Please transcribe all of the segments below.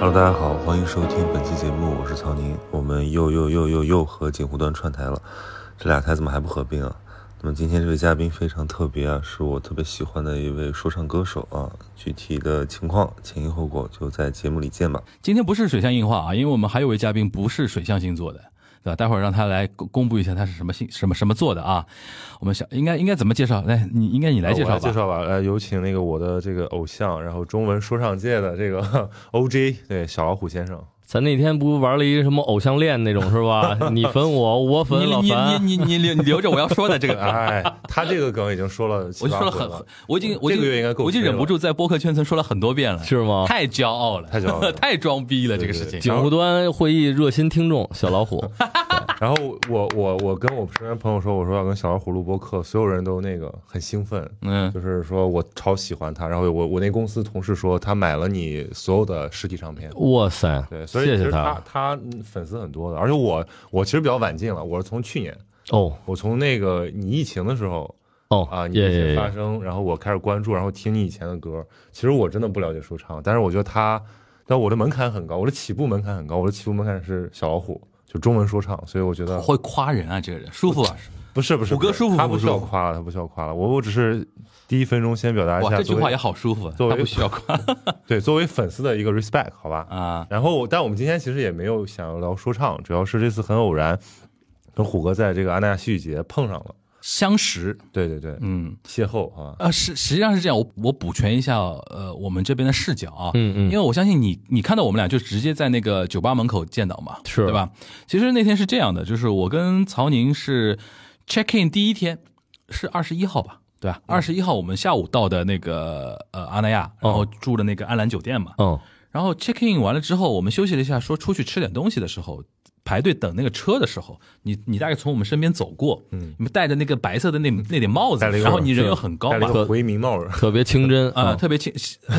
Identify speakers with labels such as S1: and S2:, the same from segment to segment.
S1: Hello，大家好，欢迎收听本期节目，我是曹宁。我们又又又又又和锦湖端串台了，这俩台怎么还不合并啊？那么今天这位嘉宾非常特别啊，是我特别喜欢的一位说唱歌手啊。具体的情况前因后果就在节目里见吧。
S2: 今天不是水象硬化啊，因为我们还有位嘉宾不是水象星座的，对吧？待会儿让他来公公布一下他是什么星什么什么座的啊。我们想应该应该怎么介绍？来，你应该你来介
S3: 我
S2: 绍吧。
S3: 介绍吧，来有请那个我的这个偶像，然后中文说唱界的这个 OJ，对小老虎先 生。
S4: 咱那天不玩了一个什么偶像恋那种是吧？你粉我，我粉老樊，
S2: 你你你你留你留着我要说的这 个啊，
S3: 哎，他这个梗已经说了七
S2: 我就
S3: 八
S2: 说了
S3: 回
S2: 很
S3: 了，，
S2: 我已经我已
S3: 这个月
S2: 经
S3: 应该够
S2: 我已经
S3: 吹了
S2: 忍不住在播客圈层说了很多遍了，
S4: 是吗？
S2: 太骄傲了，
S3: 太骄傲 了
S2: 太装逼了这个事
S3: 对
S2: 情
S3: 对对。
S4: 景湖端会议热心听众小老虎，
S3: 然后我我我跟我身边朋友说，我说要跟小老虎录播客，所有人都那个很兴奋，
S2: 嗯，
S3: 就是说我超喜欢他。然后我我那公司同事说他买了你所有的实体唱片，
S4: 哇塞
S3: 对，，所以
S4: 谢
S3: 其
S4: 谢
S3: 实他他粉丝很多的，而且我我其实比较晚进了，我是从去年，
S4: 哦
S3: 我从那个你疫情的时候啊，
S4: 哦，
S3: 你
S4: 也
S3: 一些
S4: 也
S3: 发
S4: 也
S3: 声，然后我开始关注，然后听你以前的歌。其实我真的不了解说唱，但是我觉得他，但我的门槛很高，我的起步门槛很高，我的起步门槛是小老虎，就中文说唱，所以我觉得
S2: 会夸人啊，这个人舒服啊，
S3: 不是不是，
S2: 虎哥
S3: 不是
S2: 舒服
S3: 他
S2: 不
S3: 不需
S2: 舒
S3: 要
S2: 服
S3: 夸了，他不需要夸了，我我只是第一分钟先表达一
S2: 哇，
S3: 下，
S2: 这句
S3: 作为
S2: 话也好舒服啊，
S3: 作
S2: 他
S3: 为
S2: 不需要 夸
S3: 对作为粉丝的一个 respect，好吧，
S2: 啊。
S3: 然后，但我们今天其实也没有想要聊说唱，主要是这次很偶然，跟虎哥在这个安那亚戏剧节碰上了。
S2: 相识，
S3: 对对对，
S2: 嗯，
S3: 邂逅啊，
S2: 呃，实实际上是这样，我我补全一下，呃，我们这边的视角啊，
S4: 嗯嗯
S2: 因为我相信你，你看到我们俩就直接在那个酒吧门口见到嘛，
S4: 是
S2: 对吧？其实那天是这样的，就是我跟曹宁是 check in 第一天是二十一号吧，对吧？二十一号我们下午到的那个呃阿那亚，然
S3: 哦
S2: 后住的那个安澜酒店嘛，
S4: 嗯
S2: 然后 check in 完了之后，我们休息了一下，说出去吃点东西的时候，排队等那个车的时候，你你大概从我们身边走过，嗯，你们戴着那个白色的那那顶帽子，
S3: 戴了一个
S2: 然后你人又很高
S3: 戴了
S2: 嘛
S3: 一，个回民帽儿，
S4: 特别清真
S2: 啊、
S4: 啊，
S2: 特别清，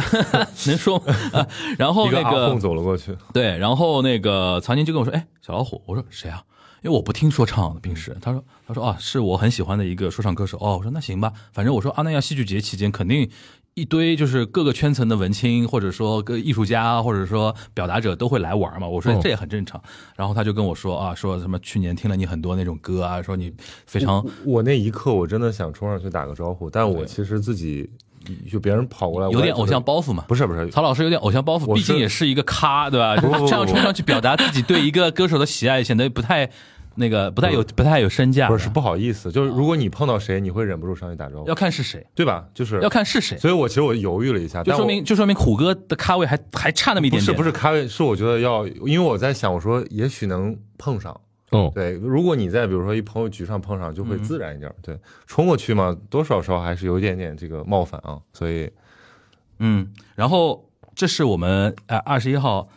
S2: 能说吗、啊然后
S3: 嗯一个
S2: 那
S3: 阿
S2: 个
S3: 凤走了过去，
S2: 对，然后那个曹宁就跟我说：“哎，小老虎。”我说：“谁啊？”因为我不听说唱的，平时他说他说啊，是我很喜欢的一个说唱歌手哦。我说那行吧，反正我说啊阿那亚戏剧节期间肯定一堆就是各个圈层的文青，或者说各艺术家，或者说表达者都会来玩嘛。我说
S4: 嗯
S2: 这也很正常。然后他就跟我说啊，说什么去年听了你很多那种歌啊，说你非常
S3: 我那一刻我真的想冲上去打个招呼，但我其实自己就别人跑过来，
S2: 有点
S3: 我也
S2: 偶
S3: 觉得
S2: 像，包袱嘛。
S3: 不是不是，
S2: 曹老师有点偶像包袱，
S3: 我
S2: 毕
S3: 是
S2: 竟也是一个咖，对吧？
S3: 不不不
S2: 这样冲上去表达自己对一个歌手的喜爱，显得不太那个，不太有不太有身价。
S3: 不是是不好意思，就是如果你碰到谁，你会忍不住上去打招呼
S2: 哦要，看是谁，
S3: 对吧？就是
S2: 要，看是谁，
S3: 所以我其实我犹豫了一下，
S2: 就
S3: 但
S2: 说
S3: 我
S2: 明就说明虎哥的咖位还还差那么一
S3: 不
S2: 点
S3: 是
S2: 点。
S3: 不
S2: 是，
S3: 是咖位，是我觉得要，因为我在想，我说也许能碰上。
S4: 嗯
S3: 对，如果你在比如说一朋友局上碰上，就会
S2: 嗯
S3: 自然一点。对，冲过去嘛，多少少还是有一点点这个冒犯啊，所以
S2: 嗯，然后这是我们呃二十一号。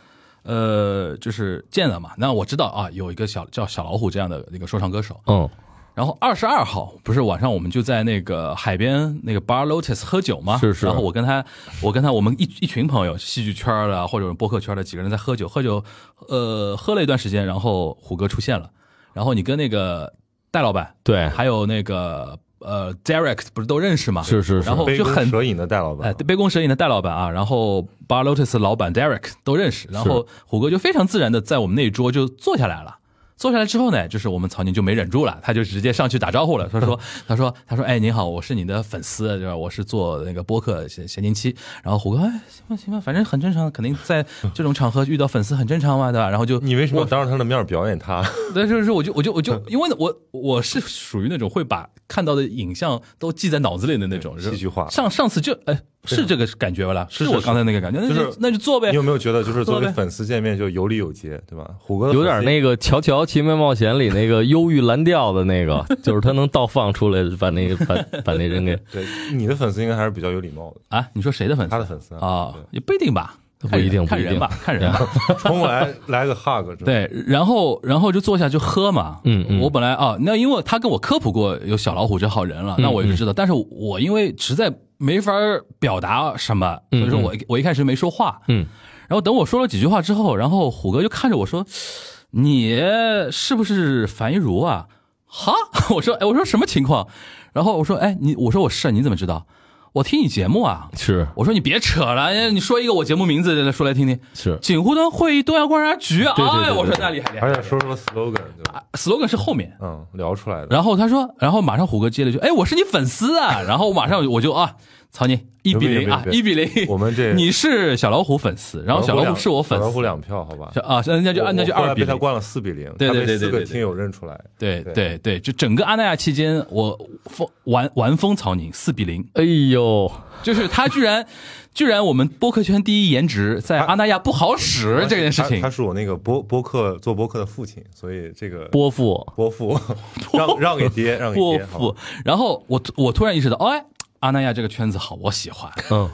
S2: 呃，就是见了嘛。那我知道啊，有一个小叫小老虎这样的一个说唱歌手。
S4: 嗯
S2: 然后二十二号不是晚上我们就在那个海边那个 Bar Lotus 喝酒嘛，
S4: 是是
S2: 然后我跟他，我跟他我们一一群朋友，戏剧圈儿的啊或者播客圈儿的几个人在喝酒，喝酒，呃，喝了一段时间，然后虎哥出现了，然后你跟那个戴老板
S4: 对，
S2: 还有那个呃 Derek 不是都认识吗？
S4: 是是是
S2: 然后
S3: 杯
S2: 就
S3: 弓
S2: 很
S3: 蛇影的戴老
S2: 哎
S3: 板，啊
S2: 杯弓蛇影的戴老板啊，然后 Bar Lotus 老板 Derek 都认识，然后虎哥就非常自然的在我们那一桌就坐下来了。坐下来之后呢，就是我们曹宁就没忍住了，他就直接上去打招呼了。他 说：“他说他说，哎，您好，我是你的粉丝，就是我是做那个播客闲闲宁期。”然后虎哥，哎，行吧行吧，反正很正常，肯定在这种场合遇到粉丝很正常嘛，对吧？然后就
S3: 你为什么当着他的面表演他？
S2: 但是是我就我就我
S3: 嗯
S2: 就因为我我是属于那种会把看到的影像都记在脑子里的那种，
S3: 对嗯戏剧化
S2: 上上次就哎是这个感觉吧啦，
S3: 是
S2: 我
S3: 是
S2: 刚才那个感觉，那
S3: 就是
S2: 就那就做呗
S3: 你。有没有觉得就是作
S2: 喝
S3: 为
S2: 呗
S3: 粉丝见面就有礼有节，对吧？虎哥的
S4: 有点
S3: 粉丝
S4: 那个《乔乔奇妙冒险》里那个忧郁蓝调的那个，就是他能倒放出来，把那个把把那人给
S3: 对你的粉丝应该还是比较有礼貌的，
S2: 啊，你说谁的粉丝？
S3: 他的粉丝
S2: 啊，也不一定吧，
S4: 不一定
S2: 看
S4: 不一
S2: 人
S4: 定
S2: 吧，看 人吧。
S3: 冲 过来来个 hug，真
S2: 啊
S3: 的，
S2: 对，然后然后就坐下就喝嘛。
S4: 嗯嗯
S2: 我本哦
S4: 嗯
S2: 来啊，那因为他跟我科普过有小老虎这号人了，那我也就知道。但是我因为实在没法表达什么，所以说我我一开始没说话，
S4: 嗯，
S2: 然后等我说了几句话之后，然后虎哥就看着我说：“你是不是樊一茹啊？”哈， 我说，哎，我说什么情况？然后我说，哎，你，我说我是，你怎么知道？我听你节目啊。
S4: 是
S2: 我说你别扯了，哎你说一个我节目名字说来听听。
S4: 是
S2: 锦湖端会议东亚观察局，
S4: 对对
S2: 哎，
S4: 对
S2: 我说那厉害厉害。
S3: 而且说出了 slogan 就
S2: slogan 是后面，
S3: 嗯聊出来的，
S2: 然后他说，然后马上虎哥接了一句，哎，我是你粉丝 啊，然后马上我就啊，曹宁一比零啊，一
S3: 牛
S2: 比零，
S3: 我们 这
S2: 你是小老虎粉丝，然后小老虎是我粉
S3: 小老
S2: 丝
S3: 虎，两票好吧
S2: 小？啊，那就
S3: 我
S2: 按那就
S3: 我后
S2: 二
S3: 来
S2: 比
S3: 被他
S2: 零，
S3: 灌了四比零，
S2: 对对对对
S3: 他被
S2: 对
S3: 四个
S2: 对
S3: 听友认出来，
S2: 对
S3: 对
S2: 对对，就整个阿那亚期间，我疯玩玩疯曹宁四比零，
S4: 哎呦，
S2: 就是他居然 居然我们播客圈第一颜值在阿那亚不好 使这件事
S3: 他
S2: 情
S3: 他，是我那个播播客做播客的父亲，所以这个
S4: 波父
S3: 伯父让让给爹，让给
S2: 不
S3: 爹，好吧
S2: 不，然后我我突然意识到，哎。阿那亚这个圈子好，我喜欢。
S4: 嗯，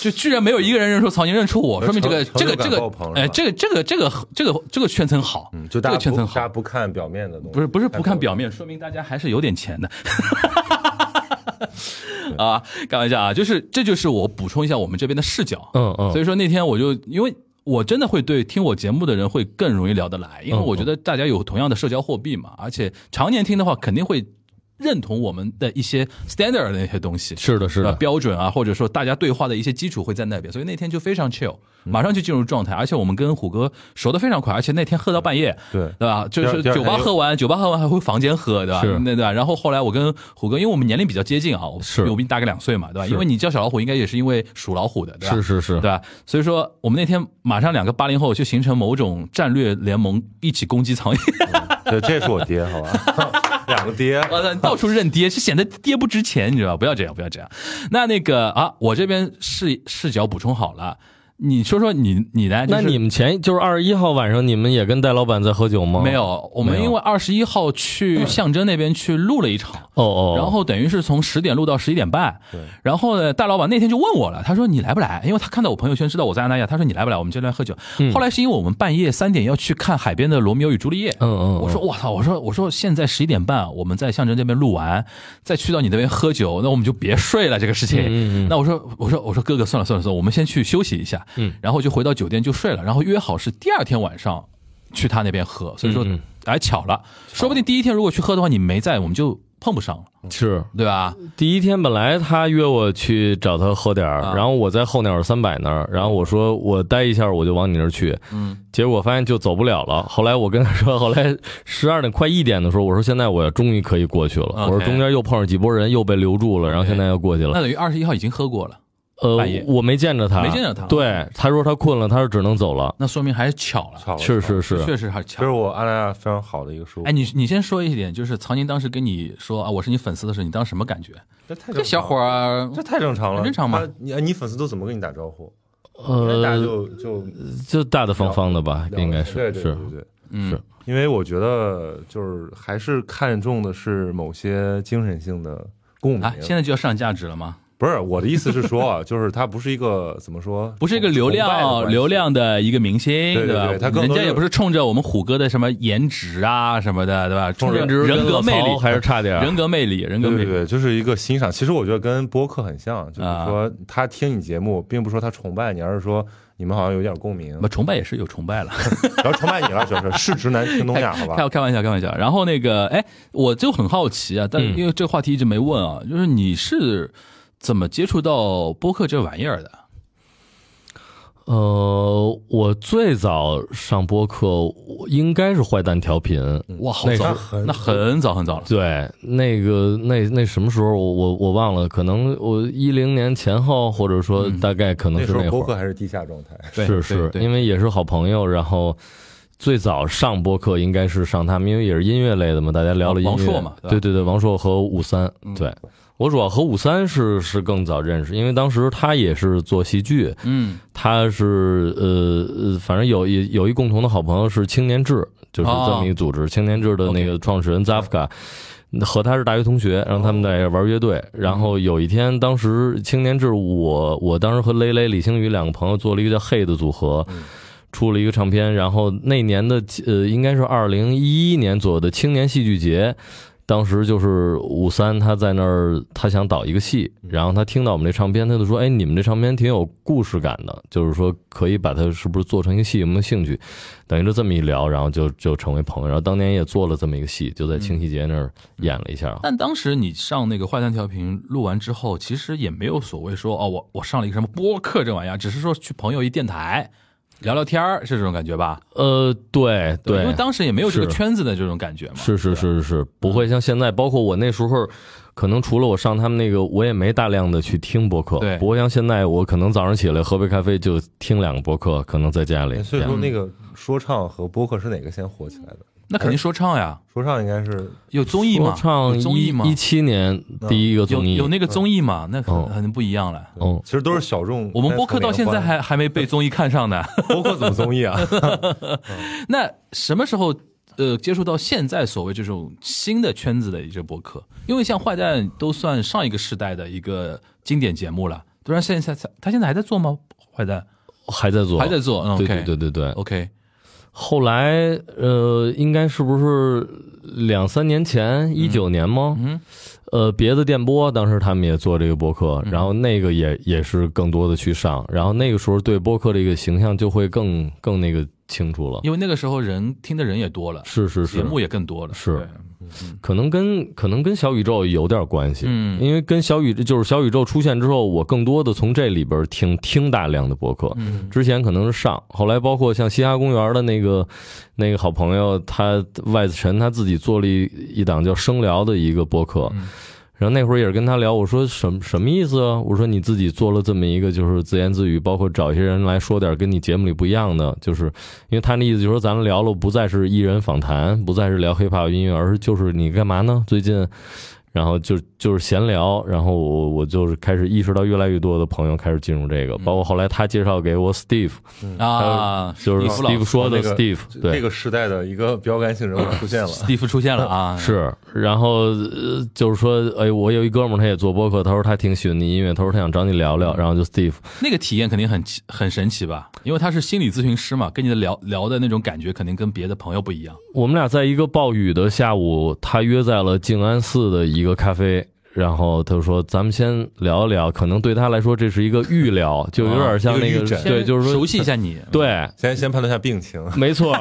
S2: 就居然没有一个人认出曹宁，认出我，说明这个
S3: 成
S2: 这个
S3: 成就
S2: 这个
S3: 感爆棚，是
S2: 哎，
S3: 吧
S2: 这个这个这个这个这个圈层好，
S3: 嗯，就
S2: 这
S3: 大
S2: 个
S3: 家
S2: 圈
S3: 不
S2: 层
S3: 大
S2: 好
S3: 家，不看表面的东西，
S2: 不是不是不看表
S3: 面，
S2: 面，说明大家还是有点钱的。 啊，开玩笑啊，就是这就是我补充一下我们这边的视角。
S4: 嗯
S3: 哦
S4: 嗯
S2: 所以说那天我就因为。我真的会对听我节目的人会更容易聊得
S3: 哦
S2: 来，因为我觉得大家有同样的社交货币嘛，而且常年听的话肯定会认同我们的一些 standard 的那些东西，
S4: 是的，是
S2: 呃
S4: 的，
S2: 标准啊，或者说大家对话的一些基础会在那边，所以那天就非常 chill，马
S3: 嗯
S2: 上就进入状态，而且我们跟虎哥熟的非常快，而且那天喝到半夜，
S3: 对
S2: 对吧？就是
S3: 第二天
S2: 酒吧
S3: 又
S2: 喝完，酒吧喝完还回房间喝，对吧？
S4: 是
S2: 那对吧？然后后来我跟虎哥，因为我们年龄比较接近啊，我
S4: 是
S2: 我比你大个两岁嘛，对吧？
S4: 是
S2: 因为你叫小老虎，应该也是因为属老虎的，对吧？
S4: 是是是
S2: 对，吧？所以说，我们那天马上两个八零后就形成某种战略联盟，一起攻击苍蝇。
S3: 这这是我爹，好 吧，两个爹，
S2: 我操，你到处认爹，是显得爹不值钱，你知道吧？不要这样，不要这样。那那个啊，我这边视视角补充好了，你说说你你呢？哎就
S4: 那
S2: 是
S4: 你们前就是二十一号晚上，你们也跟戴老板在喝酒吗？
S2: 没
S4: 哦
S2: 有？我们
S4: 没有
S2: 因为二十一号去象征那边去录了一场。
S4: 哦，
S2: 然后等于是从十点录到十一点半，
S3: 对
S2: 然后呢，大老板那天就问我了，他说你来不来？因为他看到我朋友圈知道我在阿那亚，他说你来不来？我们今天来喝酒。后来是因为我们半夜三点要去看海边的《罗密欧与朱丽叶》，
S4: 嗯嗯嗯
S2: 我说我操，我说我说现在十一点半，我们在象征这边录完，再去到你那边喝酒，那我们就别睡了这个事情。那我说我说我说哥哥，算了算了算了，我们先去休息一下，嗯，然后就回到酒店就睡了，然后约好是第二天晚上去他那边喝，所以说哎巧了，说不定第一天如果去喝的话，你没在，我们就碰不上了。
S4: 是
S2: 对吧？
S3: 嗯
S4: 第一天本来他约我去找他喝点儿，然后我在候鸟儿三百那儿，然后我说我待一下我就往你那儿去，嗯，结果发现就走不了了。后来我跟他说，后 来十二点快一点的时候，我说现在我终于可以过去了，我说
S2: OK
S4: 中间又碰上几波人，又被留住了，然后现在要过去了
S2: 那。等于二十一号已经喝过了，
S4: 呃
S2: 半夜，
S4: 我没见着他，
S2: 没见着他
S4: 对，他说他困了，他说只能走了。
S2: 那说明还是巧了，
S3: 好吧
S4: 是是
S2: 确
S4: 是，
S2: 实还是
S3: 这是啊
S2: 巧。
S3: 我阿那亚非常好的一个叔，
S2: 哎，你你先说一点，就是曹宁当时跟你说啊，我是你粉丝的时候，你当时什么感觉？
S3: 这太
S2: 这小伙
S3: 儿。
S2: 儿
S3: 嗯这太正常了，
S2: 很正常嘛
S3: 他？你哎你粉丝都怎么跟你打招呼？那大家
S4: 呃，
S3: 就就
S4: 就大大方方的吧，
S3: 聊
S4: 应该
S3: 对
S4: 是
S3: 对对
S4: 是
S3: 对对，
S2: 嗯
S4: 是
S3: 因为我觉得就是还是看重的是某些精神性的共鸣。
S2: 啊，现在就要上价值了吗？
S3: 不是我的意思是说啊，就是它不是一个怎么说，
S2: 不是一个流
S3: 崇拜的关
S2: 量
S3: 系
S2: 流量的一个明星，
S3: 对对
S2: 吧？
S3: 对他更
S2: 人
S3: 多
S2: 家
S3: 是
S2: 也不是冲着我们虎哥的什么颜值啊什么的，对吧？冲着
S4: 甚至
S2: 人格魅力，
S4: 还是 差点儿，
S2: 人格魅力，人格
S3: 对
S2: 魅
S3: 啊对
S2: 力。
S3: 对，就是一个欣赏。其实我觉得跟播客很像，就是
S4: 啊
S3: 说他听你节目，并不是说他崇拜你，而是说你们好像有点共鸣
S2: 那，崇拜也是有崇拜了，
S3: 然后崇拜你了，主要是 是直男听东亚，好吧
S2: 开？开玩笑，开玩笑。然后那个，哎，我就很好奇啊，但
S4: 嗯
S2: 因为这个话题一直没问啊，就是你是怎么接触到播客这玩意儿的？
S4: 呃，我最早上播客我应该是坏蛋调频，
S2: 哇，好
S4: 那
S2: 早
S4: 是
S3: 很，
S2: 那很早很早了。
S4: 对，那个那那什么时候我我我忘了，可能我一零年前后，或者
S2: 嗯
S4: 说大概可能
S3: 那
S4: 是
S3: 时候播
S4: 会
S3: 客
S4: 儿，
S3: 还是地下状态，
S2: 对
S4: 是
S2: 对
S4: 是
S2: 对
S4: 因为也是好朋友，然后。最早上播客应该是上他们，因为也是音乐类的嘛，大家聊了音乐。
S2: 王朔嘛对吧嗯
S4: 对对对，王朔和武三，对我主要和武三是是更早认识，因为当时他也是做戏剧，
S2: 嗯，
S4: 他是呃，呃反正有一有一共同的好朋友是青年志，就是这么一个组织，青年志的那个创始人 Zafka。和他是大学同学，然后他们在玩乐队。然后有一天，当时青年志，我我当时和雷雷、李星宇两个朋友做了一个叫《嘿》的组合，出了一个唱片。然后那年的呃，应该是二零一一年左右的青年戏剧节，当时就是五三他在那儿，他想导一个戏，然后他听到我们这唱片，他就说：“哎，你们这唱片挺有故事感的，就是说可以把它是不是做成一个戏，有没有兴趣？”等于就这么一聊，然后就就成为朋友。然后当年也做了这么一个戏，就在清溪节那儿演了一下。
S2: 但当时你上那个坏蛋调频录完之后，其实也没有所谓说哦，我我上了一个什么播客这玩意儿，只是说去朋友一电台聊聊天儿，是这种感觉吧？
S4: 呃，对
S2: 因为当时也没有这个
S4: 是
S2: 圈子的这种感觉嘛。
S4: 是是是是是，不会像现在，包括我那时候，可能除了我上他们那个，我也没大量的去听播客，
S2: 对
S4: 不会像现在，我可能早上起来喝杯咖啡就听两个播客，可能在家里。
S3: 所以
S4: 这
S3: 说
S4: 样
S3: 那个说唱和播客是哪个先火起来的？
S2: 那肯定说唱呀，
S3: 说唱应该是
S2: 有综艺
S4: 哎说
S2: 嘛，
S4: 唱
S2: 有综艺嘛
S4: 一，七年第一个
S2: 有
S4: 综艺，
S2: 有那个综艺嘛，那可能
S4: 哦
S2: 肯定不一样了。
S4: 嗯，
S3: 其实都是小众。
S2: 我们播客到现在还还没被综艺看上呢。
S3: 播客怎么综艺 啊？
S2: 那什么时候呃接触到现在所谓这种新的圈子的一些播客？因为像坏蛋都算上一个时代的一个经典节目了，当然现在才他现在还在做吗？坏蛋
S4: 还在做，
S2: 还在做，嗯
S4: 对
S2: OK
S4: 对对对对。
S2: OK，
S4: 后来呃，应该是不是两三年前，一九年吗？
S2: 嗯，
S4: 呃，别的电波当时他们也做这个播客，
S2: 嗯
S4: 然后那个也也是更多的去上，然后那个时候对播客这个形象就会更更那个清楚了。
S2: 因为那个时候人听的人也多了，
S4: 是是
S2: 节
S4: 是，
S2: 目也更多了，
S4: 是
S2: 对
S4: 可能跟可能跟小宇宙有点关系，
S2: 嗯
S4: 因为跟小宇就是小宇宙出现之后，我更多的从这里边听听大量的播客，
S2: 嗯
S4: 之前可能是上，后来包括像嘻哈公园的那个 那个好朋友，他外子晨他自己做了一一档叫声聊的一个播客，
S2: 嗯
S4: 然后那会儿也是跟他聊，我说什么什么意思啊？我说你自己做了这么一个就是自言自语，包括找一些人来说点跟你节目里不一样的，就是因为他那意思就是说咱们聊了不再是艺人访谈，不再是聊 hiphop 音乐，而是就是你干嘛呢？最近。然后就就是闲聊，然后我我就是开始意识到越来越多的朋友开始进入这个，
S3: 嗯
S4: 包括后来他介绍给我 Steve，
S2: 啊，
S4: 就是
S2: 史蒂夫老哦
S4: Steve 说的
S3: 那个
S4: Steve，
S3: 这
S4: 对，
S3: 个时代的一个标杆性人物出 现了。
S2: 史蒂夫出现了啊，
S4: 是。然后呃就是说，哎，我有一哥们儿，他也做播客，他说他挺喜欢你音乐，他说他想找你聊
S3: 嗯
S4: 聊，然后就 Steve，
S2: 那个体验肯定很奇很神奇吧？因为他是心理咨询师嘛，跟你的聊聊的那种感觉肯定跟别的朋友不一样。
S4: 我们俩在一个暴雨的下午，他约在了静安寺的一个咖啡。然后他就说：“咱们先聊一聊，可能对他来说这是一个预聊，就有点像那
S3: 啊一个
S4: 个
S3: 预诊
S4: 对，就是说
S2: 熟悉一下你，
S4: 对，
S3: 先先判断一下病情，
S4: 没错。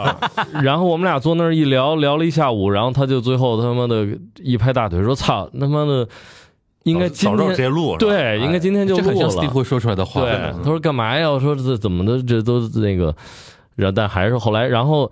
S4: 然后我们俩坐那儿一聊，聊了一下午，然后他就最后他妈的一拍大腿说：“操，他妈的，应该今
S3: 早早知道
S4: 天
S3: 直接录是吧
S4: 对，应该今天就
S2: 这
S4: 录
S2: 很像史蒂
S4: 了。
S2: 夫说出来的话。
S4: 对，他说干嘛呀？我说这怎么的，这都那个，然后但还是后来，然后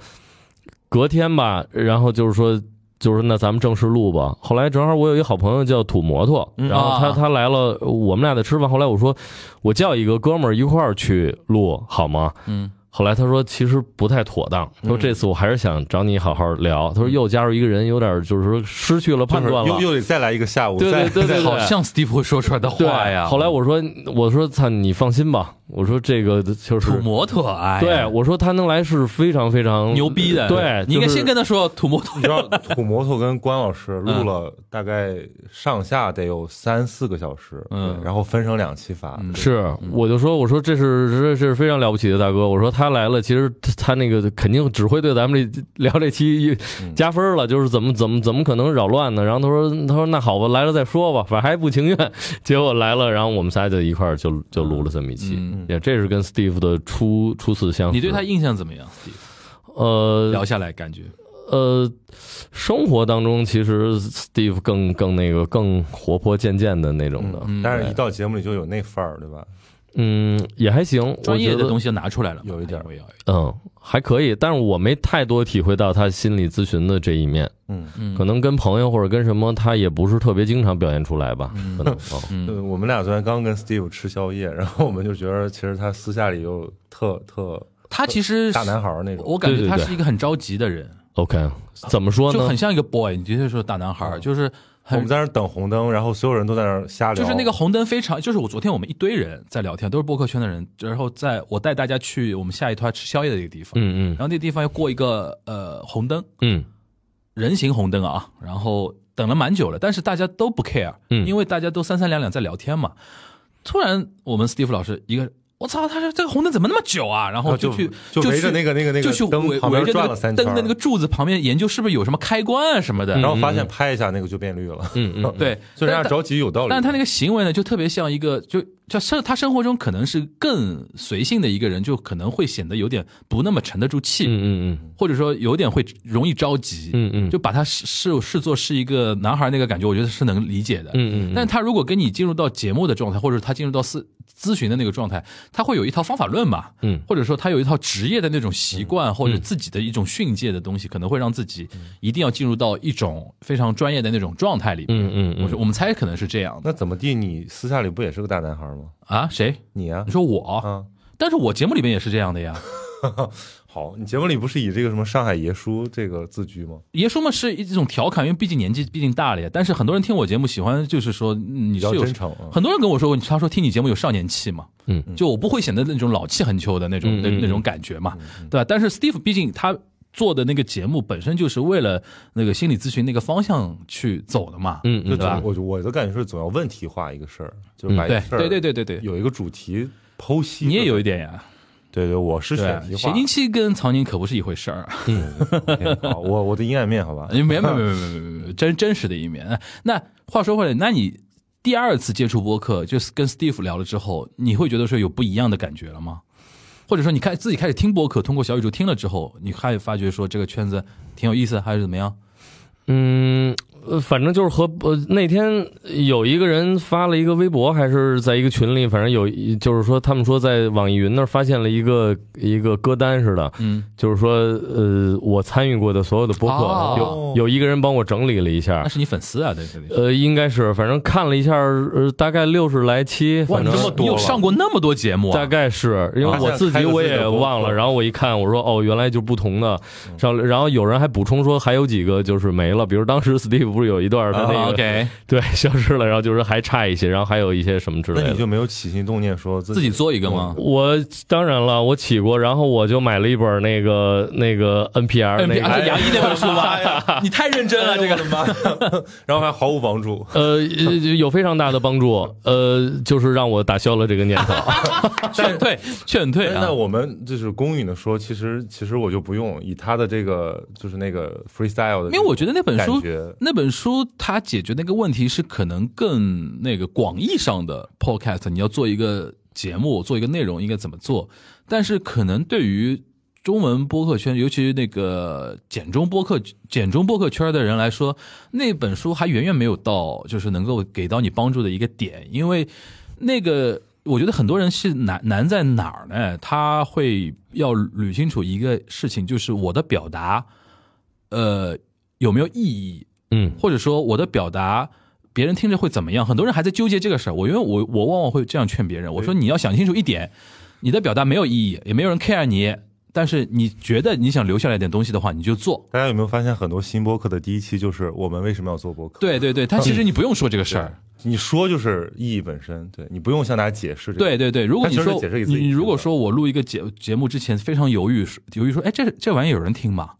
S4: 隔天吧，然后就是说。就是那咱们正式录吧。后来正好我有一个好朋友叫土摩托，
S3: 嗯
S4: 然后他
S2: 啊
S4: 他来了，我们俩在吃饭。后来我说我叫一个哥们儿一块儿去录好吗？
S2: 嗯，
S4: 后来他说其实不太妥当，他说这次我还是想找你好好聊。他说又加入一个人，有点就是说失去了判
S3: 就是
S4: 断了
S3: 又，又得再来一个下午，
S4: 对
S3: 再
S4: 对对对，
S2: 好
S4: 对
S2: 像史蒂夫说出来的
S4: 对
S2: 话呀。
S4: 后来我说我说操你放心吧，我说这个就是
S2: 土摩托，哎呀，
S4: 对我说他能来是非常非常
S2: 牛逼的。
S4: 对，
S2: 你应该先
S4: 就是
S2: 跟他说土摩托
S3: 你知道 土摩托跟关老师录
S2: 嗯
S3: 了大概上下得有三四个小时，
S2: 嗯
S3: 对然后分成两期发，
S4: 是，我就说，我说这是这这是非常了不起的大哥，我说
S2: 嗯
S4: 他来了，其实他他那个肯定只会对咱们这聊这期 加分了，就是怎么怎么怎么可能扰乱呢？然后他说他说那好吧，来了再说吧，反正还不情愿。结果来了，然后我们仨就一块儿就就录了这么一期，也这是跟 Steve 的初初次相识。
S2: 嗯你对他印象怎么样？Steve
S4: 呃
S2: 聊下来感觉，
S4: 呃，生活当中其实 Steve 更更那个更活泼渐渐的那种的，
S2: 嗯
S3: 但是一到节目里就有那范儿，对吧？
S4: 嗯也还行，
S2: 专业
S4: 我觉
S2: 的
S4: 得
S2: 东西拿出来了嘛，
S3: 有一点
S2: 我也要有
S4: 嗯还可以，但是我没太多体会到他心理咨询的这一面，
S3: 嗯，
S4: 可能跟朋友或者跟什么，他也不是特别经常表现出来吧，
S2: 嗯
S4: 可能。哦
S3: 对，我们俩昨天刚跟 Steve 吃宵夜，然后我们就觉得其实他私下里又特特
S2: 他其实
S3: 大男孩儿那种，
S2: 我感觉
S4: 对对
S2: 他
S4: 对
S2: 是一个很着急的人，
S4: OK，怎么说
S2: 就
S4: 呢
S2: 很？像一个 boy。你的确说大男孩儿，就是
S3: 我
S2: 很
S3: 们在那儿等红灯，然后所有人都在那儿瞎聊，
S2: 就是那个红灯非常，就是我昨天我们一堆人在聊天，都是播客圈的人，然后在我带大家去我们下一团吃宵夜的一个地方，
S4: 嗯
S2: 然后那个地方要过一个呃红灯，
S4: 嗯
S2: 人行红灯啊，然后等了蛮久了，但是大家都不 care，
S4: 嗯
S2: 因为大家都三三两两在聊天嘛。突然我们 Steve 老师一个我操，他说这个红灯怎么那么久啊？然
S3: 然
S2: 后
S3: 后就
S2: 去
S3: 就
S2: 去
S3: 围着那个那个那
S2: 就
S3: 个
S2: 去
S3: 灯
S2: 围
S3: 旁
S2: 围
S3: 边
S2: 着那
S3: 转了
S2: 个
S3: 三
S2: 灯
S3: 圈儿，嗯
S2: 的那个柱子旁边研究是不是有什么开关啊什么的。
S3: 然后发现拍一下那个就变绿 了。
S4: 嗯嗯，嗯，
S2: 对，
S3: 所以人
S2: 但
S3: 家着急有道理，
S2: 但是他那
S3: 个
S2: 个行为呢，就特别像一个，就就生他生活中可能是更随性的一个人，就可能会显得有点不那么沉得住气，
S4: 嗯嗯
S2: 或者说有点会容易着急，
S4: 嗯嗯，
S2: 就把他视视视作是一个男孩那个感觉，我觉得是能理解的。
S4: 嗯嗯，
S2: 但他如果跟你进入到节目的状态，或者他进入到咨咨询的那个状态，他会有一套方法论吧，
S4: 嗯
S2: 或者说他有一套职业的那种习惯，或者自己的一种训诫的东西，可能会让自己一定要进入到一种非常专业的那种状态里面。
S4: 嗯嗯嗯，
S2: 我说我们猜可能是这样的
S3: 那怎么地？你私下里不也是个大男孩吗？
S2: 啊？谁？
S3: 你啊
S2: 你，说我？
S3: 啊，
S2: 但是我节目里面也是这样的呀。
S3: 好，你节目里不是以这个什么上海爷叔这个自居吗？
S2: 爷叔们是一种调侃，因为毕竟年纪毕竟大了呀。但是很多人听我节目喜欢，就是说嗯你
S3: 比
S2: 是
S3: 较
S2: 有
S3: 真诚啊，
S2: 很多人跟我说过，他说听你节目有少年气嘛，
S4: 嗯，
S2: 就我不会显得那种老气横秋的那种
S4: 嗯
S2: 那
S4: 嗯
S2: 那种感觉嘛，
S3: 嗯
S2: 对吧？但是 Steve 毕竟他做的那个节目本身就是为了那个心理咨询那个方向去走的嘛，
S4: 嗯
S3: 就
S4: 嗯
S2: 对吧
S3: 总我就我的感觉是总要问题化一个事儿，就是把一
S2: 对
S3: 个事儿
S2: 对对对对对，
S3: 有一个主题剖析。
S2: 你也有一点呀，
S3: 对对，我是
S2: 对
S3: 选
S2: 啊，
S3: 题
S2: 谐
S3: 化。
S2: 音气跟曹宁可不是一回事儿。啊
S3: OK，好，我我的阴暗面好 吧。
S2: 没没没没没没没真真实的一面。哎那话说回来，那你第二次接触播客，就是跟 Steve 聊了之后，你会觉得说有不一样的感觉了吗？或者说你开自己开始听播客，通过小宇宙听了之后，你还发觉说这个圈子挺有意思，还是怎么样？
S4: 嗯，呃，反正就是和呃那天有一个人发了一个微博，还是在一个群里，反正有一就是说他们说在网易云那儿发现了一个一个歌单似的，
S2: 嗯，
S4: 就是说呃我参与过的所有的播客，
S2: 哦
S4: 有有一个人帮我整理了一下
S2: 那，是你粉丝啊，在这里。
S4: 呃，应该是反正看了一下，呃，大概六十来期，
S2: 哇，
S4: 反
S2: 你
S4: 正
S2: 这么
S3: 多
S2: 你有
S3: 了
S2: 上过那么多节目、啊，
S4: 大概是因为我自己我也忘了，然后我一看，我说哦，原来就不同的，上然后有人还补充说还有几个就是没了，比如当时 Steve 不是有一段他
S2: 啊
S4: 那个
S2: OK，
S4: 对消失了，然后就是还差一些，然后还有一些什么之
S3: 那
S4: 类
S3: 你
S4: 的。
S3: 就没有起心动念说自
S2: 自己做一个吗？
S4: 我当然了，我起过，然后我就买了一本那个那个 NPR 那
S2: 啊
S4: 个哎
S2: 是牙医那本书吧？你太认真了， 这个
S3: 然后还毫无帮助。
S4: 呃有非常大的帮助，呃，就是让我打消了这个念头。
S2: 劝退，劝退啊
S3: 那！我们就是公允的说，其实其实我就不用以他的这个就是那个 freestyle 的这种感觉，
S2: 因为我觉得那本书
S3: 书
S2: 那本书它解决那个问题是可能更那个广义上的 podcast，你要做一个节目，做一个内容应该怎么做，但是可能对于中文播客圈，尤其是那个简中播客、简中播客圈的人来说，那本书还远远没有到就是能够给到你帮助的一个点，因为那个我觉得很多人是难难在哪儿呢？他会要捋清楚一个事情，就是我的表达，呃，有没有意义？
S4: 嗯
S2: 或者说我的表达，别人听着会怎么样？很多人还在纠结这个事儿。我因为我我往往会这样劝别人，我说你要想清楚一点，你的表达没有意义，也没有人 care 你。但是你觉得你想留下来点东西的话，你就做。
S3: 大家有没有发现很多新播客的第一期就是我们为什么要做播客？，
S2: 对对对，但其实你不用说这个事儿。
S3: 你说就是意义本身，对你不用向大家解释这个。
S2: 对对对，如果你
S3: 他其实
S2: 说
S3: 是解释给自己
S2: 你
S3: 听的
S2: 如果说我录一个节节目之前非常犹豫，犹豫说，哎，这这玩意儿有人听吗？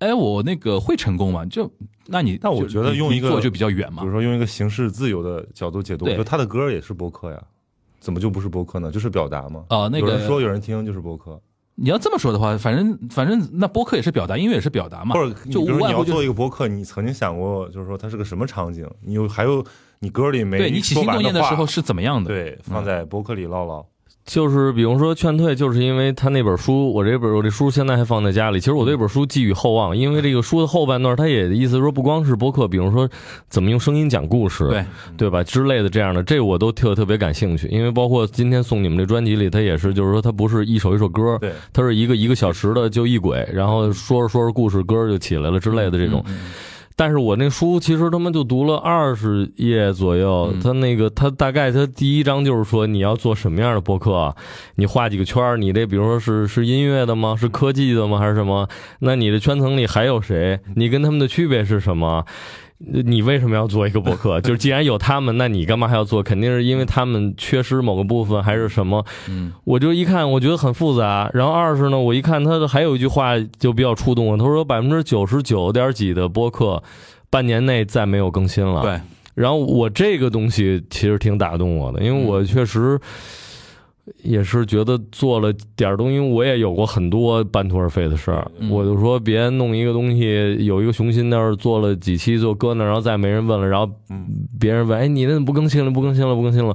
S2: 哎，我那个会成功吗？就那你
S3: 那我
S2: 就
S3: 觉得
S2: 你
S3: 用一
S2: 你
S3: 个
S2: 做就比较远
S3: 比
S2: 嘛
S3: 如。说用一个形式自由的角度解读，
S2: 对
S3: 就他的歌也是播客呀，怎么就不是播客呢？就是表达嘛。
S2: 啊那个
S3: 有人说有人听就是播客，
S2: 你要这么说的话，反正反正那播客也是表达，音乐也是表达嘛
S3: 或者。你
S2: 啊就
S3: 比如
S2: 无
S3: 说
S2: 外
S3: 你
S2: 乎
S3: 要
S2: 就是
S3: 做一个播客，你曾经想过就是说它是个什么场景？你有还有你歌里没
S2: 对你起
S3: 说
S2: 心
S3: 完
S2: 动念的
S3: 话
S2: 时候，是怎么样的？嗯
S3: 对放在播客里唠唠。
S4: 就是比如说劝退，就是因为他那本书，我这本我这书现在还放在家里。其实我对这本书寄予厚望，因为这个书的后半段，它也意思说不光是播客，比如说怎么用声音讲故事，
S2: 对
S4: 对吧之类的这样的，这我都特特别感兴趣。因为包括今天送你们这专辑里，它也是就是说它不是一首一首歌，
S3: 对，
S4: 它是一个一个小时的就一轨，然后说着说着故事歌就起来了之类的这种。但是我那书其实他妈就读了二十页左右，他那个他大概他第一章就是说你要做什么样的播客啊，你画几个圈儿，你这比如说是是音乐的吗？是科技的吗？还是什么？那你的圈层里还有谁？你跟他们的区别是什么？你为什么要做一个博客？就是既然有他们，那你干嘛还要做？肯定是因为他们缺失某个部分，还是什么？
S2: 嗯，
S4: 我就一看，我觉得很复杂。然后二是呢，我一看他的还有一句话就比较触动我，他说百分之九十九点几的播客半年内再没有更新了。
S2: 对，
S4: 然后我这个东西其实挺打动我的，因为我确实也是觉得做了点儿东西，我也有过很多半途而废的事儿。
S2: 嗯
S4: 我就说别弄一个东西，有一个雄心那儿做了几期就搁那儿，然后再没人问了，然后
S3: 嗯
S4: 别人问，哎，你那怎么不更新了？不更新了？不更新了？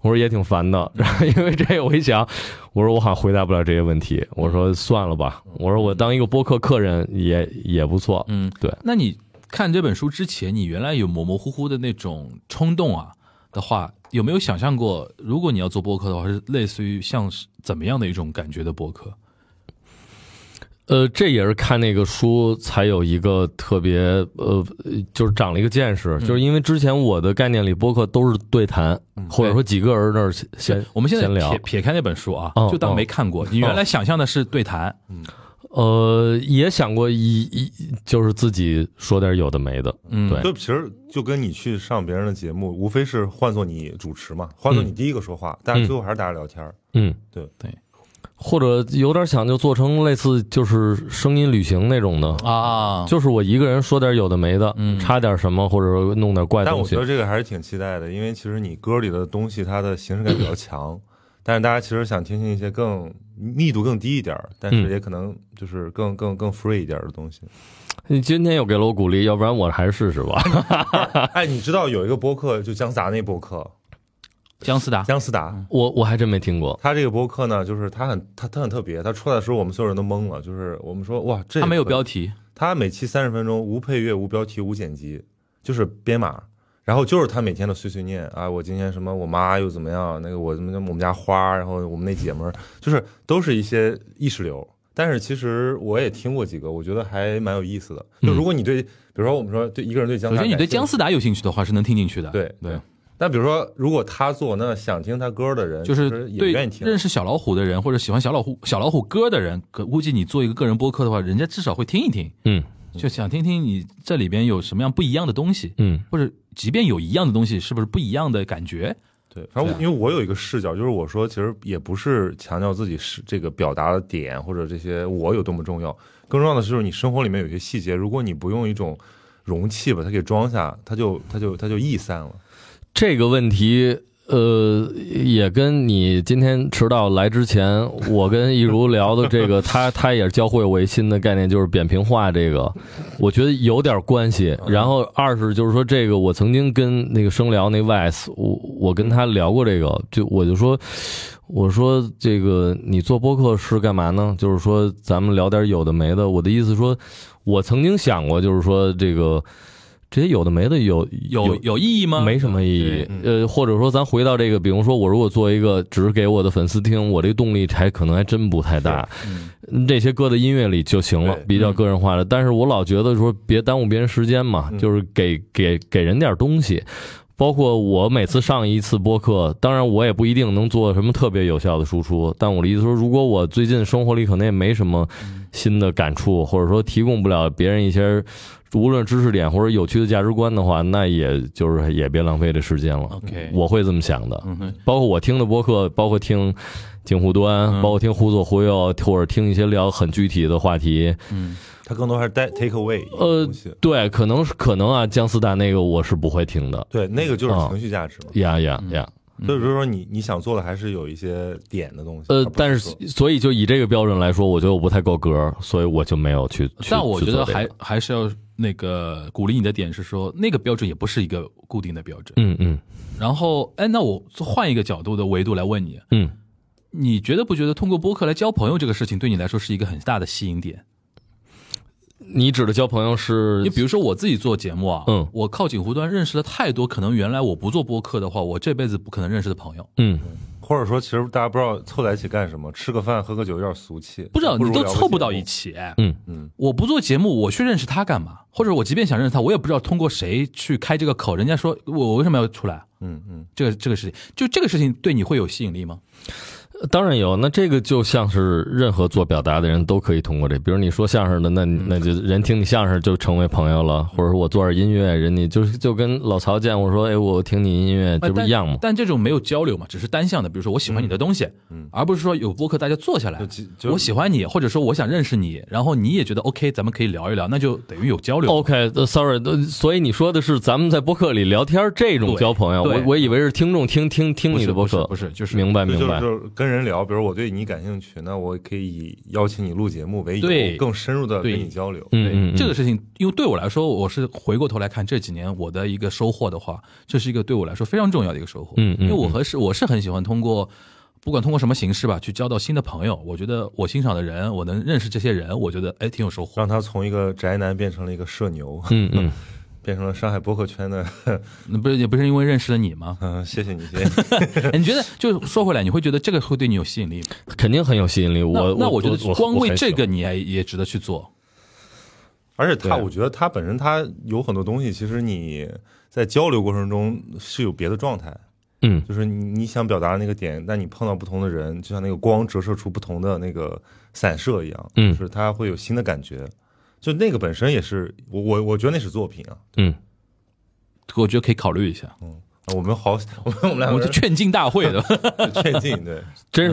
S4: 我说也挺烦的， 然后因为这个我一想，我说我好像回答不了这些问题，我说算了吧，我说我当一个播客客人也也不错，
S2: 嗯，
S4: 对。
S2: 那你看这本书之前，你原来有模模糊糊的那种冲动啊的话，有没有想象过，如果你要做播客的话，是类似于像是怎么样的一种感觉的播客？
S4: 呃，这也是看那个书才有一个特别呃，就是长了一个见识，
S2: 嗯
S4: 就是因为之前我的概念里播客都是对谈，或者说几个人那儿闲，
S2: 我们现在
S4: 闲聊
S2: 撇，撇开那本书啊
S4: 哦，
S2: 就当没看过。你原来想象的是对谈，
S4: 呃，也想过一一就是自己说点有的没的，
S2: 嗯，
S4: 对
S3: 就其实就跟你去上别人的节目，无非是换做你主持嘛，换做你
S2: 嗯
S3: 第一个说话，但是最后还是大家聊天儿。
S4: 嗯，
S3: 对
S2: 对，
S4: 或者有点想就做成类似就是声音旅行那种的。
S2: 啊，
S4: 就是我一个人说点有的没的，
S2: 嗯
S4: 插点什么或者弄点怪
S3: 但我
S4: 东
S3: 觉
S4: 西
S3: 得，这个还是挺期待的，因为其实你歌里的东西它的形式感比较强，但是大家其实想听听一些更密度更低一点儿，但是
S4: 嗯
S3: 也可能就是更更更 free 一点儿的东西。
S4: 你今天又给了我鼓励，要不然我还是试试吧。
S3: 哎，你知道有一个播客就姜思达那播客，
S2: 姜思达，
S3: 姜思达，
S2: 嗯
S4: 我我还真没听过，
S3: 他这个播客呢，就是他很他他很特别，他出来的时候我们所有人都懵了，就是我们说哇，这
S2: 他没有
S3: 题。
S2: 标题，
S3: 他每期三十分钟，无配乐、无标题、无剪辑，就是编码，然后就是他每天的碎碎念啊，我今天什么，我妈又怎么样，那个我怎么我们家花，然后我们那姐们儿，就是都是一些意识流。但是其实我也听过几个，我觉得还蛮有意思的。就如果你对，比如说我们说对一个人对姜
S2: 嗯首
S3: 思达
S2: 先你对
S3: 感兴
S2: 姜
S3: 趣
S2: 思达有兴趣的话，是能听进去的。
S3: 对
S2: 对，
S3: 但比如说如果他做，那想听他歌的人
S2: 就是
S3: 呃也
S2: 对
S3: 愿意听，
S2: 认识小老虎的人，或者喜欢小老虎小老虎歌的人，可估计你做一个个人播客的话，人家至少会听一听，
S4: 嗯
S2: 就想听听你这里边有什么样不一样的东西，
S4: 嗯，
S2: 或者即便有一样的东西，是不是不一样的感觉？
S3: 对，反正
S2: 对啊
S3: 我因为我有一个视角，就是我说其实也不是强调自己是这个表达的点或者这些我有多么重要，更重要的是你生活里面有些细节，如果你不用一种容器把它给装下，它就它就它就易散了。
S4: 这个问题，呃，也跟你今天迟到来之前，我跟一如聊的这个，他他也教会我一新的概念，就是扁平化这个，我觉得有点关系。然后二是就是说，这个我曾经跟那个生聊那 Vice，我我跟他聊过这个，就我就说。我说这个你做播客是干嘛呢？就是说咱们聊点有的没的。我的意思说，我曾经想过，就是说这个这些有的没的有
S2: 有有意义吗？
S4: 没什么意义
S2: 对。嗯
S4: 呃，或者说咱回到这个，比如说我如果做一个只是给我的粉丝听，我这动力还可能还真不太大。
S2: 嗯
S4: 这些搁在音乐里就行了
S3: 对，
S4: 比较个人化的。但是我老觉得说别耽误别人时间嘛，
S3: 嗯
S4: 就是给给给人点东西。包括我每次上一次播客，当然我也不一定能做什么特别有效的输出，但我的意思说，如果我最近生活里可能也没什么新的感触，或者说提供不了别人一些无论知识点或者有趣的价值观的话，那也就是也别浪费这时间了。
S2: ，OK，
S4: 我会这么想的，
S2: 嗯哼
S4: 包括我听的播客，包括听镜湖端，
S2: 嗯
S4: 包括听忽左忽右，或者听一些聊很具体的话题。
S2: 嗯
S3: 它更多还是带 take away
S4: 呃
S3: 东西，
S4: 对，可能是可能啊，姜思达那个我是不会听的。
S3: 对，那个就是
S4: 啊
S3: 情绪价值
S2: 呃嗯
S3: 嘛。
S4: 呀呀呀！
S3: 所以比如说你你想做的还是有一些点的东西，而
S4: 呃
S3: 不，
S4: 但是
S3: 说
S4: 所以就以这个标准来说，我觉得我不太够格，所以我就没有去。去
S2: 但我觉得
S4: 去做这个
S2: 还还是要那个鼓励你的点是说，那个标准也不是一个固定的标准。
S4: 嗯嗯
S2: 然后，哎，那我换一个角度的维度来问你，
S4: 嗯，
S2: 你觉得不觉得通过播客来交朋友这个事情对你来说是一个很大的吸引点？
S4: 你指的交朋友是
S2: 你比如说我自己做节目啊，
S4: 嗯
S2: 我靠锦湖端认识了太多可能原来我不做播客的话，我这辈子不可能认识的朋友。
S4: 嗯，
S3: 或者说其实大家不知道凑在一起干什么，吃个饭喝个酒有点俗气，
S2: 不知道
S3: 不
S2: 你
S3: 如
S2: 都
S3: 聊个
S2: 凑不
S3: 节
S2: 到
S3: 目
S2: 一。起，
S4: 嗯
S3: 嗯，
S2: 我不做节目，我去认识他干嘛？或者我即便想认识他，我也不知道通过谁去开这个口，人家说我我为什么要出来？
S3: 嗯嗯，
S2: 这个这个事情，就这个事情对你会有吸引力吗？
S4: 当然有，那这个就像是任何做表达的人都可以通过这，比如你说相声的，那
S2: 嗯
S4: 那就人听你相声就成为朋友了，或者说我做点音乐，人家就是就跟老曹见我说，哎，我听你音乐，这不一样吗？
S2: 呃但这种没有交流嘛，只是单向的，比如说我喜欢你的东西，
S3: 嗯嗯
S2: 而不是说有播客大家坐下来
S3: 就就就，
S2: 我喜欢你，或者说我想认识你，然后你也觉得 OK，咱们可以聊一聊，那就等于有交流。
S4: OK，sorry，、呃所以你说的是咱们在播客里聊天这种
S2: 对
S4: 交朋友，
S2: 对
S4: 我我以为是听众听听听
S2: 不
S4: 你
S2: 是
S4: 的播
S2: 不是
S4: 客，
S2: 不是就是
S4: 明白
S3: 对
S4: 明白
S3: 就，是就是跟人聊，比如我对你感兴趣，那我可以以邀请你录节目为
S2: 对
S3: 由，更深入的
S2: 对
S3: 跟你交流。
S4: 嗯
S2: 对
S4: 嗯，嗯
S2: 这个事情，因为对我来说，我是回过头来看这几年我的一个收获的话，这是一个对我来说非常重要的一个收获。
S4: 嗯嗯
S2: 因为我和是我是很喜欢通过，不管通过什么形式吧，去交到新的朋友。我觉得我欣赏的人，我能认识这些人，我觉得哎挺有收获。
S3: 让他从一个宅男变成了一个 社牛，
S4: 嗯嗯，
S3: 变成了上海播客圈的。？
S2: 那不是也不是因为认识了你吗
S3: 嗯，谢谢你，谢谢你。
S2: 哎，你觉得就说回来，你会觉得这个会对你有吸引力吗？
S4: 肯定很有吸引力。
S2: 那
S4: 我
S2: 那
S4: 我
S2: 觉得
S4: 我
S2: 光
S4: 我
S2: 为
S4: 很
S2: 这
S4: 喜欢
S2: 个你也也值得去做。
S3: 而且他，
S4: 对
S3: 我觉得他本身他有很多东西，其实你在交流过程中是有别的状态，
S4: 嗯
S3: 就是你你想表达的那个点，但你碰到不同的人，就像那个光折射出不同的那个散射一样，
S4: 嗯
S3: 就是它会有新的感觉。就那个本身也是我我我觉得那是作品啊，
S4: 嗯，
S2: 我觉得可以考虑一下，
S3: 我们好， 我们我们两
S2: 我
S3: 个
S2: 是
S3: 人
S2: 劝进大 会的，
S3: 确进对。
S4: 真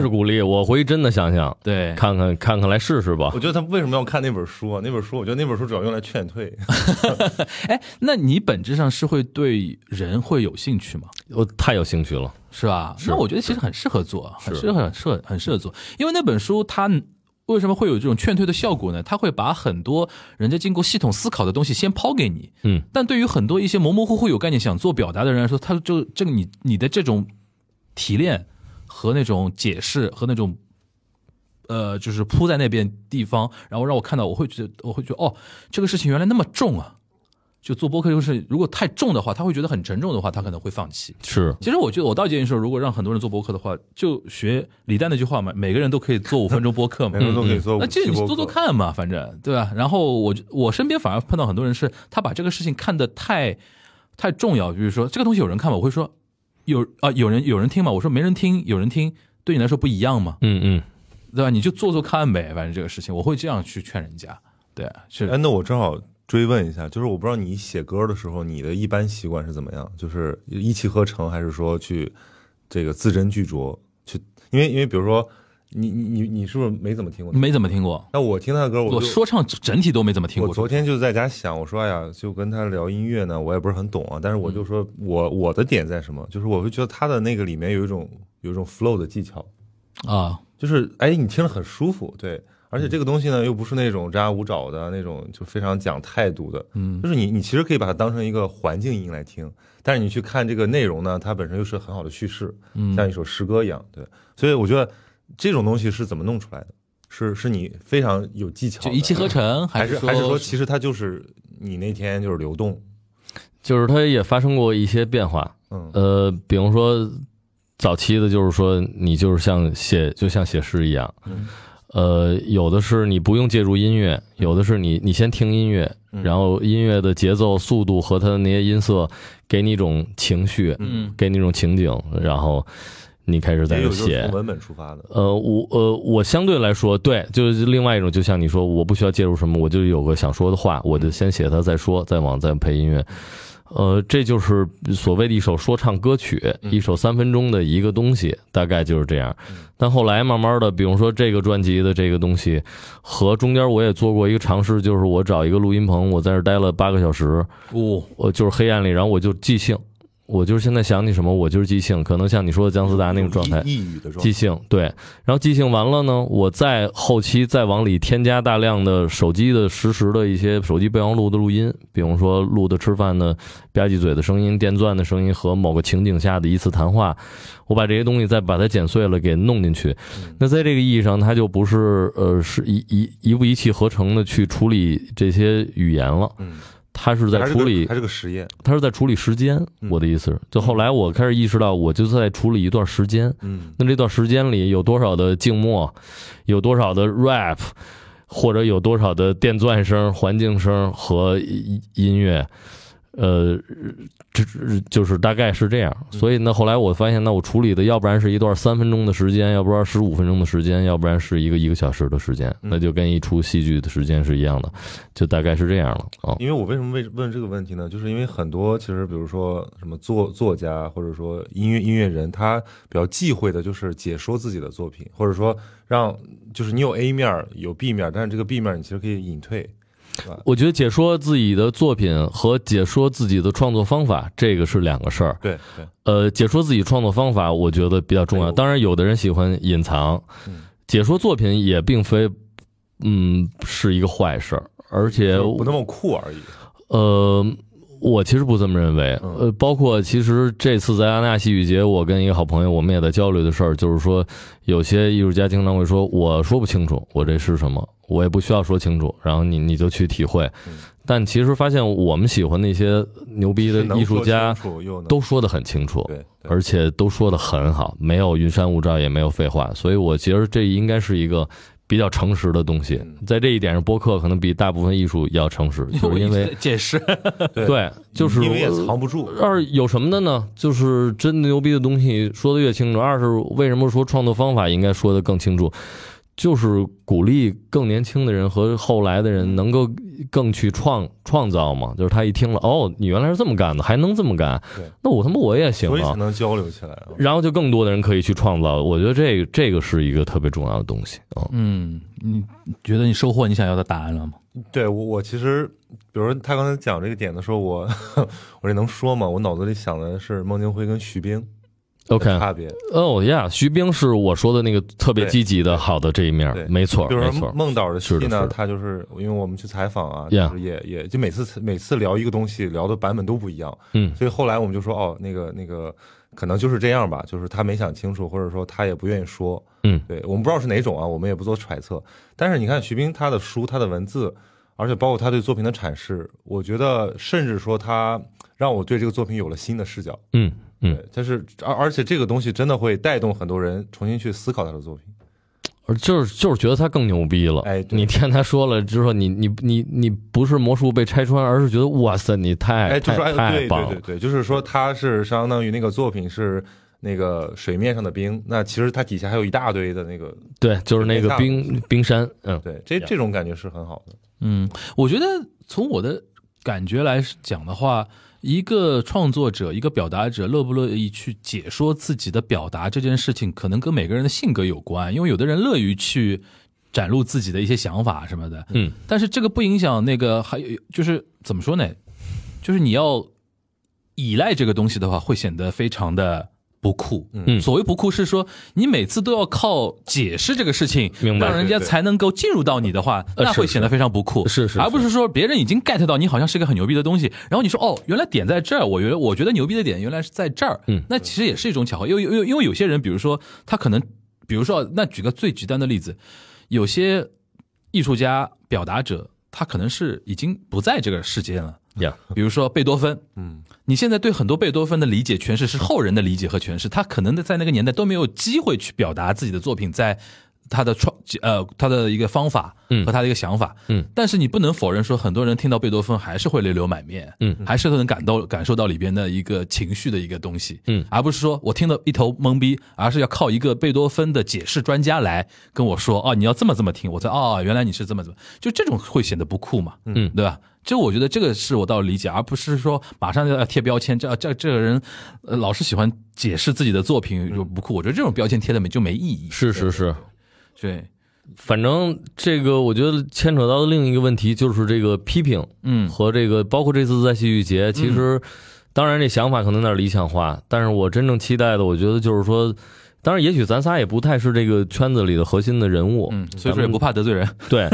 S2: 嗯
S4: 是鼓励。我回去真的想想，
S2: 对，
S4: 看看看看来试试吧
S3: 我。觉得他为什么要看那本书啊？那本书我觉得那本书主要用来劝 退，
S2: 哎，那你本质上是会对人会有兴趣吗？
S4: 我太有兴趣了。
S2: 是吧？那我觉得其实很适合做，很适合很适合很适合做，因为那本书它为什么会有这种劝退的效果呢？它会把很多人家经过系统思考的东西先抛给你，
S4: 嗯，
S2: 但对于很多一些模模糊糊有概念想做表达的人来说，他就这个你你的这种提炼和那种解释和那种。呃，就是铺在那边地方，然后让我看到，我会觉得，我会觉得，哦，这个事情原来那么重啊！就做播客，就是如果太重的话，他会觉得很沉重的话，他可能会放弃。
S4: 是，
S2: 其实我觉得，我倒建议说，如果让很多人做播客的话，就学李诞那句话嘛，每个人都可以做五分钟播客嘛
S3: 每个。人都可以做
S2: 嗯那
S3: 五
S2: 这
S3: 期
S2: 你
S3: 播
S2: 做做
S3: 客，
S2: 看嘛，反正对吧？然后我就我身边反而碰到很多人是，他把这个事情看得太太重要，比如说这个东西有人看吗？我会说有啊、有人有人听吗？我说没人听，有人听，对你来说不一样吗？
S4: 嗯嗯，
S2: 对吧？你就做做看呗，反正这个事情我会这样去劝人家。对，啊是
S3: 哎，那我正好追问一下，就是我不知道你写歌的时候，你的一般习惯是怎么样？就是一气呵成，还是说去这个字斟句酌？去，因为因为比如说你你你你是不是没怎么听过？
S2: 没怎么听过，
S3: 那我听他的歌，我
S2: 我
S3: 就
S2: 说唱整体都没怎么听
S3: 我
S2: 过。
S3: 昨天就在家想，我说哎呀，就跟他聊音乐呢，我也不是很懂啊，但是我
S2: 嗯
S3: 就说我我的点在什么？就是我会觉得他的那个里面有一种有一种 flow 的技巧，
S2: 啊，
S3: 就是哎，你听着很舒服，对。而且这个东西呢，又不是那种张牙舞爪的那种，就非常讲态度的。
S2: 嗯
S3: 就是你，你其实可以把它当成一个环境音来听，但是你去看这个内容呢，它本身又是很好的叙事，
S2: 嗯
S3: 像一首诗歌一样，对。所以我觉得这种东西是怎么弄出来的？是是你非常有技巧的，
S2: 就一气呵成，
S3: 还
S2: 是
S3: 还是说，其实它就是你那天就是流动，
S4: 就是它也发生过一些变化。
S3: 嗯
S4: 呃，比方说早期的，就是说你就是像写，就像写诗一样。
S3: 嗯
S4: 呃，有的是你不用借助音乐，有的是你你先听音乐，
S3: 嗯
S4: 然后音乐的节奏、速度和它的那些音色，给你一种情绪，
S2: 嗯
S4: 给你一种情景，然后你开始在
S3: 也
S4: 这
S3: 有就是
S4: 写
S3: 从。文本出发的，
S4: 呃，我呃，我相对来说，对，就是另外一种，就像你说，我不需要介入什么，我就有个想说的话，我就先写它再说，再往再配音乐。呃，这就是所谓的一首说唱歌曲，一首三分钟的一个东西，大概就是这样。但后来慢慢的，比如说这个专辑的这个东西，和中间我也做过一个尝试，就是我找一个录音棚，我在这儿待了八个小时，
S2: 哦，
S4: 我就是黑暗里，然后我就即兴，我就是现在想起什么，我就是即兴，可能像你说的姜思达那种状态，
S3: 抑郁的状态
S4: 即，兴对，然后即兴完了呢，我在后期再往里添加大量的手机的实时的一些手机备忘录的录音，比如说录的吃饭的吧唧嘴的声音、电钻的声音和某个情景下的一次谈话，我把这些东西再把它剪碎了给弄进去。那在这个意义上，它就不是呃是一一一不一气呵成的去处理这些语言了，
S3: 嗯，
S4: 它是在
S3: 还是
S4: 处
S3: 个
S4: 理
S3: 还是个实验，
S4: 它是在处理时间。
S3: 嗯
S4: 我的意思是，就后来我开始意识到，我就在处理一段时间。
S3: 嗯
S4: 那这段时间里有多少的静默，有多少的 rap，或者有多少的电钻声、环境声和音音乐，呃，这就是大概是这样。所以呢，后来我发现，那我处理的要不然是一段三分钟的时间，要不然十五分钟的时间，要不然是一个一个小时的时间，那就跟一出戏剧的时间是一样的，就大概是这样了啊。
S3: 因为我为什么问问这个问题呢？就是因为很多其实，比如说什么作作家或者说音乐音乐人，他比较忌讳的就是解说自己的作品，或者说让就是你有 A 面儿有 B 面儿，但是这个 B 面儿你其实可以隐退。
S4: 我觉得解说自己的作品和解说自己的创作方法，这个是两个事儿。
S3: 对对，
S4: 呃，解说自己创作方法，我觉得比较重
S3: 哎
S4: 要。
S3: 呦嗯
S4: 当然，有的人喜欢隐藏，解说作品也并非，嗯，是一个坏事儿。而且
S3: 就不那么酷而已。
S4: 呃，我其实不这么认为。
S3: 嗯
S4: 呃，包括其实这次在阿那亚戏剧节，我跟一个好朋友，我们也在交流的事儿，就是说，有些艺术家经常会说，我说不清楚，我这是什么，我也不需要说清楚，然后你你就去体会。
S3: 嗯
S4: 但其实发现，我们喜欢那些牛逼的
S3: 是能
S4: 艺术
S3: 说
S4: 家
S3: 清楚又能
S4: 都说得很清楚，
S3: 对，对
S4: 而且都说得很好，没有云山雾罩，也没有废话，所以我觉得这应该是一个。比较诚实的东西
S3: 嗯，
S4: 在这一点上，播客可能比大部分艺术要 诚实，就是因为
S2: 解释，
S3: 对
S4: 对，就是
S3: 因为也
S4: 我
S3: 藏不住。
S4: 二有什么的呢？就是真牛逼的东西说的越清楚。二是为什么说创作方法应该说的更清楚？就是鼓励更年轻的人和后来的
S3: 嗯
S4: 人能够更去创创造嘛。就是他一听了，哦，你原来是这么干的，还能这么干
S3: 对，
S4: 那我他妈我也行
S3: 所以才
S4: 啊。
S3: 能交流起来啊。
S4: 然后就更多的人可以去创造。我觉得这个这个是一个特别重要的东西啊。
S2: 嗯，你觉得你收获你想要的答案了吗？
S3: 对我，我其实，比如说他刚才讲这个点的时候，我 我这能说吗？我脑子里想的是孟京辉跟徐冰
S4: OK，
S3: 的差别。
S4: 哦呀，徐冰是我说的那个特别
S3: 对
S4: 积极的好的这一面
S3: 对，
S4: 没错，
S3: 比如
S4: 没
S3: 说
S4: 错。
S3: 孟导的戏
S4: 是的是
S3: 呢，
S4: 的
S3: 他就是因为我们去采访啊，就
S4: Yeah
S3: 是也也就每次每次聊一个东西，聊的版本都不一样，
S4: 嗯
S3: 所以后来我们就说哦，那个那个可能就是这样吧，就是他没想清楚，或者说他也不愿意说，
S4: 嗯，
S3: 对我们不知道是哪种啊，我们也不做揣测。但是你看徐冰他的书，他的文字，而且包括他对作品的阐释，我觉得甚至说他让我对这个作品有了新的视角。
S4: 嗯嗯
S3: 对，，但是而而且这个东西真的会带动很多人重新去思考他的作品。
S4: 而就是就是觉得他更牛逼了。
S3: 哎对
S4: 你听他说了之后，你你你你不是魔术被拆穿，而是觉得哇塞，你太
S3: 哎，就
S4: 太
S3: 说哎，
S4: 太
S3: 对
S4: 棒
S3: 对
S4: 了。
S3: 对对，就是说它是相当于那个作品是那个水面上的冰，那其实它底下还有一大堆的那个，
S4: 对就是那个
S3: 就变
S4: 冰冰山，嗯，
S3: 对，这这种感觉是很好的。
S2: 嗯，我觉得从我的感觉来讲的话，一个创作者、一个表达者乐不乐意去解说自己的表达这件事情，可能跟每个人的性格有关。因为有的人乐于去展露自己的一些想法什么的，
S4: 嗯，
S2: 但是这个不影响那个，还有就是怎么说呢？就是你要依赖这个东西的话，会显得非常的。不酷，
S4: 嗯
S2: 所谓不酷是说你每次都要靠解释这个事情，
S4: 明白
S2: 让人家才能够进入到你的话，
S4: 呃
S2: 那
S4: 是
S2: 会显得
S4: 是
S2: 非常不酷，
S4: 是是
S2: 而不是说别人已经 get 到你好像是一个很牛逼的东西，然后你说哦，原来点在这儿，我原我觉得牛逼的点原来是在这儿，
S4: 嗯
S2: 那其实也是一种巧合，因为因为因为有些人，比如说他可能，比如说那举个最极端的例子，有些艺术家表达者，他可能是已经不在这个世界了，
S4: 呀，
S2: 比如说贝多芬，
S3: 嗯，
S2: 你现在对很多贝多芬的理解诠释是后人的理解和诠释，他可能在那个年代都没有机会去表达自己的作品，在他的创呃他的一个方法
S4: 嗯
S2: 和他的一个想法，
S4: 嗯，
S2: 但是你不能否认说，很多人听到贝多芬还是会泪流满面，
S4: 嗯，
S2: 还是能感到感受到里边的一个情绪的一个东西，
S4: 嗯
S2: 而不是说我听得一头懵逼，而是要靠一个贝多芬的解释专家来跟我说，哦，你要这么这么听，我才哦，原来你是这么这么，就这种会显得不酷嘛，
S4: 嗯
S2: 对吧？这我觉得这个是我倒理解，而不是说马上就要贴标签，这这这个人呃老是喜欢解释自己的作品就不酷，我觉得这种标签贴的没就没意义，
S4: 是是是，
S2: 对，
S4: 反正这个我觉得牵扯到的另一个问题就是这个批评
S2: 嗯
S4: 和这个，包括这次在戏剧节，其实当然这想法可能有点理想化，但是我真正期待的，我觉得就是说，当然也许咱仨也不太是这个圈子里的核心的人物，
S2: 嗯，所以说也不怕得罪人，
S4: 对，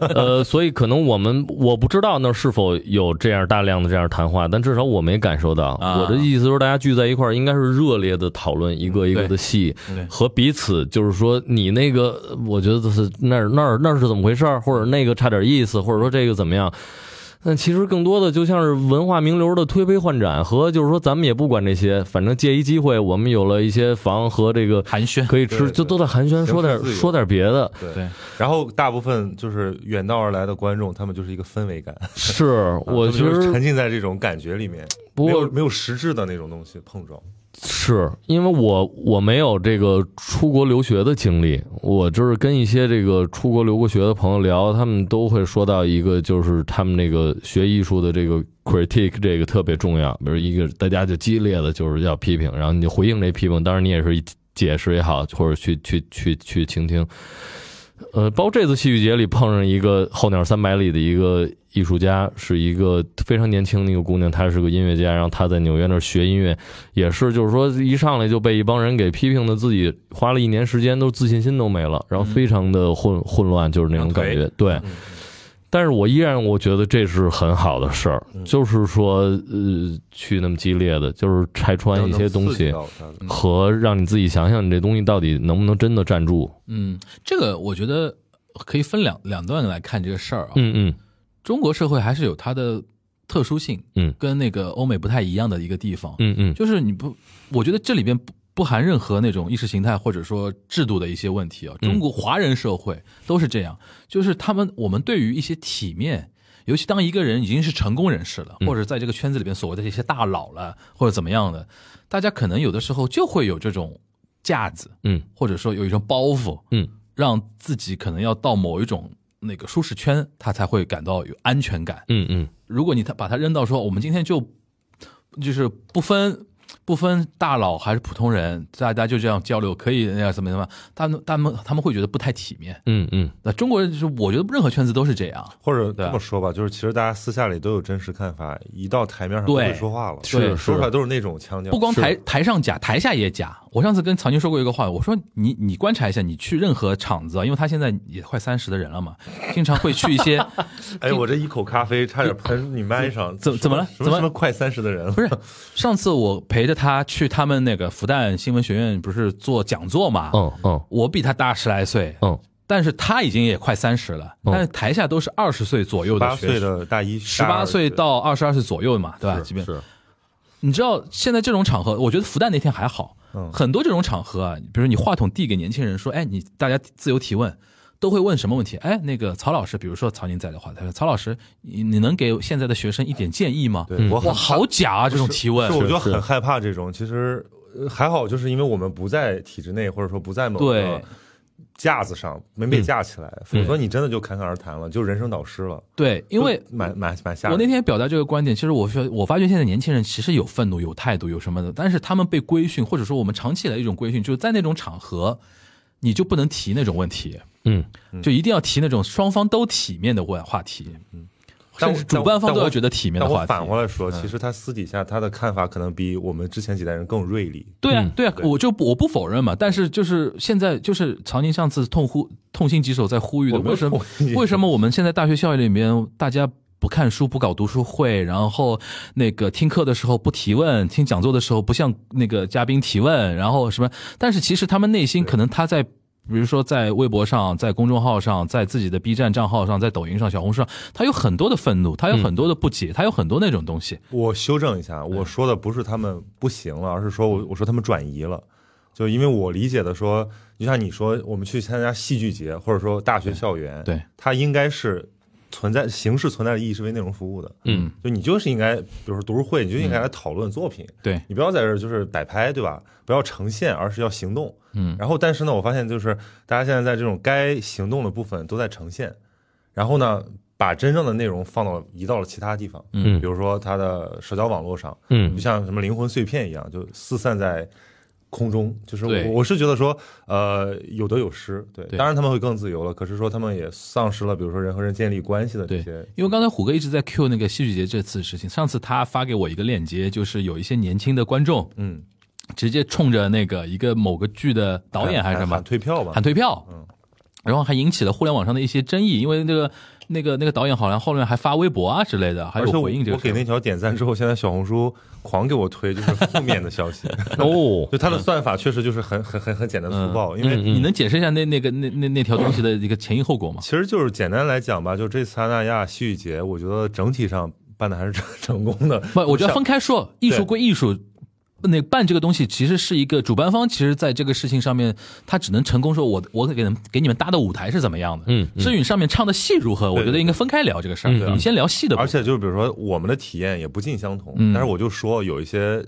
S4: 呃，所以可能我们我不知道那是否有这样大量的这样谈话，但至少我没感受到。
S2: 啊
S4: 我的意思就是，大家聚在一块儿，应该是热烈的讨论一个一个
S2: 对
S4: 的戏
S2: 对，
S4: 和彼此就是说你那个，我觉得是那儿那儿那儿是怎么回事儿，或者那个差点意思，或者说这个怎么样。但其实更多的就像是文化名流的推杯换盏和就是说咱们也不管这些，反正借一机会，我们有了一些房和这个
S2: 寒暄，
S4: 可以吃，
S3: 对
S4: 就都在寒
S3: 对
S4: 暄，说点
S3: 形式自由
S4: 说点别的。
S2: 对，
S3: 然后大部分就是远道而来的观众，他们就是一个氛围感，
S4: 是我
S3: 啊
S4: 其
S3: 他们就是
S4: 实
S3: 沉浸在这种感觉里面，
S4: 不
S3: 没
S4: 过
S3: 有没有实质的那种东西碰撞。
S4: 是因为我我没有这个出国留学的经历，我就是跟一些这个出国留过学的朋友聊，他们都会说到一个，就是他们那个学艺术的这个 critique 这个特别重要，比如一个大家就激烈的就是要批评，然后你回应这批评，当然你也是解释也好，或者去去去去倾听。呃，包括这次戏剧节里碰上一个候鸟三百里的一个艺术家，是一个非常年轻的一个姑娘，她是个音乐家，然后她在纽约那儿学音乐，也是就是说一上来就被一帮人给批评的，自己花了一年时间都自信心都没了，然
S3: 嗯
S4: 后非常的混混乱，就是那种感觉，对。但是我依然我觉得这是很好的事儿，
S3: 嗯
S4: 就是说，呃，去那么激烈的，就是拆穿一些东
S3: 能刺
S4: 西，
S3: 激到他的
S4: 和让你自己想想你这东西到底能不能真的站住。
S2: 嗯，这个我觉得可以分两两段来看这个事儿啊。
S4: 嗯嗯
S2: 中国社会还是有它的特殊性，
S4: 嗯
S2: 跟那个欧美不太一样的一个地方，
S4: 嗯嗯，
S2: 就是你不，我觉得这里边不不含任何那种意识形态或者说制度的一些问题
S4: 嗯
S2: 啊。中国华人社会都是这样，就是他们我们对于一些体面。尤其当一个人已经是成功人士了，
S4: 嗯
S2: 或者在这个圈子里边所谓的这些大佬了，或者怎么样的，大家可能有的时候就会有这种架子，
S4: 嗯，
S2: 或者说有一种包袱，
S4: 嗯，
S2: 让自己可能要到某一种那个舒适圈，他才会感到有安全感。
S4: 嗯嗯
S2: 如果你他把他扔到说，我们今天就就是不分不分大佬还是普通人，大家就这样交流，可以那样怎么怎么样，他们他们他们会觉得不太体面。
S4: 嗯嗯，
S2: 那中国人就是，我觉得啊任何圈子都是这样。
S3: 或者
S2: 对
S3: 这么说吧，就是其实大家私下里都有真实看法，一到台面上
S2: 对
S3: 不会说话了，
S2: 是
S3: 对
S2: 是
S3: 说出来都是那种腔调。
S2: 不光台
S3: 嗯是
S2: 台上假，台下也假。我上次跟曹宁说过一个话，我说你你观察一下，你去任何场子啊，因为他现在也快三十的人了嘛，经常会去一些
S3: 哎，我这一口咖啡差点喷你麦上，
S2: 怎怎么了
S3: 什
S2: 怎
S3: 么
S2: 么
S3: 什么快三十的人了
S2: 不？是，上次我陪着他去他们那个复旦新闻学院，不是做讲座嘛？
S4: 嗯嗯
S2: 我比他大十来岁，
S4: 嗯
S2: 但是他已经也快三十了，
S4: 嗯
S2: 但是台下都是二十岁左右
S3: 八
S2: 的学
S3: 岁
S2: 生，
S3: 的大一，
S2: 十
S3: 大
S2: 八
S3: 二
S2: 岁
S3: 的
S2: 到嗯二十二岁左右嘛，对吧？基本
S4: 是
S2: 你知道现在这种场合，我觉得复旦那天还好，
S3: 嗯
S2: 很多这种场合啊，比如你话筒递给年轻人说，哎，你大家自由提问，都会问什么问题？哎，那个曹老师，比如说曹宁在的话，他说曹老师，你你能给现在的学生一点建议吗？
S3: 对我
S2: 哇，
S3: 很
S2: 好假啊，这种提问
S3: 是，我就
S4: 是
S3: 很害怕这种。其实呃还好，就是因为我们不在体制内，或者说不在某个
S2: 对
S3: 架子上，没被架起来，否则你真的就侃侃而谈了，就人生导师了。
S2: 对，因为
S3: 就蛮蛮蛮吓人。
S2: 我那天表达这个观点，其实我说，我发觉现在年轻人其实有愤怒、有态度、有什么的，但是他们被规训，或者说我们长期以来一种规训，就是在那种场合，你就不能提那种问题，
S4: 嗯
S2: 就一定要提那种双方都体面的问话题，嗯，甚
S3: 但我
S2: 至主办方
S3: 但
S2: 都
S3: 我
S2: 要觉得体面的
S3: 但我
S2: 话
S3: 反
S2: 题。嗯
S3: 过来说，其实他私底下他的看法可能比我们之前几代人更锐利。
S2: 对啊
S4: 嗯，
S2: 对啊，我就不我不否认嘛，但是就是现在就是曹宁上次痛呼痛心疾首在呼吁的，
S3: 我没有
S2: 为什么
S3: 痛 心疾首
S2: 为什么我们现在大学校园里面大家不看书、不搞读书会，然后那个听课的时候不提问，听讲座的时候不向那个嘉宾提问，然后什么？但是其实他们内心可能他在。比如说，在微博上，在公众号上，在自己的 B 站账号上，在抖音上、小红书上，他有很多的愤怒，他有很多的不解，他有很多那种东西。
S3: 我修正一
S2: 嗯
S3: 下，我说的不是他们不行了，而是说我我说他们转移了。就因为我理解的说，就像你说，我们去参加戏剧节，或者说大学校园，
S2: 对，
S3: 它应该是存在形式存在的意义是为内容服务的。
S4: 嗯，
S3: 就你就是应该，比如说读书会，你就应该
S2: 嗯
S3: 来讨论作品，
S2: 对，
S3: 你不要在这儿就是摆拍，对吧？不要呈现，而是要行动。
S2: 嗯
S3: 然后但是呢，我发现就是大家现在在这种该行动的部分都在呈现，然后呢，把真正的内容放到移到了其他地方，
S4: 嗯
S3: 比如说它的社交网络上，
S4: 嗯
S3: 就像什么灵魂碎片一样，就四散在。空中就是
S2: 对
S3: 我，我是觉得说，呃，有得有失，对，
S2: 对
S3: 当然他们会更自由了，可是说他们也丧失了，比如说人和人建立关系的这
S2: 对
S3: 些，
S2: 因为刚才虎哥一直在 Q 那个戏剧节这次的事情，上次他发给我一个链接，就是有一些年轻的观众
S3: 嗯，
S2: 直接冲着那个一个某个剧的导演还是什么
S3: 喊退票吧嗯
S2: 喊，退票，然后还引起了互联网上的一些争议，因为那个那个那个导演好像后面还发微博啊之类的，还
S3: 而且
S2: 有
S3: 我
S2: 回应这个
S3: 我
S2: 事
S3: 给
S2: 儿。
S3: 那条点赞之后，现在小红书狂给我推就是负面的消 息，
S4: 哦，
S3: 就它的算法确实就是很很很很简单粗暴，因为
S4: 嗯
S2: 你能解释一下那那个那那那条东西的一个前因后果吗？
S3: 其实就是简单来讲吧，就这次阿那亚戏剧节，我觉得整体上办的还是成 成功的。
S2: 不，我觉得
S3: 像
S2: 分开说，艺术
S3: 对
S2: 归艺术，那办这个东西其实是一个主办方，其实在这个事情上面，他只能成功说我我给你们给你们搭的舞台是怎么样的，
S4: 嗯
S2: 至于你上面唱的戏如何，我觉得应该分开聊这个事儿，
S4: 嗯
S2: 你先聊戏的部
S3: 而
S2: 分，
S3: 且就是比如说我们的体验也不尽相同，
S2: 嗯
S3: 但是我就说有一些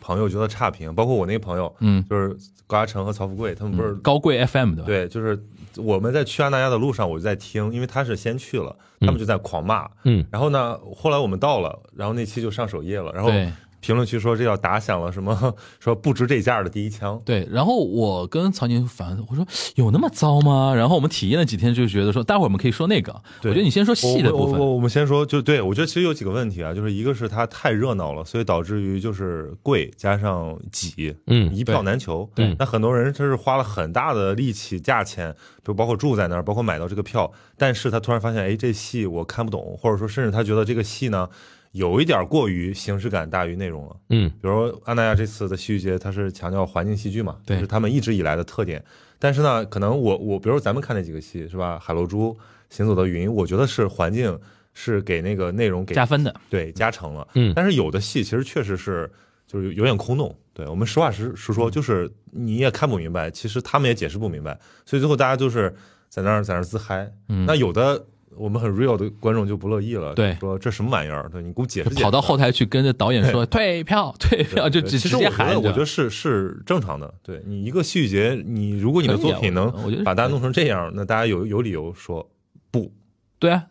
S3: 朋友觉得差评，包括我那个朋友，
S2: 嗯，
S3: 就是高嘉诚和曹富贵，他们不是、
S2: 高贵 FM 对吧？
S3: 对，就是我们在去阿那亚的路上，我就在听，因为他是先去了，他们就在狂骂，
S4: 嗯
S3: 然后呢，后来我们到了，然后那期就上首页了，然后
S2: 对
S3: 评论区说这要打响了什么， 说不值这价的第一枪。
S2: 对，然后我跟曹宁反我说有那么糟吗？然后我们体验了几天，就觉得说，待会儿我们可以说那个。我
S3: 对
S2: 觉得你先说戏的
S3: 我
S2: 部
S3: 我
S2: 分。
S3: 我我们先说，就对我觉得其实有几个问题啊，就是一个是它太热闹了，所以导致于就是贵加上挤，
S4: 嗯
S3: 一票难求。
S4: 对
S3: 那很多人他是花了很大的力气、价钱，就包括住在那儿，包括买到这个票，但是他突然发现，哎，这戏我看不懂，或者说甚至他觉得这个戏呢，有一点过于形式感大于内容了。
S4: 嗯
S3: 比如说安那亚这次的戏剧节，它是强调环境戏剧嘛，
S2: 对
S3: 就是他们一直以来的特点。但是呢，可能我我比如说咱们看那几个戏是吧，《海楼猪》《行走的云》，我觉得是环境是给那个内容给
S2: 加分的，
S3: 对加成了。
S4: 嗯
S3: 但是有的戏其实确实是就是有有点空洞。对我们实话实实说，就是你也看不明白，其实他们也解释不明白，所以最后大家就是在那儿在那儿自嗨。
S2: 嗯
S3: 那有的我们很 real 的观众就不乐意了，
S2: 对
S3: 说这什么玩意儿？对你给我解释
S2: 就
S3: 解释。
S2: 跑到后台去跟着导演说退票，退票，啊就
S3: 对
S2: 直
S3: 其
S2: 直
S3: 实我
S2: 接
S3: 觉
S2: 喊
S3: 得，
S2: 着。
S3: 我觉得是是正常的。对你一个戏剧节，你如果你的
S2: 可以啊
S3: 作品能
S2: 我我觉得是
S3: 把大家弄成这样，那大家有有理由说不
S2: 对啊，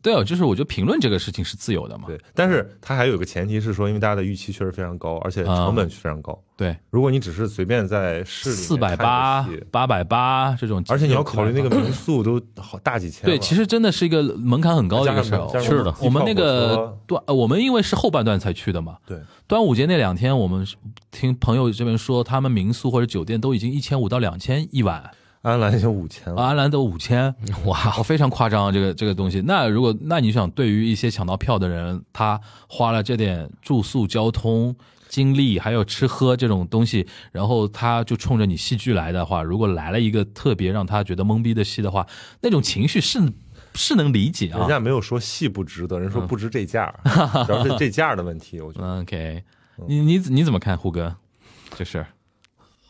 S2: 对啊，就是我觉得评论这个事情是自由的嘛。
S3: 对。但是它还有一个前提是说，因为大家的预期确实非常高，而且
S2: 啊
S3: 成本非常高。
S2: 对，
S3: 如果你只是随便在市里
S2: 四
S3: 面
S2: 百
S3: 看
S2: 八
S3: 一个戏、
S2: 八百八这种，
S3: 而且你要考虑那个民宿都好大几千了。
S2: 对，其实真的是一个门槛很高的一个事儿
S3: 加上加
S2: 哦。
S3: 上
S4: 是的
S3: 机票
S2: 我们那
S3: 火
S2: 个
S3: 车
S2: 端，呃我们因为是后半段才去的嘛，
S3: 对
S2: 端午节那两天，我们是听朋友这边说，他们民宿或者酒店都已经一千五到两千一晚，
S3: 安澜已经五千
S2: 啊
S3: 了，
S2: 安澜都五千，哇，非常夸张，啊这个这个东西。那如果那你想，对于一些抢到票的人，他花了这点住宿、交通、精力，还有吃喝这种东西，然后他就冲着你戏剧来的话，如果来了一个特别让他觉得懵逼的戏的话，那种情绪是是能理解啊嗯
S3: 人。家没有说戏不值得，人说不值这 价，主要是这价的问题。我觉得
S2: OK，你你你怎么看胡哥这事儿？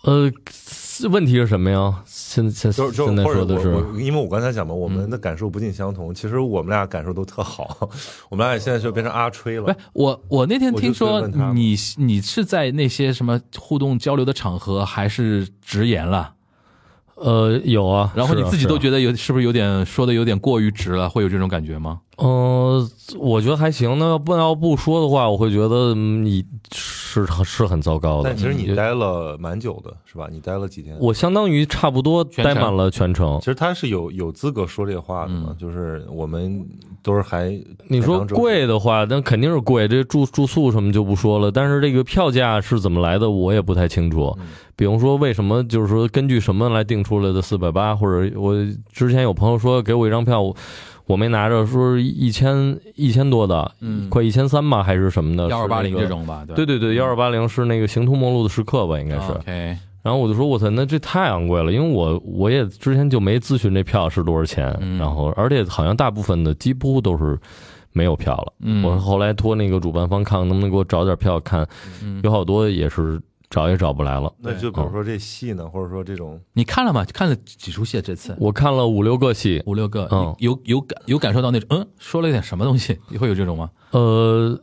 S4: 呃，问题是什么呀？现现
S3: 就
S4: 现
S3: 是就是
S4: 在
S3: 或者
S4: 说的
S3: 我
S4: 是嗯
S3: 我因为我刚才讲嘛，我们的感受不尽相同。其实我们俩感受都特好， 我们俩现在就变成阿吹
S2: 不
S3: 了
S4: 哎
S2: 是。我，我那天
S3: 我就
S2: 听
S3: 随便
S2: 说
S3: 问他了
S2: 你你是在那些什么互动交流的场合，还是直言了？
S4: 呃有啊，
S2: 然后你自己都
S4: 得
S2: 觉得有是不是有点说的有点过于直了，会有这种感觉吗？
S4: 呃，我觉得还行。那不要不说的话，我会觉得嗯你是是很糟糕的
S3: 但。其实你
S4: 嗯
S3: 待了蛮久的，是吧？你待了几天？
S4: 我相当于差不多
S2: 全
S4: 待
S2: 程
S4: 满了全程
S3: 其。实他是有有资格说这话的
S4: 嗯
S3: 嘛，就是我们都是还
S4: 你说贵的话，那肯定是贵，这住住宿什么就不说了。但是这个票价是怎么来的，我也不太清楚。
S2: 嗯
S4: 比如说，为什么就是说根据什么来定出来的四百八，或者我之前有朋友说给我一张票，我我没拿着，说是一千一千多的，
S2: 嗯
S4: 快一千三吧，还是什么的，
S2: 幺二八零
S4: 呃是
S2: 这
S4: 那个。
S2: 种嗯吧，对
S4: 对
S2: 吧，
S4: 对对，幺二八零是那个行通末路的时刻吧，应该是。
S2: OK，
S4: 然后我就说，我操，那这太昂贵了，因为我我也之前就没咨询这票是多少钱，
S2: 嗯
S4: 然后而且好像大部分的几乎都是没有票了。
S2: 嗯，
S4: 我后来托那个主办方看看能不能给我找点票看，
S2: 嗯
S4: 有好多也是找也找不来了。
S3: 那就比如说这戏呢，或者说这种，
S2: 你看了吗？看了几出戏？这次
S4: 我看了五六个戏，
S2: 五六个，
S4: 嗯
S2: 你有有感有感受到那种嗯，说了点什么东西， 会有这种吗？
S4: 呃，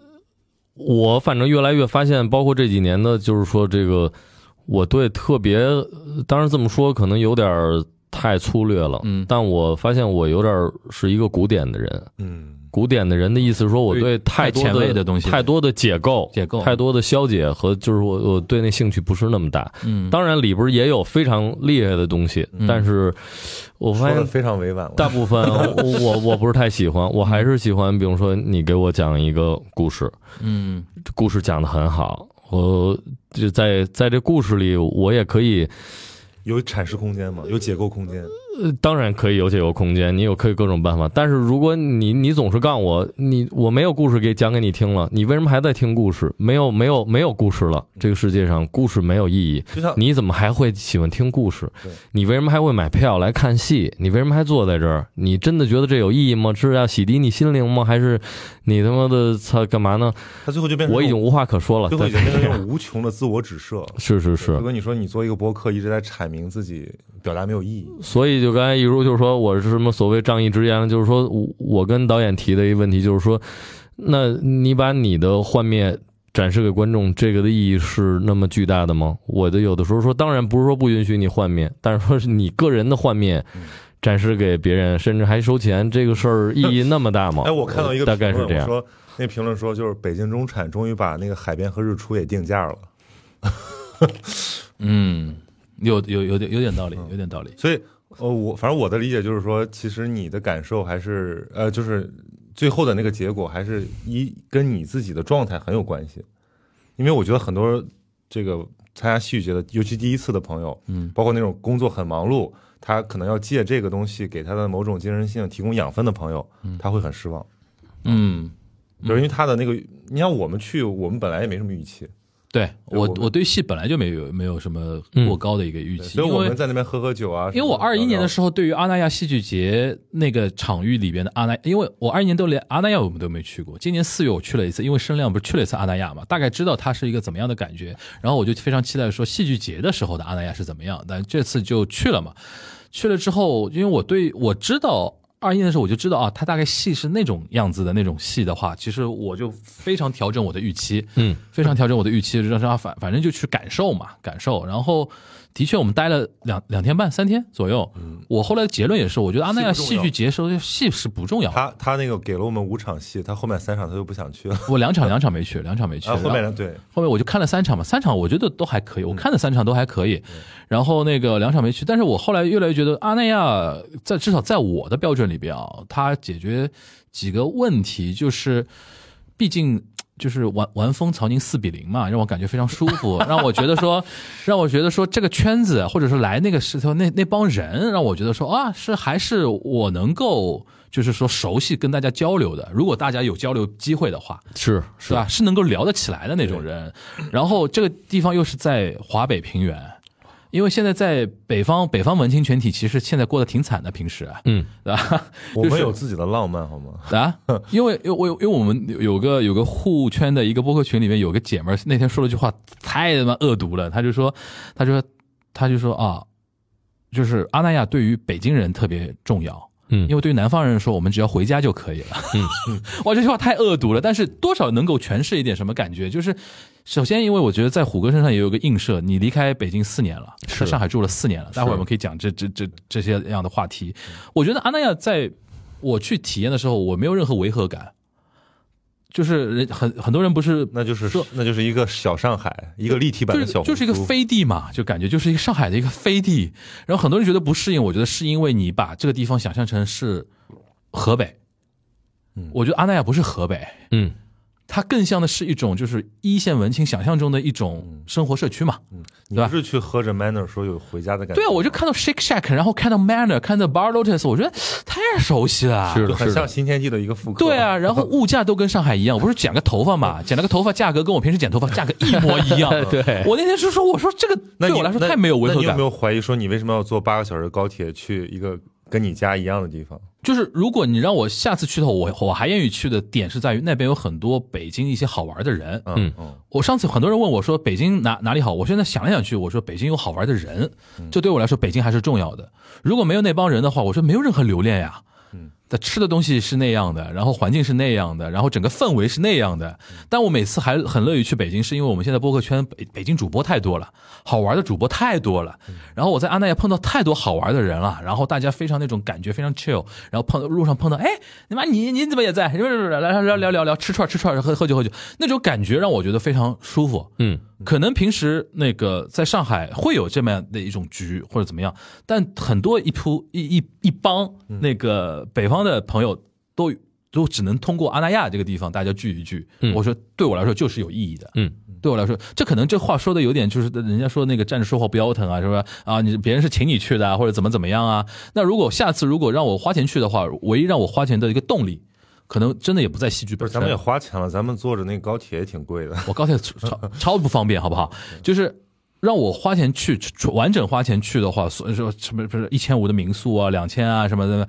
S4: 我反正越来越发现，包括这几年的，就是说这个我对特别，呃当然这么说可能有点儿太粗略了，
S2: 嗯
S4: 但我发现我有点儿是一个古典的人，
S3: 嗯，
S4: 古典的人的意思是说，我对太多
S2: 太前卫的东西
S4: 太多的解构、
S2: 解构
S4: 太多的消解和就是我我对那兴趣不是那么大。
S2: 嗯，
S4: 当然里边也有非常厉害的东西，但是我发
S3: 说的
S4: 现
S3: 非常委婉了。
S4: 大部 分我我我不是太喜欢，我还是喜欢，比如说你给我讲一个故事，
S2: 嗯
S4: 故事讲的很好，我就在在这故事里，我也可以
S3: 有阐释空间嘛，有解构空间。
S4: 呃，当然可以有解忧空间，你有可以各种办法。但是如果你你总是杠我，你我没有故事给讲给你听了，你为什么还在听故事？没有没有没有故事了，这个世界上故事没有意义。
S3: 就像
S4: 你怎么还会喜欢听故事
S3: 对？
S4: 你为什么还会买票来看戏？你为什么还坐在这儿？你真的觉得这有意义吗？是要洗涤你心灵吗？还是你他妈的操干嘛呢？
S3: 他最后就变成
S4: 我已经无话可说了。
S3: 最后
S4: 对
S3: 已，经变成一种无穷的自我指涉。
S4: 是是是
S3: 就。跟你说，你做一个播客一直在阐明自己表达没有意义，
S4: 所以就刚才一如就是说我是什么所谓仗义直言，就是说我我跟导演提的一个问题就是说，那你把你的幻灭展示给观众，这个的意义是那么巨大的吗？我的有的时候说，当然不是说不允许你幻灭，但是说是你个人的幻灭
S3: 嗯
S4: 展示给别人，甚至还收钱，这个事儿意义那么大吗？
S3: 哎，我看到一个
S4: 大概
S3: 评
S4: 是
S3: 论，
S4: 这
S3: 我
S4: 样。
S3: 说那评论说就是北京中产终于把那个海边和日出也定价了，
S2: 嗯，有有有点有点道理，有点道理。
S3: 所以呃，我反正我的理解就是说，其实你的感受还是呃，就是最后的那个结果还是一跟你自己的状态很有关系，因为我觉得很多这个参加戏剧节的，尤其第一次的朋友，
S2: 嗯
S3: 包括那种工作很忙碌，他可能要借这个东西给他的某种精神性提供养分的朋友，他会很失望。
S2: 嗯，
S3: 就是因为他的那个，你像我们去，我们本来也没什么预期，
S2: 对我
S3: 我们
S2: 我对戏本来就没有没有什么过高的一个预期，
S3: 所以
S2: 因
S3: 我
S2: 为
S3: 们在那边喝喝酒啊。
S2: 因为我二一年的
S3: 时
S2: 时候，对于阿那亚戏剧节那个场域里边的阿那，因为我二一年都连阿那亚我们都没去过，今年四月我去了一次，因为声量不是去了一次阿那亚嘛，大概知道它是一个怎么样的感觉，然后我就非常期待说戏剧节的时候的阿那亚是怎么样，但这次就去了嘛，去了之后，因为我对我知道。二一年的时候我就知道啊，它大概戏是那种样子的那种戏的话，其实我就非常调整我的预期，
S4: 嗯，
S2: 非常调整我的预期，让他反反正就去感受嘛，感受。然后的确我们待了两两天半三天左右，我后来的结论也是，我觉得阿那亚
S3: 嗯戏不重
S2: 戏
S3: 要
S2: 剧节时候戏是不重要
S3: 候，
S2: 的，
S3: 他他那个给了我们五场戏，他后面三场他就不想 去了，
S2: 我两场两场没去，两场没去，
S3: 然后啊后
S2: 然后
S3: 面呢对，
S2: 后面我就看了三场嘛，三场我觉得都还可以，我看的三场都还可以，然后那个两场没去，但是我后来越来越觉得啊阿那亚在至少在我的标准里边啊，它解决几个问题，就是毕竟就是玩玩风曹宁四比零嘛，让我感觉非常舒服，让我觉得说，让我觉得说这个圈子或者是来那个石头那那帮人，让我觉得说啊，是还是我能够就是说熟悉跟大家交流的，如果大家有交流机会的话，
S4: 是
S2: 是吧？是能够聊得起来的那种人。然后这个地方又是在华北平原，因为现在在北方，北方文青群体其实现在过得挺惨的，平时，啊
S4: 嗯，
S2: 对吧？
S3: 我们有自己的浪漫好吗？
S2: 啊，因为因为我因为我们有个有个互圈的一个播客群里面有个姐们儿，那天说了句话太他妈恶毒了，她就说，她就说，她就说啊，就是阿那亚对于北京人特别重要。
S4: 嗯
S2: 因为对于南方人说，我们只要回家就可以了。 哇，这句话太恶毒了，但是多少能够诠释一点什么感觉？就是首先，因为我觉得在虎哥身上也有个映射，你离开北京四年了，在上海住了四年了，待会儿我们可以讲这这这这些样的话题。我觉得阿那亚在我去体验的时候，我没有任何违和感，就是人很很多人不是
S3: 那就是
S2: 说
S3: 那就是一个小上海，一个立体版
S2: 就
S3: 的
S2: 是
S3: 小红
S2: 就是一个
S3: 书
S2: 飞地嘛，就感觉就是一个上海的一个飞地。然后很多人觉得不适应，我觉得是因为你把这个地方想象成是河北，
S3: 嗯
S2: 我觉得阿那亚不是河北，
S4: 嗯，
S2: 它更像的是一种就是一线文青想象中的一
S3: 嗯
S2: 种生活社区嘛。
S3: 你
S2: 对吧
S3: 不是去喝着 Manner 说有回家的感觉？
S2: 对啊，我就看到 Shake Shack，然后看到 Manor，看到 Bar Lotus，我觉得太熟悉了。
S4: 是
S3: 就
S4: 的，
S3: 很
S4: 是
S3: 像
S4: 的，
S3: 新天地的一个复刻。
S2: 对啊，然后物价都跟上海一样，我不是剪个头发嘛，剪了个头发价格跟我平时剪头发价格一模一 样。
S4: 对
S2: 我那天是说，我说这个
S3: 那
S2: 对
S3: 你，
S2: 我来说
S3: 那
S2: 太没有违和
S3: 那你有
S2: 感
S3: 没。有怀疑说你为什么要坐八个小时的高铁去一个跟你家一样的地方？
S2: 就是如果你让我下次去的话，我我还愿意去的点是在于那边有很多北京一些好玩的人。
S3: 嗯
S4: 嗯
S3: 嗯，
S2: 我上次很多人问我说北京哪哪里好，我现在想来想去，我说北京有好玩的人，这对我来说北京还是重要的。如果没有那帮人的话，我说没有任何留恋呀。的吃的东西是那样的，然后环境是那样的，然后整个氛围是那样的。但我每次还很乐于去北京，是因为我们现在播客圈北北京主播太多了，好玩的主播太多了。然后我在阿那亚碰到太多好玩的人了，然后大家非常那种感觉非常 chill，然后碰到路上碰到，哎，你妈你哎你怎么也在？来来来来聊聊聊，吃串吃串，喝喝酒喝酒，那种感觉让我觉得非常舒服。
S4: 嗯，
S2: 可能平时那个在上海会有这么样的一种局或者怎么样，但很多一铺一一一帮
S3: 嗯
S2: 那个北方的朋友都都只能通过阿那亚这个地方大家聚一聚
S4: 嗯。
S2: 我说对我来说就是有意义的。
S4: 嗯，
S2: 对我来说，这可能这话说的有点就是人家说那个站着说话不腰疼啊，是吧？啊，你别人是请你去的啊，或者怎么怎么样啊？那如果下次如果让我花钱去的话，唯一让我花钱的一个动力，可能真的也不在戏剧
S3: 不
S2: 本
S3: 是，
S2: 身。
S3: 咱们也花钱了，咱们坐着那个高铁也挺贵的。
S2: 我高铁超超不方便，好不好？就是让我花钱去完整花钱去的话，所以说什么不是一千五的民宿啊，两千啊什么的，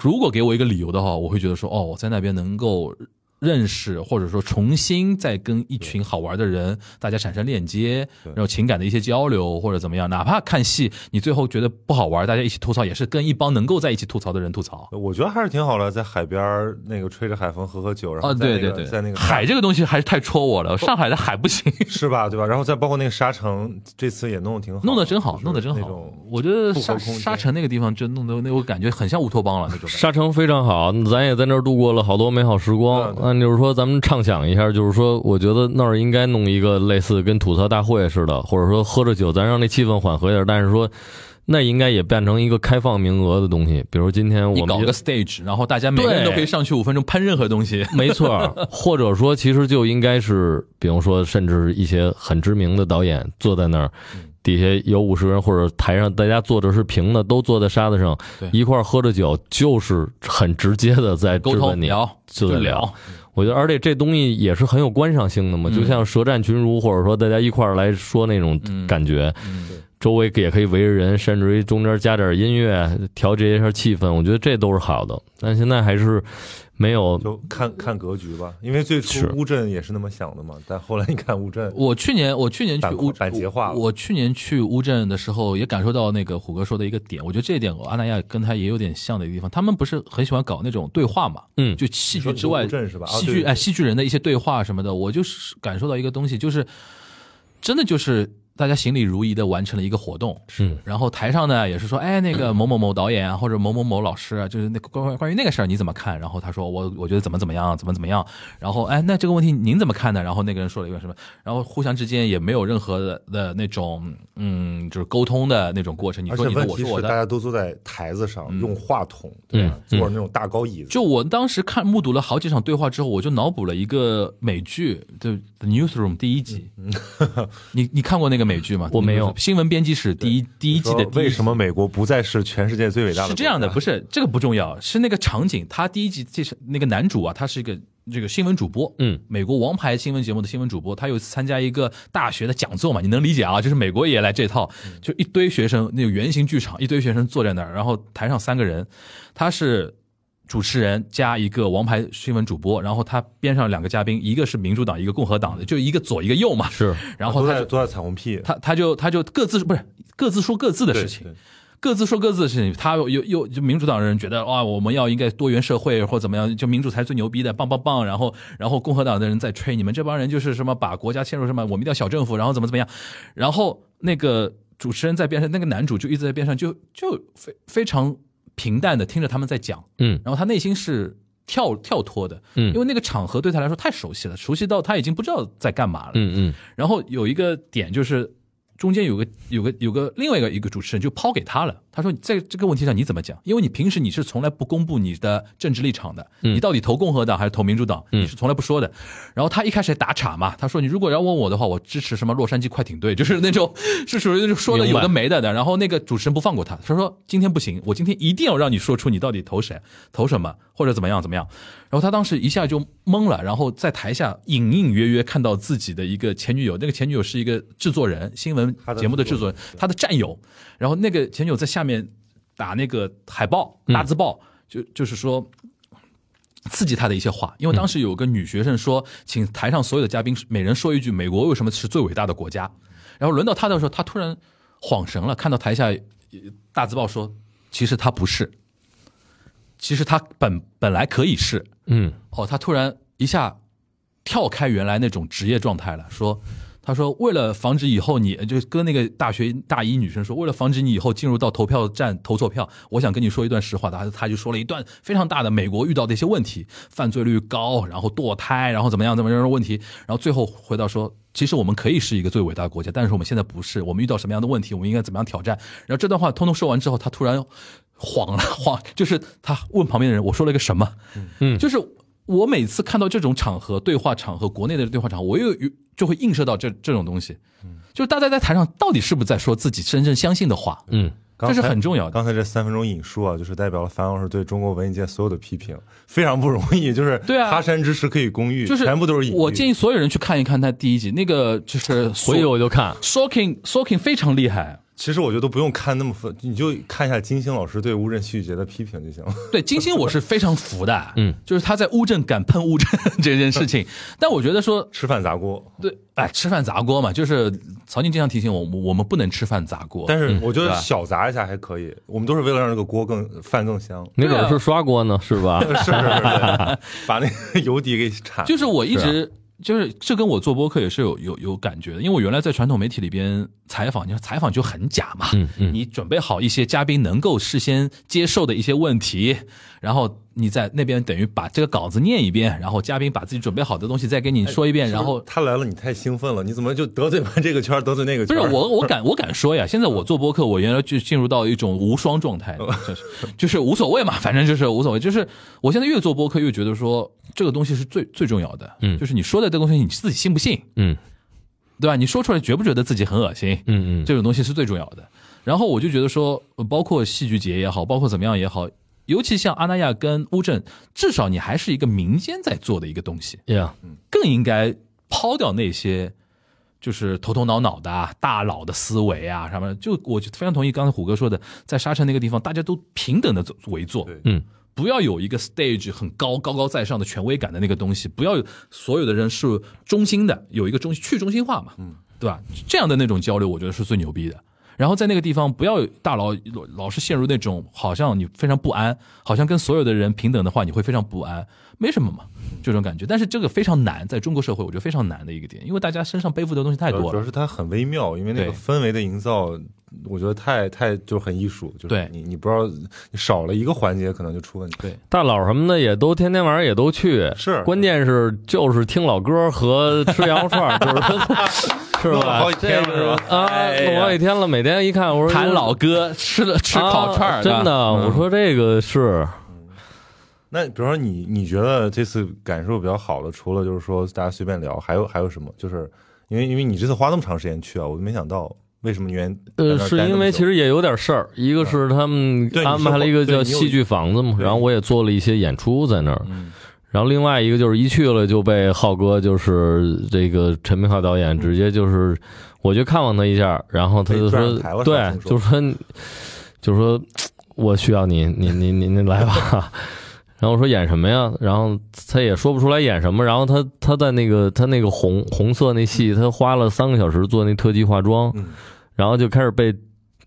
S2: 如果给我一个理由的话，我会觉得说，哦，我在那边能够认识或者说重新再跟一群好玩的人，大家产生链接，然后情感的一些交流或者怎么样，哪怕看戏，你最后觉得不好玩，大家一起吐槽，也是跟一帮能够在一起吐槽的人吐槽。
S3: 我觉得还是挺好的，在海边儿那个吹着海风喝喝酒，然后
S2: 啊，
S3: 在
S2: 对
S3: 那
S2: 对
S3: 个、
S2: 对，
S3: 在那个
S2: 海这个东西还是太戳我了，上海的海不行。
S3: 是吧？对吧？然后再包括那个沙城，这次也弄得挺好，
S2: 弄得真好
S3: 就，是
S2: 弄得真
S3: 那
S2: 好
S3: 种。
S2: 我觉得
S3: 复合
S2: 沙
S3: 空间
S2: 沙城那个地方就弄得那我感觉很像乌托邦了那种感觉。
S4: 沙城非常好，咱也在那儿度过了好多美好时光
S3: 嗯。对
S4: 嗯，就是说，咱们畅想一下，就是说，我觉得那儿应该弄一个类似跟吐槽大会似的，或者说喝着酒，咱让那气氛缓和一点。但是说，那应该也变成一个开放名额的东西，比如今天
S2: 你
S4: 我
S2: 搞
S4: 们
S2: 个 stage，然后大家每个人都可以上去五分钟喷任何东西。
S4: 没错儿，或者说其实就应该是，比如说甚至一些很知名的导演坐在那儿，
S2: 嗯
S4: 底下有五十个人，或者台上大家坐着是平的，都坐在沙子上
S2: 对
S4: 一块儿喝着酒，就是很直接的在
S2: 沟
S4: 质
S2: 通
S4: 问你，
S2: 聊
S4: 就
S2: 就
S4: 在聊。我觉得，而且这东西也是很有观赏性的嘛，
S2: 啊嗯
S4: 就像舌战群儒，或者说大家一块儿来说那种
S2: 嗯
S4: 感觉，
S2: 嗯
S4: 周围也可以围着人，甚至于中间加点音乐，调节一下气氛，我觉得这都是好的。但现在还是没有
S3: 就看看格局吧，因为最初
S4: 是
S3: 乌镇也是那么想的嘛，但后来你看乌镇，
S2: 我去年我去年去
S3: 板
S2: 乌
S3: 板结化了
S2: 我我去年去乌镇的时候，也感受到那个虎哥说的一个点，我觉得这一点阿那亚跟他也有点像的一个地方。他们不是很喜欢搞那种对话嘛？
S4: 嗯
S2: 就戏剧之外
S3: 你说乌镇是吧啊
S2: 戏
S3: 对
S2: 剧
S3: 对
S2: 哎，戏剧人的一些对话什么的，我就是感受到一个东西，就是真的就是大家行礼如仪的完成了一个活动。
S4: 嗯
S2: 然后台上呢也是说，哎，那 个某某某导演啊，或者某某某老师啊，就是那个关关于那个事儿你怎么看？然后他说我我觉得怎么怎么样，怎么怎么样。然后哎，那这个问题您怎么看呢？然后那个人说了一个什么，然后互相之间也没有任何的的那种嗯，就是沟通的那种过程。你
S3: 而
S2: 说
S3: 且
S2: 你的，
S3: 问
S2: 我
S3: 题
S2: 说我
S3: 是大
S2: 的。
S3: 家都坐在台子上
S2: 嗯
S3: 用话筒，对吧？坐
S4: 嗯
S3: 着那种大高椅子，
S2: 就我当时看目睹了好几场对话之后，我就脑补了一个美剧，对《The Newsroom》第一集。
S3: 嗯
S2: 你你看过那个美剧吗？
S4: 我没有
S2: 新闻编辑室第一第一季的
S3: 说
S2: 第一
S3: 为
S2: 集
S3: 什么美国不再是全世界最伟大的？
S2: 是这样的，不，是这个不重要，是那个场景。他第一集这是那个男主啊，他是一个这个新闻主播，
S4: 嗯，
S2: 美国王牌新闻节目的新闻主播，他有一次参加一个大学的讲座嘛，你能理解啊？就是美国也来这套，
S3: 嗯
S2: 就一堆学生那个圆形剧场，一堆学生坐在那儿，然后台上三个人，他是主持人加一个王牌新闻主播，然后他边上两个嘉宾，一个是民主党，一个共和党的，就一个左一个右嘛，
S4: 是
S2: 然后
S3: 都
S2: 他
S3: 在
S2: 就
S3: 都在彩虹屁，
S2: 他他就他就各自不是各自说各自的
S3: 对
S2: 事情
S3: 对。
S2: 各自说各自的事情，他又又又就民主党人觉得啊，我们要应该多元社会或怎么样，就民主才最牛逼的，棒棒棒。然后然后共和党的人在吹你们这帮人就是什么把国家陷入什么，我们一定要小政府，然后怎么怎么样。然后那个主持人在边上，那个男主就一直在边上，就就非非常平淡的听着他们在讲，
S4: 嗯
S2: 然后他内心是跳跳脱的，
S4: 嗯
S2: 因为那个场合对他来说太熟悉了，熟悉到他已经不知道在干嘛了，
S4: 嗯嗯
S2: 然后有一个点就是，中间有个有个有个另外一个一个主持人就抛给他了，他说：“在这个问题上你怎么讲？因为你平时你是从来不公布你的政治立场的，你到底投共和党还是投民主党，你是从来不说的。”然后他一开始还打岔嘛，他说：“你如果要问我的话，我支持什么洛杉矶快艇队， 就是那种是属于那种说的有的没的的。”然后那个主持人不放过他，他说：“今天不行，我今天一定要让你说出你到底投谁，投什么，或者怎么样怎么样。”然后他当时一下就懵了，然后在台下隐隐约约看到自己的一个前女友，那个前女友是一个制作人，新闻节目的制作人，他的战友。然后那个前女友在下面打那个海报、大字报，就就是说。刺激他的一些话，因为当时有个女学生说，请台上所有的嘉宾每人说一句美国为什么是最伟大的国家。然后轮到他的时候，他突然恍神了，看到台下呃大字报说，其实他不是，其实他本本来可以是，
S4: 嗯
S2: 哦，他突然一下跳开原来那种职业状态了，说，他说为了防止以后你就跟那个大学大一女生说，为了防止你以后进入到投票站投错票，我想跟你说一段实话。他他就说了一段非常大的美国遇到的一些问题，犯罪率高，然后堕胎，然后怎么样怎么样的问题，然后最后回到说。其实我们可以是一个最伟大的国家，但是我们现在不是。我们遇到什么样的问题，我们应该怎么样挑战？然后这段话通通说完之后，他 突然慌了，慌，就是他问旁边的人：“我说了一个什么？”嗯，就是我每次看到这种场合对话场合，国内的对话场合，我又有就会映射到这这种东西，就是大家在台上到底是不是在说自己真正相信的话，
S4: 嗯，
S3: 刚
S2: 这是
S3: 才
S2: 很重要的。
S3: 刚才这三分钟引述啊，就是代表了樊老师对中国文艺界所有的批评，非常不容易。就是
S2: 对啊
S3: 他山之石可以攻玉，
S2: 就是
S3: 全部都是隐喻。
S2: 我建议所有人去看一看他第一集，那个就是
S4: 回去我就看，
S2: Soaking Soaking 非常厉害。
S3: 其实我觉得都不用看那么分，你就看一下金星老师对乌镇戏剧节的批评就行了。
S2: 对金星我是非常服的，
S4: 嗯，
S2: 就是他在乌镇敢喷乌镇这件事情，但我觉得说
S3: 吃饭砸锅，
S2: 对，哎，吃饭砸锅嘛，就是曹宁经常提醒我，我我们不能吃饭砸锅，
S3: 但是我觉
S2: 对
S3: 得
S2: 吧
S3: 小砸一下还可以，我们都是为了让这个锅更饭更香。
S4: 没准是刷锅呢，是吧？
S3: 是是是， 把那个油底给铲。
S2: 就是我
S4: 啊
S2: 一直就是这跟我做播客也是有有有感觉的，因为我原来在传统媒体里边采访，你说采访就很假嘛，
S4: 嗯嗯
S2: 你准备好一些嘉宾能够事先接受的一些问题，然后你在那边等于把这个稿子念一遍，然后嘉宾把自己准备好的东西再跟你说一遍，然后
S3: 他来了，你太兴奋了，你怎么就得罪完这个圈儿得罪那个
S2: 不
S3: 圈
S2: 是
S3: 儿？
S2: 我，我敢，我敢说呀！现在
S4: 嗯
S2: 我做播客，我原来就进入到一种无双状态，就是就是无所谓嘛，反正就是无所谓。就是我现在越做播客，越觉得说这个东西是最最重要的，
S4: 嗯
S2: 就是你说的这个东西你自己信不信，
S4: 嗯
S2: 对吧？你说出来觉不觉得自己很恶心？
S4: 嗯嗯，
S2: 这种东西是最重要的。然后我就觉得说，呃包括戏剧节也好，包括怎么样也好，尤其像阿那亚跟乌镇，至少你还是一个民间在做的一个东西，
S4: 呀，
S2: 更应该抛掉那些就是头头脑脑的啊大佬的思维啊什么的。就我就非常同意刚才虎哥说的，在沙城那个地方，大家都平等的围坐，
S3: 对
S4: 嗯，
S2: 不要有一个 stage 很高高高在上的权威感的那个东西，不要有所有的人是中心的，有一个中去中心化嘛，嗯，对吧？这样的那种交流，我觉得是最牛逼的。然后在那个地方，不要有大佬老老是陷入那种好像你非常不安，好像跟所有的人平等的话，你会非常不安，没什么嘛，这种感觉。但是这个非常难，在中国社会，我觉得非常难的一个点，因为大家身上背负的东西太
S3: 主要
S2: 多
S3: 主要
S2: 了。
S3: 是它很微妙，因为那个
S2: 对
S3: 氛围的营造，我觉得太太就很艺术，就
S2: 对
S3: 是你你不知道你少了一个环节，可能就出问题。
S2: 对，
S4: 大佬什么的也都天天晚上也都去，
S3: 是
S4: 关键是就是听老歌和吃羊肉 串儿，就是是
S3: 弄了
S4: 吧？
S3: 好几天了
S4: 这
S3: 是吧
S4: 啊，弄好几天了，每天一看，我说
S2: 谈老哥吃了吃烤串儿、
S4: 啊
S2: 对吧
S4: 真的，我说这个是
S3: 那比如说你你觉得这次感受比较好的，除了就是说大家随便聊，还有还有什么？就是因为因为你这次花那么长时间去啊，我就没想到为什么你愿意在
S4: 呃
S3: 那，儿
S4: 是
S3: 待那
S4: 因
S3: 么
S4: 为
S3: 久
S4: 其实也有点事儿，一个是他们
S3: 对你
S4: 安排了一个叫戏剧房子嘛，
S3: 对嗯
S4: 然后我也做了一些演出在那儿，然后另外一个就是一去了就被浩哥就是这个陈明浩导演直接就是，我去看望他一下，然后他
S3: 被
S4: 就
S3: 拽上
S4: 说
S3: 台了
S4: 对
S3: 上次，说
S4: 就说你就说我需要你，你你你你来吧。然后我说演什么呀？然后他也说不出来演什么。然后他他在那个他那个红红色那戏，他花了三个小时做那特技化妆，
S3: 嗯
S4: 然后就开始被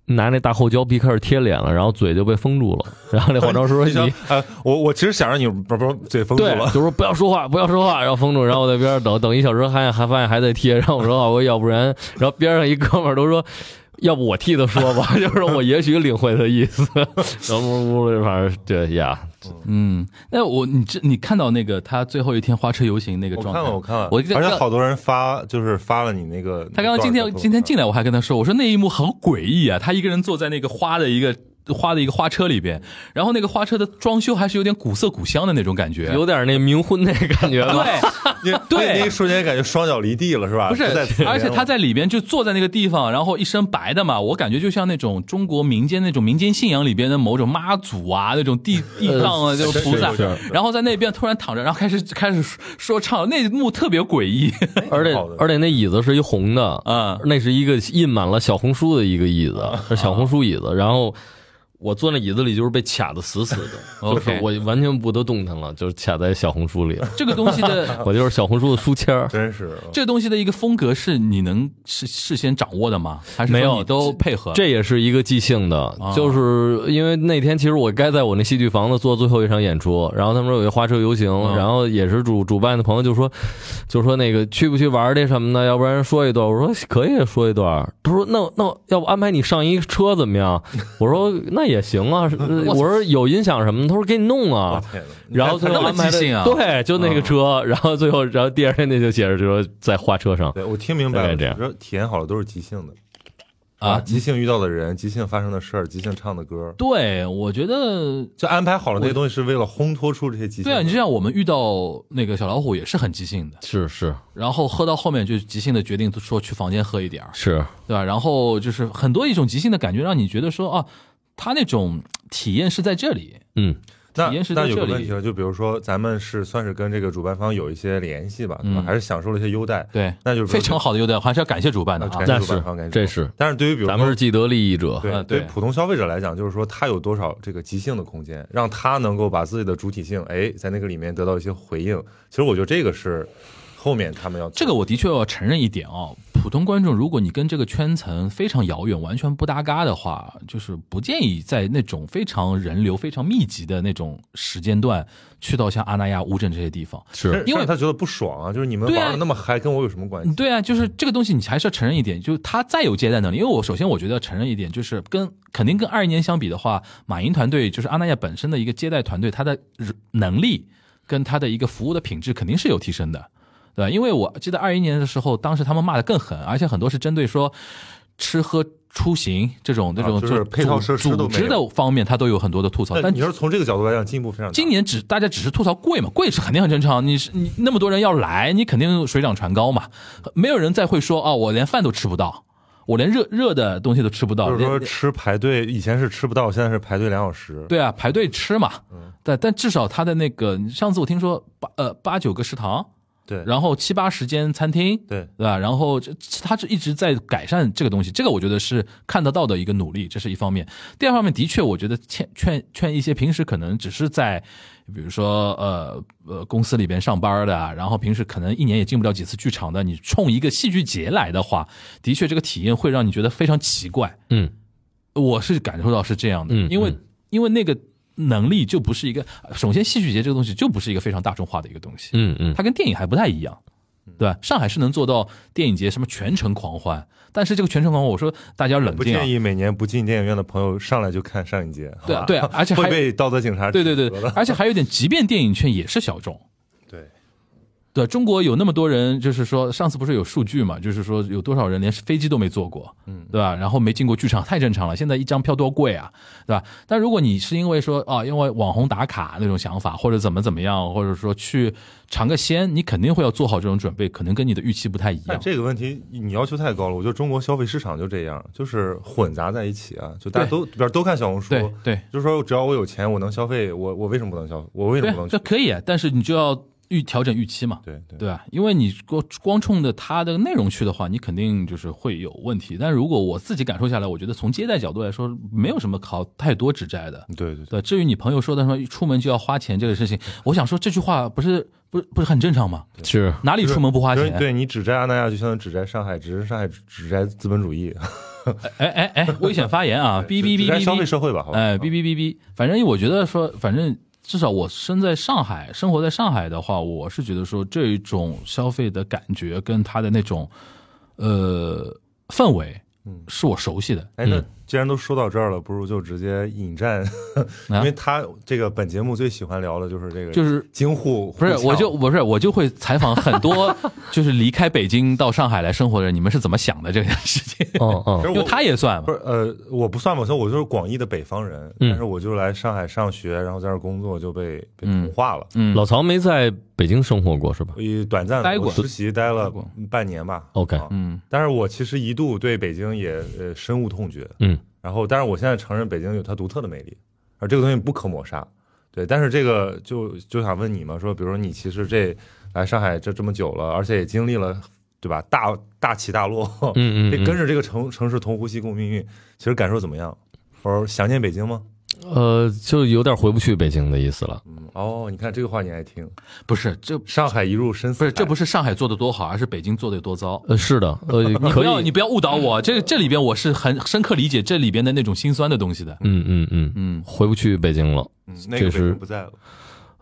S4: 拿那大厚胶皮开始贴脸了，然后嘴就被封住了。然后那化妆 师说
S3: 就
S4: 你
S3: 像呃，我我其实想让你不不嘴封住
S4: 对，
S3: 了，
S4: 就说不要说话，不要说话，然后封住，然后我在边上等等一小时还，还发现还在贴，然后我说啊，我要不然，然后边上一哥们儿都说。要不我替他说吧， 就是我也许领会他 意思，然后呜呜，反正对呀，
S2: 嗯，那我你这你看到那个他最后一天花车游行那个
S3: 我
S2: 状
S3: 看
S2: 态
S3: 了我看了，
S2: 我
S3: 而
S2: 这
S3: 且好多人发就是发了你那个，
S2: 他刚刚今天今天进来，我还跟他说，我说那一幕好诡异啊，他一个人坐在那个花的一个花的一个花车里边，然后那个花车的装修还是有点古色古香的那种感觉。
S4: 有点那冥婚那感觉吧。
S2: 对，
S3: 你
S2: 对
S3: 那一瞬间感觉双脚离地了是吧？
S2: 不是
S3: 在，
S2: 而且他在里边就坐在那个地方，然后一身白的嘛，我感觉就像那种中国民间那种民间信仰里边的某种妈祖啊，那种地地藏啊，就是菩萨
S3: 是是，
S2: 然后在那边突然躺着，然后开始开始说说唱，那一幕特别诡异。
S4: 而且
S3: 挺好的
S4: 而且那椅子是一红的，
S2: 嗯
S4: 那是一个印满了小红书的一个椅子，
S3: 啊
S4: 是小红书椅子。然后我坐那椅子里就是被卡的死 死的，就是
S2: OK
S4: 我完全不得动弹了，就是卡在小红书里，
S2: 这个东西 的
S4: 我就是小红书的书签儿。
S3: 真是
S2: 这东西的一个风格是你能事事先掌握的吗？还是说
S4: 没有
S2: 你都配合？
S4: 这也是一个即兴的，
S2: 啊
S4: 就是因为那天其实我该在我那戏剧房子做最后一场演出，然后他们说有一花车游行，
S2: 啊
S4: 然后也是主主办的朋友就说，就说那个去不去玩这什么的，要不然说一段，我说可以说一段，他说那那要不安排你上一车怎么样？ 我说那也 行啊，是呃我说有音响什么的，他说给你弄啊，
S3: 天呐
S4: 然后最后
S2: 那么
S4: 安排
S2: 即兴
S4: 的
S2: 啊
S4: 对，就那个车，然后最后然后第二天那就写着就说在花车上，
S3: 对我听明白
S4: 大概
S3: 了，
S4: 这样
S3: 就是体验好了都是即兴的，
S2: 啊
S3: 即兴遇到的人，即兴发生的事儿，即兴唱的歌，
S2: 对，我觉得
S3: 就安排好了那些东西，是为了烘托出这些即兴。
S2: 对啊，你就像我们遇到那个小老虎也是很即兴的，
S4: 是是
S2: 然后喝到后面就即兴的决定说去房间喝一点儿，
S4: 是，
S2: 对吧？然后就是很多一种即兴的感觉，让你觉得说啊，他那种体验是在这里，
S4: 嗯
S3: 那
S2: 体验是在
S3: 那有个
S2: 这里
S3: 问题啊了，就比如说咱们是算是跟这个主办方有一些联系吧，对吧
S2: 嗯
S3: 还是享受了一些优待，
S2: 对，
S3: 那就是
S2: 非常好的优待，还是要感谢主办的
S3: 呃
S2: 啊
S3: 感。
S4: 那
S3: 谢主
S4: 是
S3: 办方，感谢
S4: 这
S3: 主
S4: 是
S3: 办方。，但是对于比如说
S4: 咱们是既得利益者，
S3: 对
S2: 啊对
S3: 普通消费者来讲，就是说他有多少这个即兴的空间，让他能够把自己的主体性，哎，在那个里面得到一些回应。其实我觉得这个是后面他们要
S2: 这个我的确要承认一点哦，普通观众，如果你跟这个圈层非常遥远、完全不搭嘎的话，就是不建议在那种非常人流非常密集的那种时间段去到像阿那亚、乌镇这些地方。
S4: 是
S2: 因为
S3: 让他觉得不爽啊，就是你们
S2: 对啊
S3: 玩的那么嗨，跟我有什么关系？
S2: 对啊，就是这个东西，你还是要承认一点，就是他再有接待能力，因为我首先我觉得要承认一点，就是跟肯定跟二一年相比的话，马云团队就是阿那亚本身的一个接待团队，他的能力跟他的一个服务的品质肯定是有提升的，对吧？因为我记得二一年的时候，当时他们骂的更狠，而且很多是针对说吃喝出行这种这种
S3: 啊就是配套
S2: 组
S3: 设施都
S2: 组
S3: 没
S2: 织的
S3: 有
S2: 方面，他都有很多的吐槽，
S3: 那
S2: 但
S3: 你说从这个角度来讲，进步非常大。
S2: 今年只大家只是吐槽贵嘛，贵是肯定很正常。你是你那么多人要来，你肯定水涨船高嘛。没有人再会说啊、我连饭都吃不到，我连热热的东西都吃不到。
S3: 就是说
S2: 连
S3: 吃排队，以前是吃不到，现在是排队两小时。
S2: 对啊，排队吃嘛。
S3: 嗯
S2: 但但至少他的那个，上次我听说八呃八九个食堂，
S3: 对
S2: 然后七八十间餐厅，
S3: 对
S2: 对吧？然后这他是一直在改善这个东西，这个我觉得是看得到的一个努力，这是一方面。第二方面，的确我觉得劝劝劝一些平时可能只是在，比如说呃呃公司里边上班的啊，然后平时可能一年也进不了几次剧场的，你冲一个戏剧节来的话，的确这个体验会让你觉得非常奇怪。
S4: 嗯
S2: 我是感受到是这样的，
S4: 嗯
S2: 因为
S4: 嗯
S2: 因为那个能力就不是一个，首先戏剧节这个东西就不是一个非常大众化的一个东西，
S4: 嗯嗯，
S2: 它跟电影还不太一样，
S3: 嗯
S2: 对吧？上海是能做到电影节什么全程狂欢，但是这个全程狂欢，我说大家要冷
S3: 不
S2: 静啊
S3: 建。议每年不进电影院的朋友上来就看上一节，
S2: 对啊
S3: 好吧
S2: 对啊而且还
S3: 会被道德警察
S2: 对对对
S3: 指责的，
S2: 而且还有一点，即便电影圈也是小众，
S3: 对
S2: 对中国有那么多人，就是说上次不是有数据嘛，就是说有多少人连飞机都没坐过，嗯，对吧？然后没进过剧场， 太正常了。现在一张票多贵啊，对吧？但如果你是因为说啊，因为网红打卡那种想法，或者怎么怎么样，或者说去尝个鲜，你肯定会要做好这种准备，可能跟你的预期不太一
S3: 但
S2: 样。
S3: 这个问题你要求太高了，我觉得中国消费市场就这样，就是混杂在一起啊，就大家都比如都看小红书，
S2: 对对
S3: 就是说只要我有钱，我能消费，我我为什么不能消？我为什么
S2: 对
S3: 不能，
S2: 这
S3: 去？
S2: 可以，啊但是你就要预调整预期嘛。
S3: 对对
S2: 对吧？因为你光光冲着它的内容去的话，你肯定就是会有问题。但如果我自己感受下来，我觉得从接待角度来说，没有什么好太多指摘的。
S3: 对对对，
S2: 对，至于你朋友说的什么一出门就要花钱这个事情，我想说这句话不是不是不是很正常吗？
S4: 是
S2: 哪里出门不花
S3: 就是
S2: 钱？
S3: 对你指摘阿那亚，就相当于指摘上海，只是上海指指摘资本主义，
S2: 哎哎哎，危险发言啊！哔哔
S3: 指
S2: 哔
S3: 摘
S2: 哔
S3: 消费
S2: 哔，
S3: 社会吧，好吧？
S2: 哎哔哔哔哔，反正我觉得说，反正至少我身在上海，生活在上海的话，我是觉得说这种消费的感觉跟它的那种呃氛围，
S3: 嗯
S2: 是我熟悉的。
S3: 哎，那既然都说到这儿了，不如就直接引
S2: 啊
S3: 战， 因为他这个本节目最喜欢聊的就是这个，
S2: 就是
S3: 京沪
S2: 不是，我就不是，我就会采访很 多，就是离开北京到上海来生活的人，你们是怎么想的这件事情？
S4: 嗯
S3: 其实
S4: 嗯
S2: 因为
S3: 我
S2: 他也算
S3: 不
S2: 嘛，
S3: 是呃，我不算吧，所以我就是广义的北方人，
S2: 嗯
S3: 但是我就来上海上学，然后在这儿工作就被被同化了。
S2: 嗯，
S4: 老曹没在北京生活过是吧？
S3: 也短暂
S2: 待
S3: 我
S2: 过
S3: 实习待
S2: 待
S3: 了
S2: 过
S3: 半年吧。
S4: OK
S3: 啊
S2: 嗯
S3: 但是我其实一度对北京也呃深恶痛绝。
S4: 嗯，
S3: 然后，但是我现在承认北京有它独特的魅力，而这个东西不可抹杀。对，但是这个就就想问你嘛，说比如说你其实这来上海这这么久了，而且也经历了对吧大大起大落，
S4: 嗯嗯
S3: 这
S4: 嗯
S3: 哎跟着这个城城市同呼吸共命运，其实感受怎么样？或者想念北京吗？
S4: 呃，就有点回不去北京的意思了。
S3: 嗯，哦，你看这个话你爱听，
S2: 不是，这不
S3: 上海一入深似海，
S2: 是这不是上海做的多好，而是北京做的有多糟。
S4: 呃，是的，呃，
S2: 你
S4: 可
S2: 不要，
S4: 以嗯
S2: 你，不要误导我，这这里边我是很深刻理解这里边的那种辛酸的东西的。
S4: 嗯嗯嗯
S2: 嗯，
S4: 回不去北京了。
S3: 嗯那个
S4: 这
S3: 北
S4: 是
S3: 京不在了，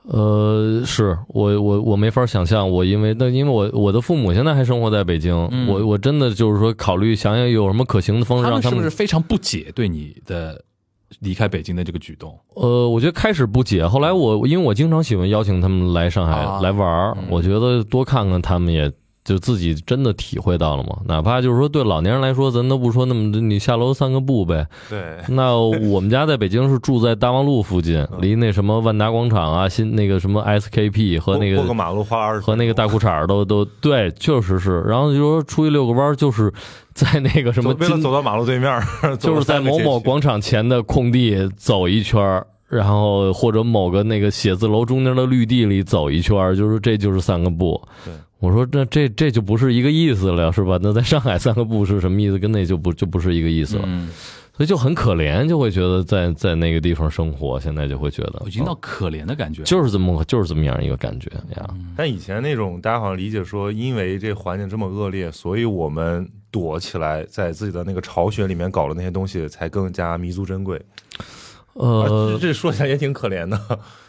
S4: 呃，是我我我没法想象，我因为那因为我我的父母现在还生活在北京，
S2: 嗯
S4: 我我真的就是说考虑想想有什么可行的方式
S2: 他
S4: 让
S2: 们是
S4: 他
S2: 不
S4: 们
S2: 是非常不解对你的离开北京的这个举动？
S4: 呃，我觉得开始不解，后来
S3: 嗯
S4: 我因为我经常喜欢邀请他们来上海、
S2: 啊
S3: 嗯
S4: 来玩儿，我觉得多看看他们也就自己真的体会到了嘛。哪怕就是说对老年人来说，咱都不说那么，你下楼散个步呗。
S3: 对，
S4: 那我们家在北京是住在大望路附近，
S3: 嗯
S4: 离那什么万达广场啊、新那个什么 SKP 和那
S3: 过
S4: 个
S3: 过个马路花了二十
S4: 和那个大裤衩儿都都对，确实是。然后就说出去遛个弯儿，就是在那个什么
S3: 走为了
S4: 金
S3: 走到马路对面儿， 走
S4: 就是
S3: 了
S4: 在
S3: 三个
S4: 某
S3: 街
S4: 某
S3: 区
S4: 广场前的空地走一圈儿，然后或者某个那个写字楼中间的绿地里走一圈儿，就是这就是散个步
S3: 对。
S4: 我说这这这就不是一个意思了，是吧？那在上海散个步是什么意思？跟那就不就不是一个意思了，
S2: 嗯，
S4: 所以就很可怜，就会觉得在在那个地方生活，现在就会觉得
S2: 我已经到
S4: 嗯
S2: 可怜的感觉了，
S4: 就是这么就是这么样一个感觉呀。
S3: 但以前那种大家好像理解说，因为这环境这么恶劣，所以我们躲起来，在自己的那个巢穴里面搞的那些东西才更加弥足珍贵。
S4: 呃
S3: 啊，这这说起来也挺可怜的。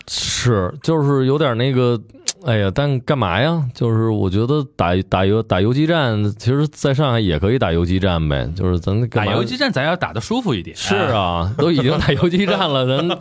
S4: 是，就是有点那个，哎呀，但干嘛呀？就是我觉得打打游打游击战，其实在上海也可以打游击战呗。就是咱
S2: 打
S4: 干嘛
S2: 游击战，咱要打的舒服一点。
S4: 是
S2: 哎，
S4: 啊，都已经打游击战了， 咱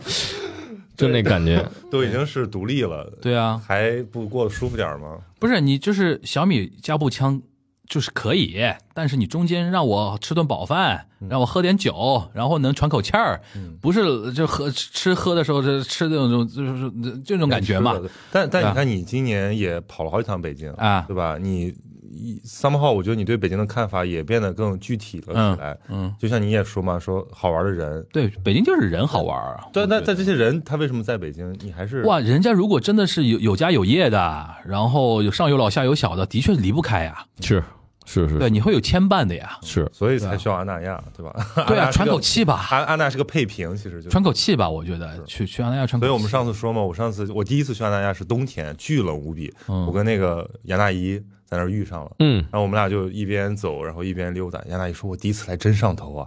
S4: 就那感觉。
S3: 都已经是独立了，
S2: 对啊，
S3: 还不过得舒服点儿吗？
S2: 不是你就是小米加步枪，就是可以，但是你中间让我吃顿饱饭，
S4: 嗯
S2: 让我喝点酒，然后能喘口气儿，不是就喝吃喝的时候这吃那种就是这种感觉嘛
S4: 哎
S3: 是？的。但
S2: 对
S3: 但
S2: 啊
S3: 你看，你今年也跑了好几趟北京
S2: 啊
S3: 对吧？你一 somehow，我觉得你对北京的看法也变得更具体了起来。
S2: 嗯，
S3: 就像你也说嘛，说好玩的人，
S2: 对，北京就是人好玩儿啊。
S3: 对，
S2: 我
S3: 那
S2: 觉得
S3: 但这些人他为什么在北京？你还是
S2: 哇，人家如果真的是有有家有业的，然后有上有老下有小的，的确离不开呀。
S4: 是是是
S2: 对，你会有牵绊的呀。
S4: 是，
S3: 所以才需要安那亚，对吧？
S2: 啊 对
S3: 安
S2: 啊，
S3: 纳是
S2: 喘
S3: 个
S2: 口，气吧，
S3: 安安那是个配平，其实就是。
S2: 喘口气吧，我觉得去去安那亚喘口气。
S3: 所以我们上次说嘛，我上次我第一次去安那亚是冬天，巨冷无比，
S2: 嗯
S3: 我跟那个杨大姨在那儿遇上了，
S4: 嗯，
S3: 然后我们俩就一边走，然后一边溜达。杨大姨说：“我第一次来真上头啊！”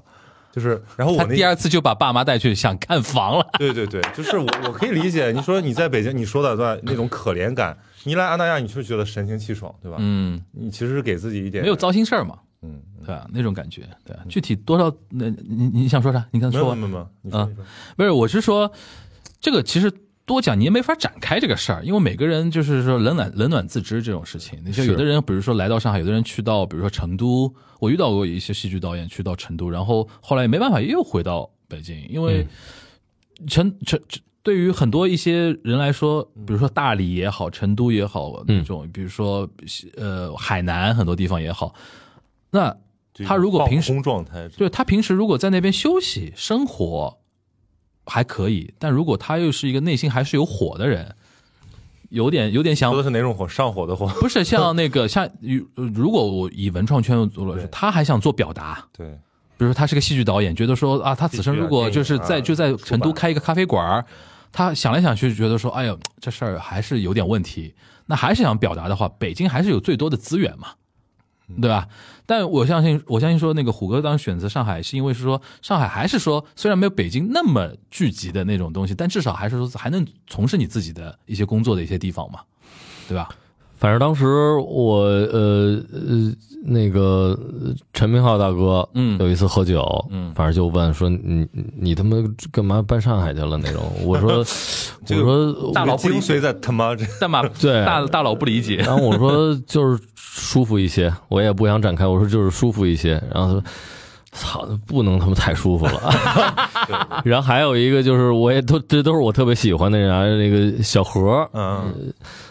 S3: 就是，然后我
S2: 他
S3: 那
S2: 第二次就把爸妈带去想看房了。
S3: 对对对，就是我我可以理解，你说你在北京，你说的对那种可怜感，你一来安那亚，你就觉得神清气爽，对吧？
S2: 嗯，
S3: 你其实是给自己一点
S2: 没有糟心事儿嘛。
S3: 嗯，
S2: 对啊，那种感觉。对啊，具体多少？那你你想说啥？你刚
S3: 没
S2: 说
S3: 有
S2: 完
S3: 没有没有，你说
S2: 啊
S3: 你说
S2: 不是，我是说，这个其实多讲你也没法展开这个事儿，因为每个人就是说冷暖冷暖自知这种事情。你像有的人，比如说来到上海，有的人去到比如说成都，我遇到过一些戏剧导演去到成都，然后后来也没办法又回到北京，因为成成。成对于很多一些人来说，比如说大理也好，成都也好，那种比如说呃海南很多地方也好，那
S3: 就
S2: 他如果
S3: 放
S2: 平时
S3: 空状态，
S2: 就是他平时如果在那边休息生活还可以，但如果他又是一个内心还是有火的人，有点有点想
S3: 说的是哪种火？上火的火。
S2: 不是像那个像如如果我以文创圈为主来说
S3: 对，
S2: 他还想做表达。
S3: 对，
S2: 比如说他是个戏剧导演，觉得说啊，他此生如果就是在
S3: 戏
S2: 就
S3: 剧啊电
S2: 在
S3: 影啊
S2: 成都开一个咖啡馆儿，他想来想去，觉得说，哎呦，这事儿还是有点问题。那还是想表达的话，北京还是有最多的资源嘛，
S3: 嗯
S2: 对吧？但我相信，我相信说那个虎哥当时选择上海，是因为是说上海还是说虽然没有北京那么聚集的那种东西，但至少还是说还能从事你自己的一些工作的一些地方嘛，对吧？
S4: 反正当时我呃呃那个呃陈明浩大哥，
S2: 嗯
S4: 有一次喝酒，
S2: 嗯
S4: 反正就问说你你你他妈干嘛搬上海去了那种，我 说我
S3: 这个
S4: 说
S2: 大佬不理
S3: 精
S2: 解
S3: 髓在他妈这，
S2: 但嘛，
S4: 对
S2: 大大佬不理解，
S4: 然后我说就是舒服一些，我也不想展开，我说就是舒服一些。然后他说。操，不能他妈太舒服了。然后还有一个就是，我也都这都是我特别喜欢的人啊，那个小何，
S3: 嗯，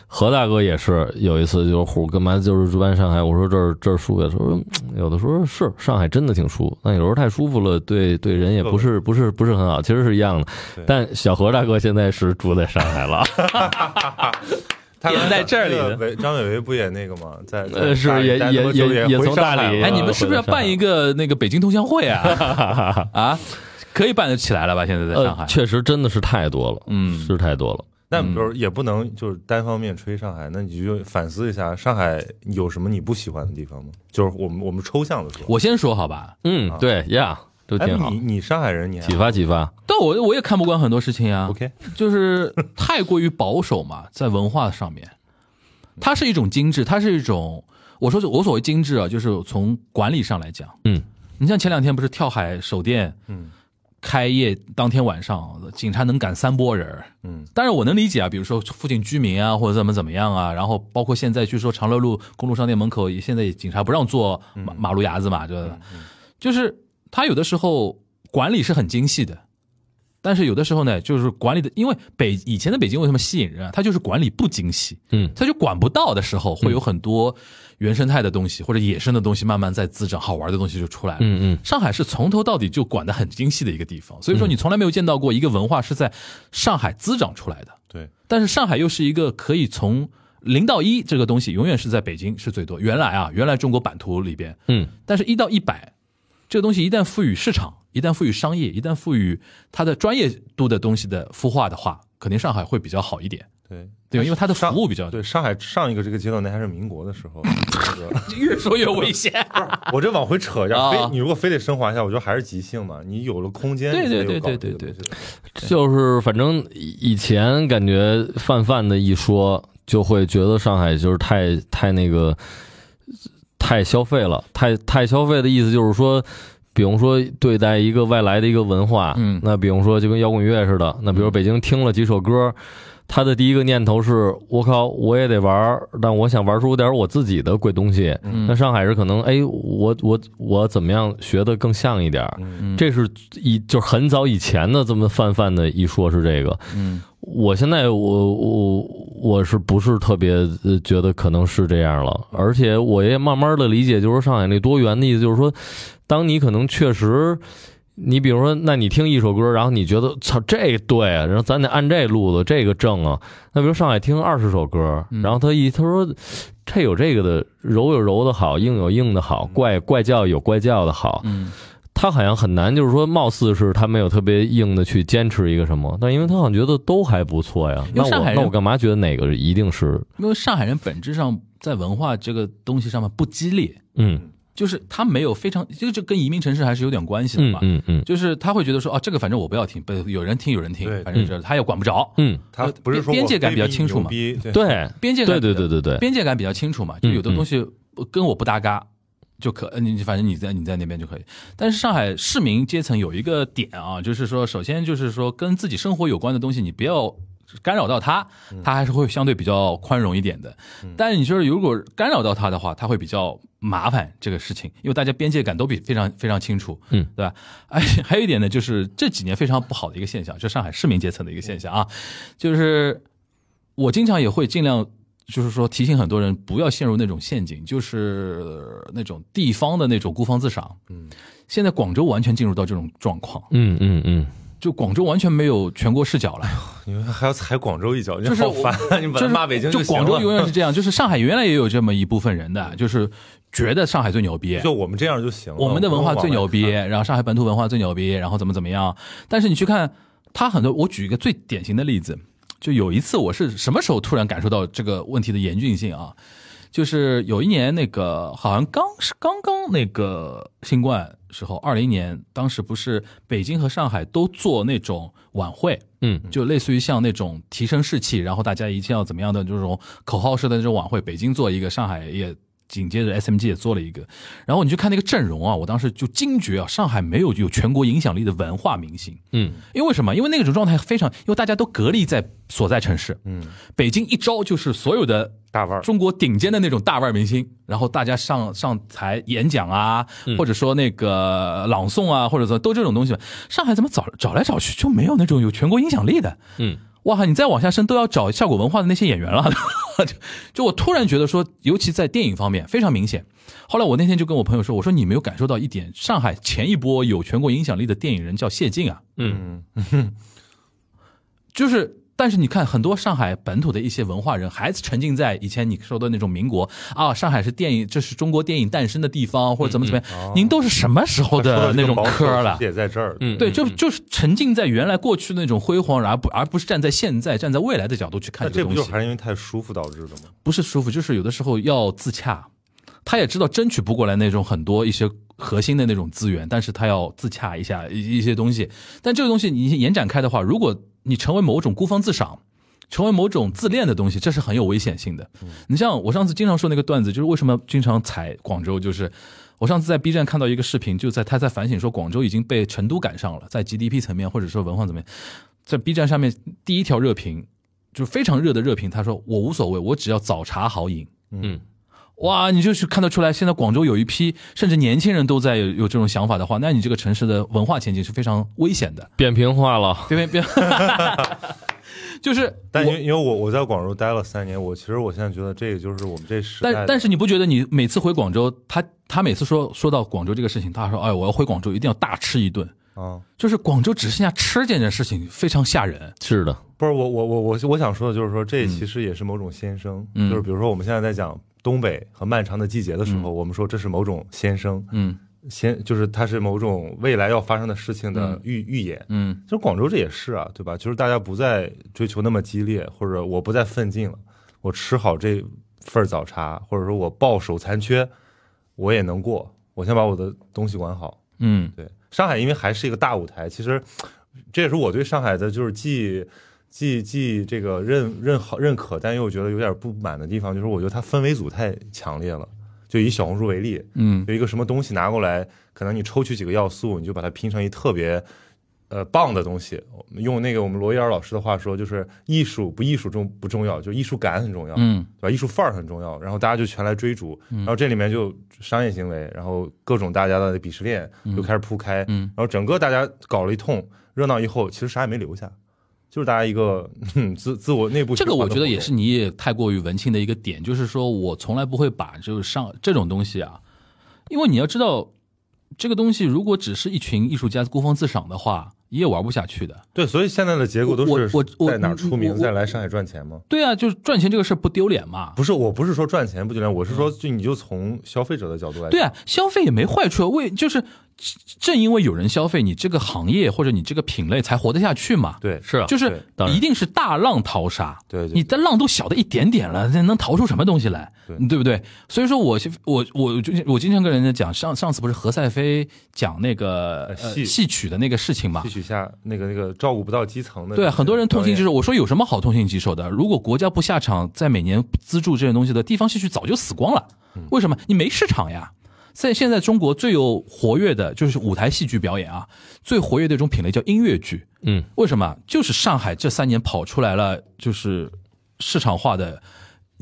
S4: 何大哥也是有一次就是虎干嘛就是搬上海，我说这儿这儿舒服，他说嗯有的时候是上海真的挺舒服，但有时候太舒服了，对对人也不是不是不是很好，其实是一样的
S3: 对。
S4: 但小何大哥现在是住在上海了，
S3: 啊他
S2: 点在这儿里
S3: 那
S2: 的
S3: 个韦张伟伟不也那个吗？在在
S4: 呃是
S3: 大理
S4: 也
S3: 待
S4: 也
S3: 那么久
S4: 也也
S3: 回
S4: 从
S3: 上
S4: 大
S3: 海
S4: 理
S3: 了
S2: 哎，你们是不是要办一个那个北京同乡会啊？ 啊，可以办得起来了吧？现在在上海
S4: 呃，，确实真的是太多了，
S2: 嗯
S4: 是太多了。
S3: 那比如也不能就是单方面吹上海，那你就反思一下上海有什么你不喜欢的地方吗？就是我们我们抽象的说，
S2: 我先说好吧，
S4: 嗯，对呀，都
S3: 啊哎
S4: 挺，好
S3: 你，你上海人，你还
S4: 启发启发。
S2: 但我我也看不惯很多事情啊，
S3: OK？
S2: 就是太过于保守嘛， 在文化上面，它是一种精致，它是一种我说我所谓精致啊，就是从管理上来讲，
S4: 嗯，
S2: 你像前两天不是跳海首电，
S3: 嗯，
S2: 开业当天晚上，警察能赶三波人儿，
S3: 嗯，
S2: 但是我能理解啊，比如说附近居民啊，或者怎么怎么样啊，然后包括现在据说长乐路公路商店门口也现在也警察不让做
S4: 嗯
S2: 马马路牙子嘛，就是就是他有的时候管理是很精细的，但是有的时候呢，就是管理的，因为北以前的北京为什么吸引人啊？它就是管理不精细，
S4: 嗯，
S2: 它就管不到的时候，会有很多原生态的东西或者野生的东西慢慢在滋长，好玩的东西就出来了，
S4: 嗯嗯。
S2: 上海是从头到底就管得很精细的一个地方，所以说你从来没有见到过一个文化是在上海滋长出来的。
S3: 对，
S2: 但是上海又是一个可以从零到一这个东西永远是在北京是最多。原来啊，原来中国版图里边，
S4: 嗯，
S2: 但是一到一百这个东西一旦赋予市场，一旦赋予商业，一旦赋予它的专业度的东西的孵化的话，肯定上海会比较好一点。
S3: 对
S2: 哎对，因为它的服
S3: 上
S2: 务比较
S3: 对上海上一个这个阶段，那还是民国的时 候。那个
S2: 越说越危险。
S3: 我这往回扯一
S2: 啊
S3: 下，非你如果非得升华一下，我觉得还是即兴嘛。你有了空间，
S2: 对
S3: 你才
S2: 对对
S3: 有搞
S2: 对
S3: 这个
S2: 对对
S3: 东西
S4: 就是反正以前感觉泛泛的一说，就会觉得上海就是太太那个太消费了，太太消费的意思就是说。比如说，对待一个外来的一个文化，
S2: 嗯
S4: 那比如说就跟摇滚乐似的，那比如北京听了几首歌，他的第一个念头是：我靠，我也得玩儿，但我想玩出点我自己的鬼东西。
S2: 嗯
S4: 那上海是可能，哎，我我我怎么样学的更像一点儿？
S2: 嗯
S4: 这是以就是很早以前的这么泛泛的一说是这个。
S2: 嗯
S4: 我现在我我我是不是特别呃觉得可能是这样了？而且我也慢慢的理解，就是上海那多元的意思，就是说，当你可能确实。你比如说，那你听一首歌，然后你觉得操这对啊，然后咱得按这路子，这个正啊。那比如上海听二十首歌，
S2: 嗯
S4: 然后他一他说这有这个的柔有柔的好，硬有硬的好，怪怪叫有怪叫的好，
S2: 嗯
S4: 他好像很难，就是说，貌似是他没有特别硬的去坚持一个什么，但因为他好像觉得都还不错呀。
S2: 因
S4: 那
S2: 为上海
S4: 我
S2: 人
S4: 那我干嘛觉得哪个一定是
S2: 因为上海人本质上在文化这个东西上面不激烈。
S4: 嗯
S2: 就是他没有非常，这这跟移民城市还是有点关系的
S4: 嗯
S2: 吧？
S4: 嗯嗯
S2: 就是他会觉得说，哦，这个反正我不要听，不有人听有人听
S3: 对，
S2: 反正这他也管不着，
S4: 嗯，
S3: 他
S2: 呃
S3: 不是
S2: 边
S3: 说
S2: 边界
S3: 我
S2: 感
S3: 非
S2: 比较
S3: 你
S2: 清楚
S3: 牛
S2: 嘛
S3: 逼对
S4: 对
S2: 边界感
S4: 对对对对嗯对，
S2: 边界感比较清楚嘛，就有的东西呃跟我不搭嘎。就可呃你反正你在你在那边就可以，但是上海市民阶层有一个点啊，就是说，首先就是说跟自己生活有关的东西，你不要干扰到他，
S4: 嗯
S2: 他还是会相对比较宽容一点的。但是你就是如果干扰到他的话，他会比较麻烦这个事情，因为大家边界感都比非常非常清楚，
S4: 嗯，
S2: 对吧？ 哎，还有一点呢，就是这几年非常不好的一个现象，就上海市民阶层的一个现象啊，就是我经常也会尽量就是说提醒很多人不要陷入那种陷阱，就是呃那种地方的那种孤芳自赏。嗯，现在广州完全进入到这种状况，
S4: 嗯嗯嗯，
S2: 就广州完全没有全国视角了。
S3: 你们还要踩广州一脚，
S2: 就是
S3: 你好烦啊！你 把
S2: 就
S3: 他
S2: 是
S3: 骂北京
S2: 就
S3: 行了
S2: 广州永远是这样，就是上海原来也有这么一部分人的，就是觉得上海最牛逼。
S3: 就我们这样就行了。呃
S2: 我们的文化
S3: 不用往
S2: 最牛
S3: 外
S2: 逼，
S3: 看，
S2: 然后上海本土文化最牛逼，然后怎么怎么样。但是你去看他很多，我举一个最典型的例子，就有一次我是什么时候突然感受到这个问题的严峻性啊？就是有一年那个好像刚是刚刚那个新冠时候，二零年当时不是北京和上海都做那种晚会，
S4: 嗯，
S2: 就类似于像那种提升士气，然后大家一定要怎么样的这种口号式的那种晚会，北京做一个，上海也紧接着 SMG 也做了一个，然后你去看那个阵容啊，我当时就惊觉啊，上海没有有全国影响力的文化明星，
S4: 嗯，
S2: 因为什么？因为那种状态非常，因为大家都隔离在所在城市，嗯，北京一招就是所有的
S3: 大腕儿
S2: 中国顶尖的那种大腕明星，然后大家上上台演讲啊，或者说那个朗诵啊，或者说都这种东西。上海怎么找找来找去就没有那种有全国影响力的？
S4: 嗯，
S2: 哇靠，你再往下升都要找效果文化的那些演员了。 就就我突然觉得说，尤其在电影方面非常明显。后来我那天就跟我朋友说，我说你没有感受到一点，上海前一波有全国影响力的电影人叫谢晋啊，
S4: 嗯，
S2: 就是，但是你看，很多上海本土的一些文化人，还沉浸在以前你说的那种民国啊，上海是电影，这是中国电影诞生的地方，或者怎么怎么
S3: 嗯
S2: 样。您都是什么时候
S3: 他说
S2: 的
S3: 的
S2: 那
S3: 这个
S2: 种
S3: 保守
S2: 科了
S3: 其实？也在这儿。
S4: 嗯
S2: 对，就就是沉浸在原来过去的那种辉煌，而不而不是站在现在、站在未来的角度去
S3: 那
S2: 看
S3: 这
S2: 这
S3: 不
S2: 个
S3: 就
S2: 东西
S3: 还，是因为太舒服导致的吗？
S2: 不是舒服，就是有的时候要自洽。他也知道争取不过来那种很多一些核心的那种资源，但是他要自洽一下一一些东西。但这个东西你延展开的话，如果你成为某种孤芳自赏，成为某种自恋的东西，这是很有危险性的。你像我上次经常说那个段子，就是为什么经常踩广州，就是我上次在 B 站看到一个视频，就在他在反省说，广州已经被成都赶上了，在 GDP 层面或者说文化层面，在 B 站上面第一条热评就是非常热的热评，他说我无所谓，我只要早茶好饮。
S4: 嗯，
S2: 哇，你就是看得出来，现在广州有一批甚至年轻人都在有有这种想法的话，那你这个城市的文化前景是非常危险的。
S4: 扁平化了，
S2: 别别 别，就是
S3: 但因
S2: 我。
S3: 为因为我我在广州待了三年，我其实我现在觉得这个就是我们这时代的
S2: 但但是你不觉得你每次回广州，他他每次说说到广州这个事情，他说哎，我要回广州一定要大吃一顿，
S3: 啊，
S2: 就是广州只剩下吃这件事情非常吓人。
S4: 是的，
S3: 不是我我我我我想说的就是说，这其实也是某种先声，
S2: 嗯
S3: 就是比如说我们现在在讲东北和漫长的季节的时候，我们说这是某种先声，
S2: 嗯
S3: 先就是它是某种未来要发生的事情的
S2: 嗯
S3: 预、预言。
S2: 嗯，
S3: 其实广州这也是啊，对吧？就是大家不再追求那么激烈，或者我不再奋进了，我吃好这份儿早茶，或者说我报手残缺，我也能过。我先把我的东西管好。
S2: 嗯
S3: 对，上海因为还是一个大舞台，其实这也是我对上海的，就是既既既这个认认好认可，但又觉得有点不满的地方，就是我觉得它氛围组太强烈了。就以小红书为例，
S2: 嗯
S3: 有一个什么东西拿过来，可能你抽取几个要素，你就把它拼成一特别。呃，棒的东西，用那个我们罗伊尔老师的话说，就是艺术不艺术重不重要，就艺术感很重要。
S2: 嗯
S3: 对吧？艺术范儿很重要，然后大家就全来追逐，然后这里面就商业行为，然后各种大家的鄙视链就开始铺开，
S2: 嗯
S3: 然后整个大家搞了一通热闹以后，其实啥也没留下，就是大家一个哼自自我内部
S2: 这个我
S3: 循环的
S2: 觉得
S3: 活
S2: 也
S3: 动
S2: 是你也太过于文青的一个点，就是说我从来不会把就是上这种东西啊，因为你要知道，这个东西如果只是一群艺术家孤芳自赏的话，也玩不下去的。
S3: 对，所以现在的结果都
S2: 我我
S3: 是
S2: 我
S3: 在哪儿
S2: 我
S3: 出
S2: 我
S3: 名，再来上海赚钱吗？
S2: 对啊，就是赚钱这个事儿不丢脸嘛。
S3: 不是，我不是说赚钱不丢脸，我是说就你就从消费者的角度来，
S2: 嗯对，啊，消费也没坏处啊，为就是正因为有人消费，你这个行业或者你这个品类才活得下去嘛。
S3: 对，
S4: 是啊，
S2: 就
S3: 对
S2: 是
S4: 当然
S2: 一定是大浪淘沙，
S3: 对对
S2: 你的浪都小的一点点了，那能淘出什么东西来？
S3: 对
S2: 不对？所以说我我我就我经常跟人家讲，上上次不是何赛飞讲那个、
S3: 呃
S2: 呃
S3: 戏
S2: 戏曲的那个事情嘛
S3: 吸？取下那个那个照顾不到基层的，
S2: 对，啊很多人痛心疾
S3: 首，
S2: 首。我说有什么好痛心疾首的？如果国家不下场，在每年资助这些东西的地方戏曲早就死光了。为什么？你没市场呀。在现在中国最有活跃的就是舞台戏剧表演啊，最活跃的一种品类叫音乐剧。
S4: 嗯，
S2: 为什么？就是上海这三年跑出来了，就是市场化的，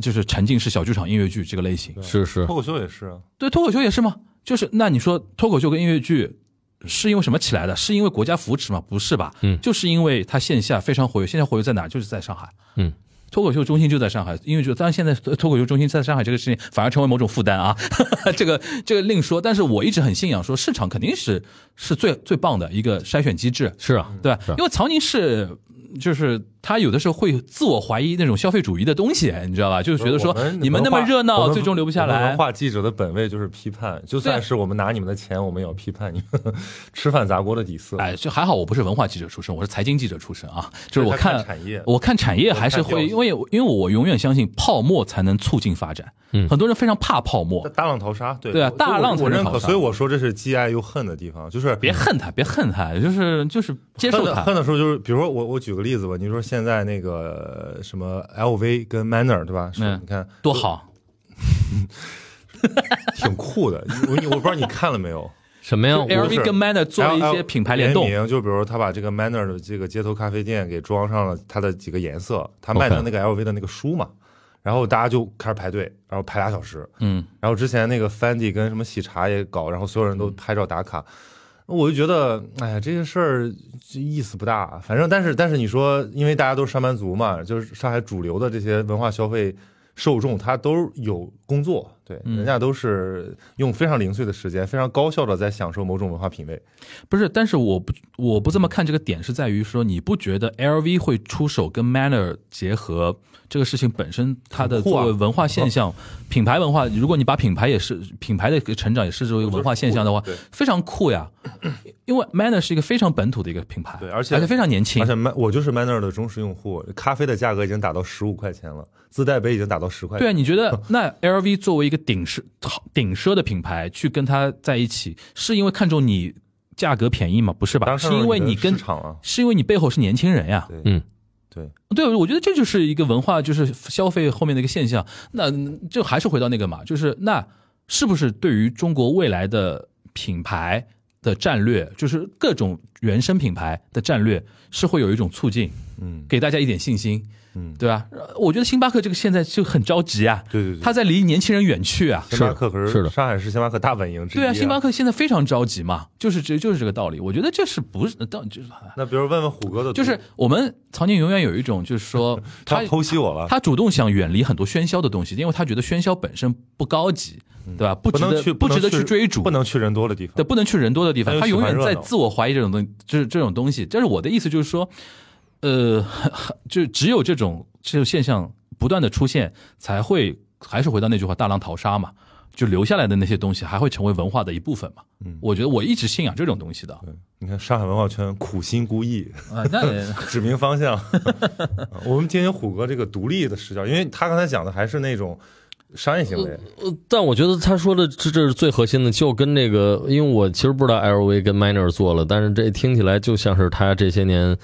S2: 就是沉浸式小剧场音乐剧这个类型。
S4: 是是
S3: 脱口秀也是啊，
S2: 对，脱口秀也是嘛。就是那你说脱口秀跟音乐剧是因为什么起来的？是因为国家扶持吗？不是吧？
S4: 嗯
S2: 就是因为它线下非常活跃，线下活跃在哪儿？就是在上海。
S4: 嗯，
S2: 脱口秀中心就在上海，音乐剧当然现在脱脱口秀中心在上海这个事情反而成为某种负担啊， 这个这个另说。但是我一直很信仰说市场肯定是是最最棒的一个筛选机制。
S4: 是啊，
S2: 对吧
S4: 是啊？
S2: 因为曹宁是，就是他有的时候会自我怀疑那种消费主义的东西，你知道吧？就是觉得说
S3: 我们
S2: 你们那么
S3: 文化
S2: 热
S3: 我
S2: 闹，
S3: 们
S2: 最终留不下
S3: 我们文
S2: 来。
S3: 化记者的本位就是批判，就
S2: 对啊
S3: 算是我们拿你们的钱，我们也要批判你们 吃饭砸锅的底色。
S2: 哎，就还好，我不是文化记者出身，我是财经记者出身啊。就是我
S3: 他看
S2: 看
S3: 产业
S2: 我看产业还是
S3: 我看
S2: 会，
S3: 调
S2: 因为因为我永远相信泡沫才能促进发展。
S4: 嗯
S2: 很多人非常怕泡沫，
S3: 大浪淘沙，对
S2: 对啊
S3: 我
S2: 大浪才
S3: 我我
S2: 是
S3: 认
S2: 淘
S3: 可，
S2: 沙
S3: 所以我说这是既爱又恨的地方，就是
S2: 别恨他，别恨他，就是就是接
S3: 恨
S2: 受
S3: 的
S2: 他。
S3: 恨的时候就是，比如说我我举个例子吧，你说现在那个呃什么 LV 跟 Manner 对吧？是
S2: 嗯
S3: 你看
S2: 多好，
S3: 挺酷的，我我不知道你看了没有。
S4: 什么呀？
S2: 就 L
S4: 我
S2: V 跟 Manner 做了一些品牌联动，
S3: 呃名就比如他把这个 Manner 的这个街头咖啡店给装上了它的几个颜色，他卖的那个 LV 的那个书嘛，然后大家就开始排队，然后排俩小时，
S2: 嗯，
S3: 然后之前那个 Fendi 跟什么喜茶也搞，然后所有人都拍照打卡，我就觉得，哎呀，这个事儿这意思不大。反正，但是但是你说，因为大家都是上班族嘛，就是上海主流的这些文化消费受众，他都有工作，对，
S2: 嗯
S3: 人家都是用非常零碎的时间，非常高效的在享受某种文化品味。
S2: 不是，但是我不我不这么看这个点是在于说，你不觉得 L V 会出手跟 Manner 结合这个事情本身，它的
S3: 很酷啊
S2: 作为文化现象、品牌文化，如果你把品牌也是品牌的成长也视作为文化现象的话
S3: 我觉得是酷，
S2: 非常酷呀。因为 Manner 是一个非常本土的一个品牌，
S3: 对
S2: 而
S3: 而且
S2: 非常年轻
S3: 而。且曼，我就是 Manner 的忠实用户，咖啡的价格已经打到十五块钱了，自带杯已经打到十块钱
S2: 对啊，
S3: 了。
S2: 你觉 得那 L V 作为一个顶奢顶奢的品牌去跟它在一起，是因为看中你价格便宜吗？不是吧？
S3: 当时
S2: 是因为你
S3: 的市
S2: 跟
S3: 场啊，
S2: 是因为你背后是年轻人呀。
S3: 对，
S4: 嗯，
S3: 对，
S2: 对，我觉得这就是一个文化，就是消费后面的一个现象。那嗯就还是回到那个嘛，就是那是不是对于中国未来的品牌的战略，就是各种原生品牌的战略，是会有一种促进，
S3: 嗯
S2: 给大家一点信心，
S3: 嗯，
S2: 对吧？呃我觉得星巴克这个现在就很着急啊，
S3: 对对对，
S2: 他在离年轻人远去啊。
S3: 星巴克可
S4: 是的
S3: 上海市星巴克大本营之一、
S2: 对啊，星巴
S3: 克。
S2: 克现在非常着急嘛，就是这就是这个道理。我觉得这是不是到就是
S3: 那比如问问虎哥的，
S2: 就是我们曹宁永远有一种就是说
S3: 他
S2: 他
S3: 要剖析我了，
S2: 他主动想远离很多喧嚣的东西，因为他觉得喧嚣本身不高级，对吧？不值
S3: 嗯能
S2: 得
S3: 去
S2: 不值得
S3: 能
S2: 去追逐，
S3: 不能去人多的地方。
S2: 对，不能去人多的地
S3: 他
S2: 方。
S3: 就
S2: 他
S3: 喜
S2: 永
S3: 欢
S2: 远
S3: 热
S2: 在
S3: 闹
S2: 自我怀疑这种东西，就是这种东西。但是我的意思就是说，呃，很很就只有这种这种现象不断的出现，才会还是回到那句话，大浪淘沙嘛。就留下来的那些东西，还会成为文化的一部分嘛？
S3: 嗯
S2: 我觉得我一直信仰这种东西的。
S3: 对，你看上海文化圈苦心孤诣，
S2: 啊，那
S3: 指明方 向。嗯我们听听虎哥这个独立的视角，因为他刚才讲的还是那种商业行为，
S4: 呃但我觉得他说的这这是最核心的，就跟那个，因为我其实不知道 LV 跟 Miner 做了，但是这听起来就像是他这些年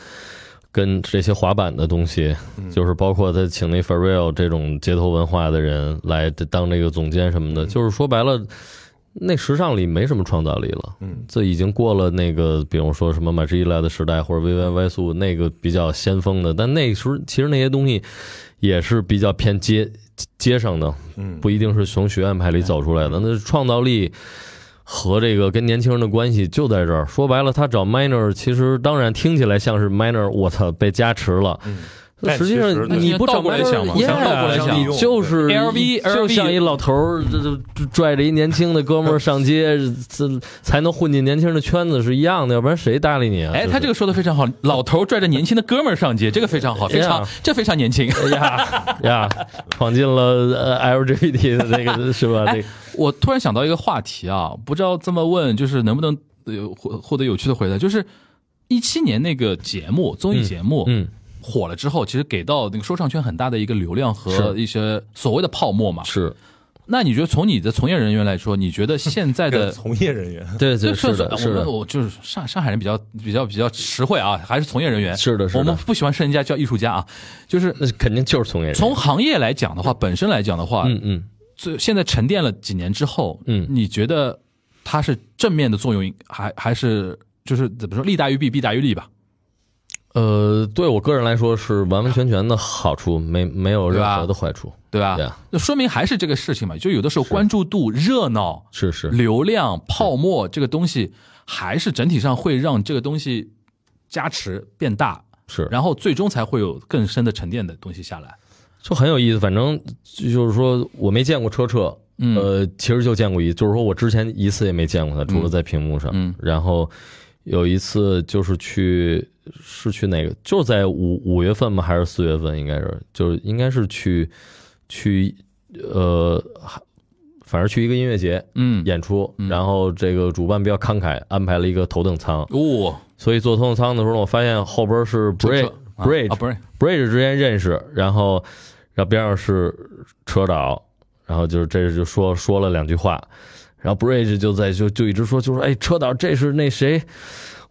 S4: 跟这些滑板的东西，就是包括他请那 Farrell 这种街头文化的人来当这个总监什么的，就是说白了，那时尚里没什么创造力了。
S3: 嗯，
S4: 这已经过了那个，比如说什么马志伊拉的时代，或者 V Y Y 素那个比较先锋的，但那时候其实那些东西也是比较偏街街上的，
S3: 嗯
S4: 不一定是从学院派里走出
S2: 嗯
S4: 来的。那创造力和这个跟年轻人的关系就在这儿。说白了，他找 Miner，其实当然听起来像是 Miner，我操，被加持了。
S3: 嗯
S4: 那实际上
S3: 但其实
S4: 你不找
S2: 倒过来
S4: Miner，
S2: 想嘛
S4: yeah，
S2: 想倒过来想
S4: 你就是
S2: 对 LV
S4: 就像一老头儿，这这拽着一年轻的哥们儿上街，这才能混进年轻人的圈子是一样的，要不然谁搭理你啊？
S2: 哎，他这
S4: 个
S2: 个说的非常好，老头拽着年轻的哥们儿 上街，这个非常好，非常
S4: Yeah
S2: 这非常年轻。
S4: 哎呀呀，闯进了呃 LGBT 的那个是
S2: 哎
S4: 吧？这个
S2: 我突然想到一个话题啊，不知道这么问就是能不能呃获获得有趣的回答，就是一七年那个节目综艺节目、
S4: 嗯，
S2: 火了之后，其实给到那个说唱圈很大的一个流量和
S4: 是
S2: 一些所谓的泡沫嘛。
S4: 是
S2: 那你觉得从你的从业人员来说，你觉得现在
S3: 这个
S2: 的
S3: 从业人员，
S4: 对对
S2: 就是
S4: 的，是
S2: 我
S4: 的
S2: 们。我就是上上海人比较比较比较实惠啊，还是从业人员
S4: 是的是的
S2: 我们不喜欢说人家叫艺术家啊，就是
S4: 那肯定就是从业人员。
S2: 从行业来讲的话，本身来讲的话，
S4: 嗯嗯，
S2: 最现在沉淀了几年之后，
S4: 嗯
S2: 你觉得它是正面的作用，还还是就是怎么说，利大于弊，弊大于利吧，
S4: 呃，对我个人来说是完完全全的好处，没没有任何的坏处。
S2: 对吧？
S4: 对啊
S2: 那说明还是这个事情嘛，就有的时候关注度、热闹、
S4: 是是，
S2: 流量、泡沫这个东西，还是整体上会让这个东西加持变大，
S4: 是，
S2: 然后最终才会有更深的沉淀的东西下来。
S4: 就很有意思。反正就是说我没见过车澈，
S2: 嗯
S4: 呃，其实就见过一，就是说我之前一次也没见过他，除了在屏幕上。
S2: 嗯
S4: 然后有一次就是去是去哪个，就是在五五月份吗？还是四月份？应该是就是应该是去去呃，反正去一个音乐节，
S2: 嗯，
S4: 演出，然后这个主办比较慷慨，安排了一个头等舱。
S2: 哦，
S4: 所以坐头等舱的时候，我发现后边是
S2: 车
S4: bridge
S2: 啊
S4: bridge
S2: 啊，不是
S4: bridge 之间认识，然后然后边上是车导，然后就是这就说说了两句话，然后 bridge 就在就就一直说就说哎车导这是那谁。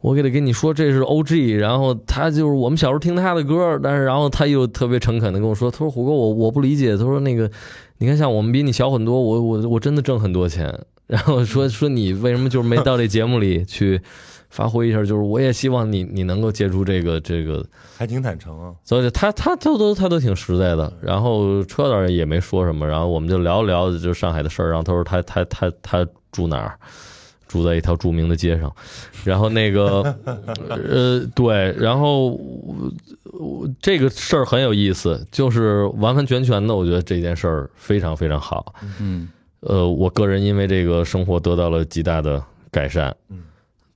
S4: 我给他跟你说，这是 O.G.，然后他就是我们小时候听他的歌，但是然后他又特别诚恳的跟我说，他说虎哥，我我不理解，他说那个，你看像我们比你小很多，我我我真的挣很多钱，然后说说你为什么就是没到这节目里去发挥一下，就是我也希望你你能够借助这个这个
S3: 还挺坦诚啊。
S4: 所以他他他都他都挺实在的，然后车导也没说什么，然后我们就聊了聊就上海的事儿，然后他说他他他他住哪儿，住在一条著名的街上，然后那个呃对，然后我我这个事儿很有意思，就是完完全全的，我觉得这件事儿非常非常好，
S2: 嗯
S4: 呃，我个人因为这个生活得到了极大的改善，
S3: 嗯，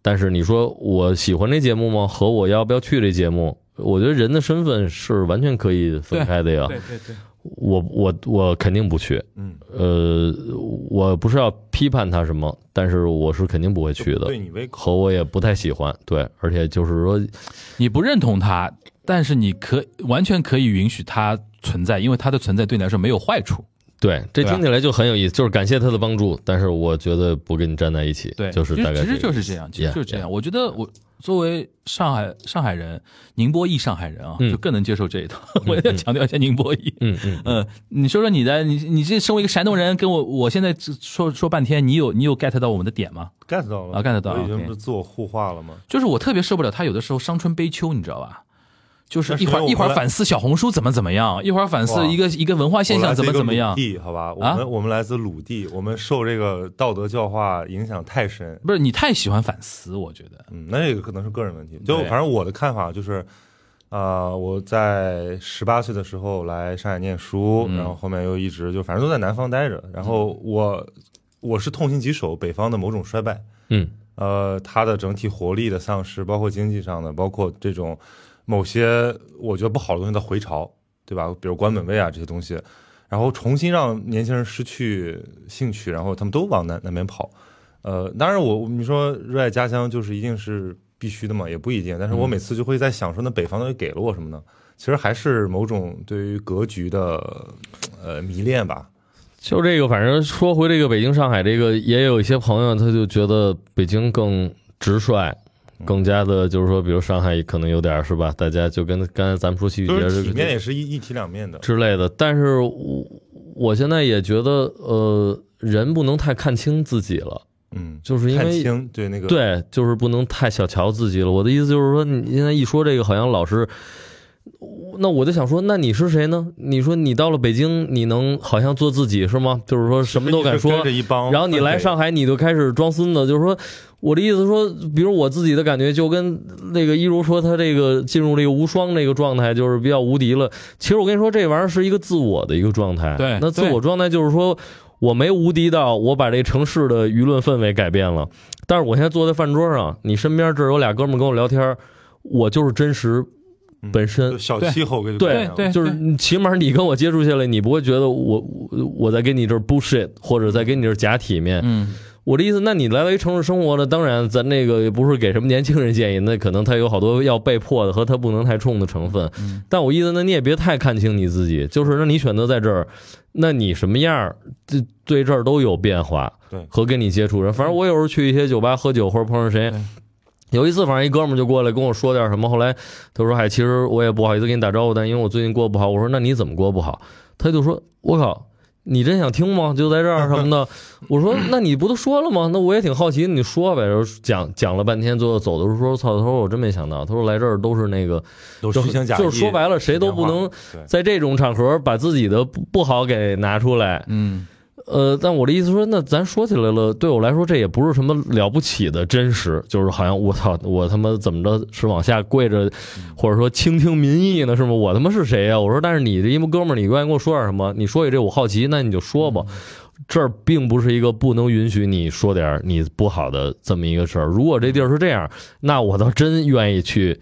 S4: 但是你说我喜欢这节目吗？和我要不要去这节目？我觉得人的身份是完全可以分开的呀。
S2: 对对，
S4: 我我我肯定不去。
S3: 嗯，
S4: 呃，我不是要批判他什么，但是我是肯定不会去
S3: 就不
S4: 的
S3: 对，你胃口。
S4: 和我也不太喜欢。对，而且就是说，
S2: 你不认同它，但是你可完全可以允许它存在，因为它的存在对你来说没有坏处。
S4: 对，这
S2: 对啊
S4: 听起来就很有意思，就是感谢他的帮助，但是我觉得不跟你站在一起，
S2: 对，
S4: 就是
S2: 其
S4: 大
S2: 实
S4: 概
S2: 其实就是是这样，其实
S4: Yeah，
S2: 就是这样。我觉得我作为上海上海人，宁波裔上海人啊，
S4: 嗯
S2: 就更能接受这一 套。我要强调一下宁波裔。
S4: 嗯嗯，
S2: 嗯，你说说你的，你你这身为一个山东人，跟我我现在只说说半天，你有你有 get 到我们的点吗？
S3: get 到了
S2: 啊，get 到了
S3: 我已经
S2: OK
S3: 不是自我互化了吗？
S2: 就是我特别受不了他有的时候伤春悲秋，你知道吧？就是
S3: 但是
S2: 一会儿
S3: 我
S2: 一会
S3: 后
S2: 儿
S3: 来
S2: 反思小红书怎么怎么样，一会儿反
S3: 哇
S2: 思一个一个文化现象怎么怎么
S3: 我来
S2: 样
S3: 自。一个鲁地好吧，我
S2: 啊
S3: 们我们来自鲁地，我们受这个道德教化影响太深。
S2: 不是你太喜欢反思，我觉得。
S3: 嗯，那这个可能是个人问题。就
S2: 对
S3: 反正我的看法就是，啊、我在十八岁的时候来上海念书，然后后面又一直就反正都在南方待着。然后我我是痛心疾首北方的某种衰败，
S4: 嗯，
S3: 呃，它的整体活力的丧失，包括经济上的，包括这种某些我觉得不好的东西的回潮，对吧？比如官本位啊这些东西，然后重新让年轻人失去兴趣，然后他们都往南南边跑。呃，当然我你说热爱家乡就是一定是必须的嘛，也不一定。但是
S4: 嗯
S3: 我每次就会在想说，那北方到底给了我什么呢？其实还是某种对于格局的呃迷恋吧。
S4: 就这个，反正说回这个北京、上海，这个也有一些朋友，他就觉得北京更直率，更加的，就是说，比如上海可能有点儿是吧？大家就跟刚才咱们说戏剧
S3: 就
S4: 节
S3: 是体
S4: 这
S3: 面
S4: 个
S3: 也是一一体两面的。
S4: 之类的，但是我我现在也觉得，呃，人不能太看清自己了，
S3: 嗯，
S4: 就是因
S3: 看
S4: 为
S3: 清对那个
S4: 对，就是不能太小瞧自己了。我的意思就是说，你现在一说这个，好像老是，那我就想说，那你是谁呢？你说你到了北京，你能好像做自己是吗？就是说什么都敢
S3: 跟
S4: 说
S3: 着。一帮，
S4: 然后你来上海，你就开始装孙子，就是说，我的意思说，比如我自己的感觉，就跟那个一如说他这个进入这个无双这个状态，就是比较无敌了。其实我跟你说，这玩意儿是一个自我的一个状态。
S2: 对
S4: 那自我状态就是说，我没无敌到我把这城市的舆论氛围改变了，但是我现在坐在饭桌上，你身边这儿有俩哥们儿跟我聊天儿，我就是真实
S3: 嗯
S4: 本身。
S3: 就小气候给就
S4: 对
S3: 这样
S2: 对
S4: 就是你起码你跟我接触下来，你不会觉得我我我在跟你这儿 bullshit，或者在跟你这儿假体面。
S2: 嗯，
S4: 我的意思，那你来到一城市生活呢，当然咱那个也不是给什么年轻人建议，那可能他有好多要被迫的和他不能太冲的成分。
S3: 嗯
S4: 但我意思呢，你也别太看清你自己，就是让你选择在这儿，那你什么样儿，这对这儿都有变化。
S3: 对
S4: 和跟你接触人，反正我有时候去一些酒吧喝酒或者碰上谁
S3: 对。
S4: 有一次，反正一哥们儿就过来跟我说点什么，后来他说：“哎嗨，其实我也不好意思跟你打招呼，但因为我最近过不好。”我说：“那你怎么过不好？”他就说：“我靠，你真想听吗？就在这儿什么的。”我说：“那你不都说了吗？那我也挺好奇，你说呗。”然后讲讲了半天，最后走的时候说：“操！”他说：“我真没想到。”他说：“来这儿都是那个，
S3: 都
S4: 就
S3: 虚情
S4: 是
S3: 假意，
S4: 就是说白了，谁都不能在这种场合把自己的不不好给拿出来。”
S2: 嗯，
S4: 呃，但我的意思说，那咱说起来了，对我来说这也不是什么了不起的真实，就是好像我操，我他妈怎么着是往下跪着，或者说倾听民意呢，是吗？我他妈是谁呀、我说，但是你这一哥们儿，你愿意跟我说点什么？你说起这我好奇，那你就说
S3: 嗯
S4: 吧。这儿并不是一个不能允许你说点儿你不好的这么一个事儿。如果这地儿是这样，那我倒真愿意去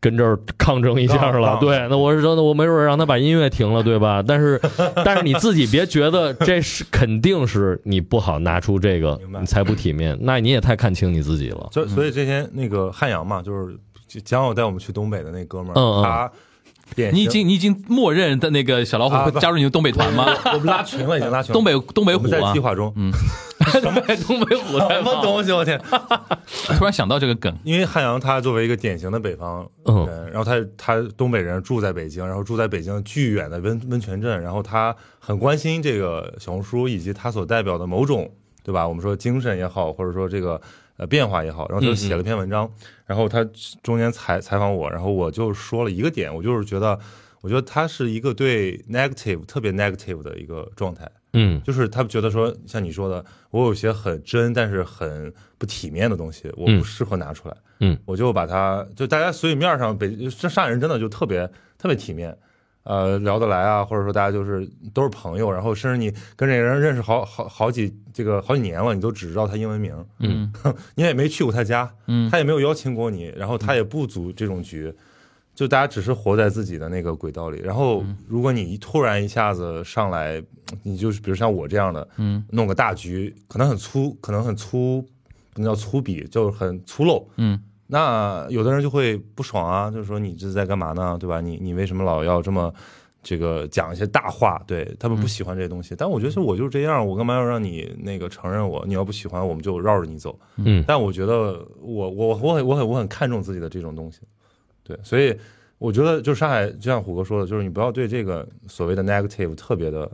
S4: 跟这儿抗争一下
S3: 杠
S4: 了。
S3: 杠
S4: 对，那我是说，那我没准儿让他把音乐停了，对吧？但是， 但是你自己别觉得这是肯定是你不好拿出这个
S3: 明，白
S4: 你才不体面。那你也太看清你自己了。
S3: 所以所以这些那个汉阳嘛，就是就将要带我们去东北的那哥们儿，
S4: 嗯嗯
S3: 他典型
S2: 你已经你已经默认的那个小老
S3: 啊
S2: 虎
S3: 不
S2: 会加入你的东北团 吗？
S3: 我们拉群了，已经拉群了。
S2: 东北东北
S3: 我
S2: 虎
S3: 们在
S2: 啊
S3: 计，划中，
S4: 嗯对，东北虎
S3: 什么东西？我天！
S2: 突然想到这个梗，
S3: 因为汉阳他作为一个典型的北方
S4: 嗯
S3: 人，然后他他东北人住在北京，然后住在北京巨远的温温泉镇，然后他很关心这个小红书以及他所代表的某种对吧？我们说精神也好，或者说这个呃变化也好，然后他就写了篇文章，然后他中间采采访我，然后我就说了一个点，我就是觉得。我觉得他是一个对 negative 特别 negative 的一个状态，
S4: 嗯
S3: 就是他觉得说，像你说的，我有些很真，但是很不体面的东西，我
S4: 嗯
S3: 不适合拿出来。
S4: 嗯，
S3: 我就把它就大家所以面儿上北这上海人真的就特别特别体面，呃，聊得来啊，或者说大家就是都是朋友，然后甚至你跟这个人认识好好好几这个好几年了，你都只知道他英文名，
S2: 嗯，
S3: 你也没去过他家，
S2: 嗯
S3: 他也没有邀请过你，然后他也不组这种局，就大家只是活在自己的那个轨道里。然后，
S2: 嗯
S3: 如果你一突然一下子上来，你就是比如像我这样的，
S2: 嗯，
S3: 弄个大局，可能很粗，可能很粗，不能叫粗鄙，就是很粗陋，
S2: 嗯。
S3: 那有的人就会不爽啊，就是说你这是在干嘛呢，对吧？你你为什么老要这么这个讲一些大话，对他
S2: 嗯
S3: 们不喜欢这些东西。但我觉得是我就是这样，我干嘛要让你那个承认我？你要不喜欢，我们就绕着你走。
S4: 嗯
S3: 但我觉得我我我很我很我很看重自己的这种东西，对，所以我觉得就是上海，就像虎哥说的，就是你不要对这个所谓的 negative 特别的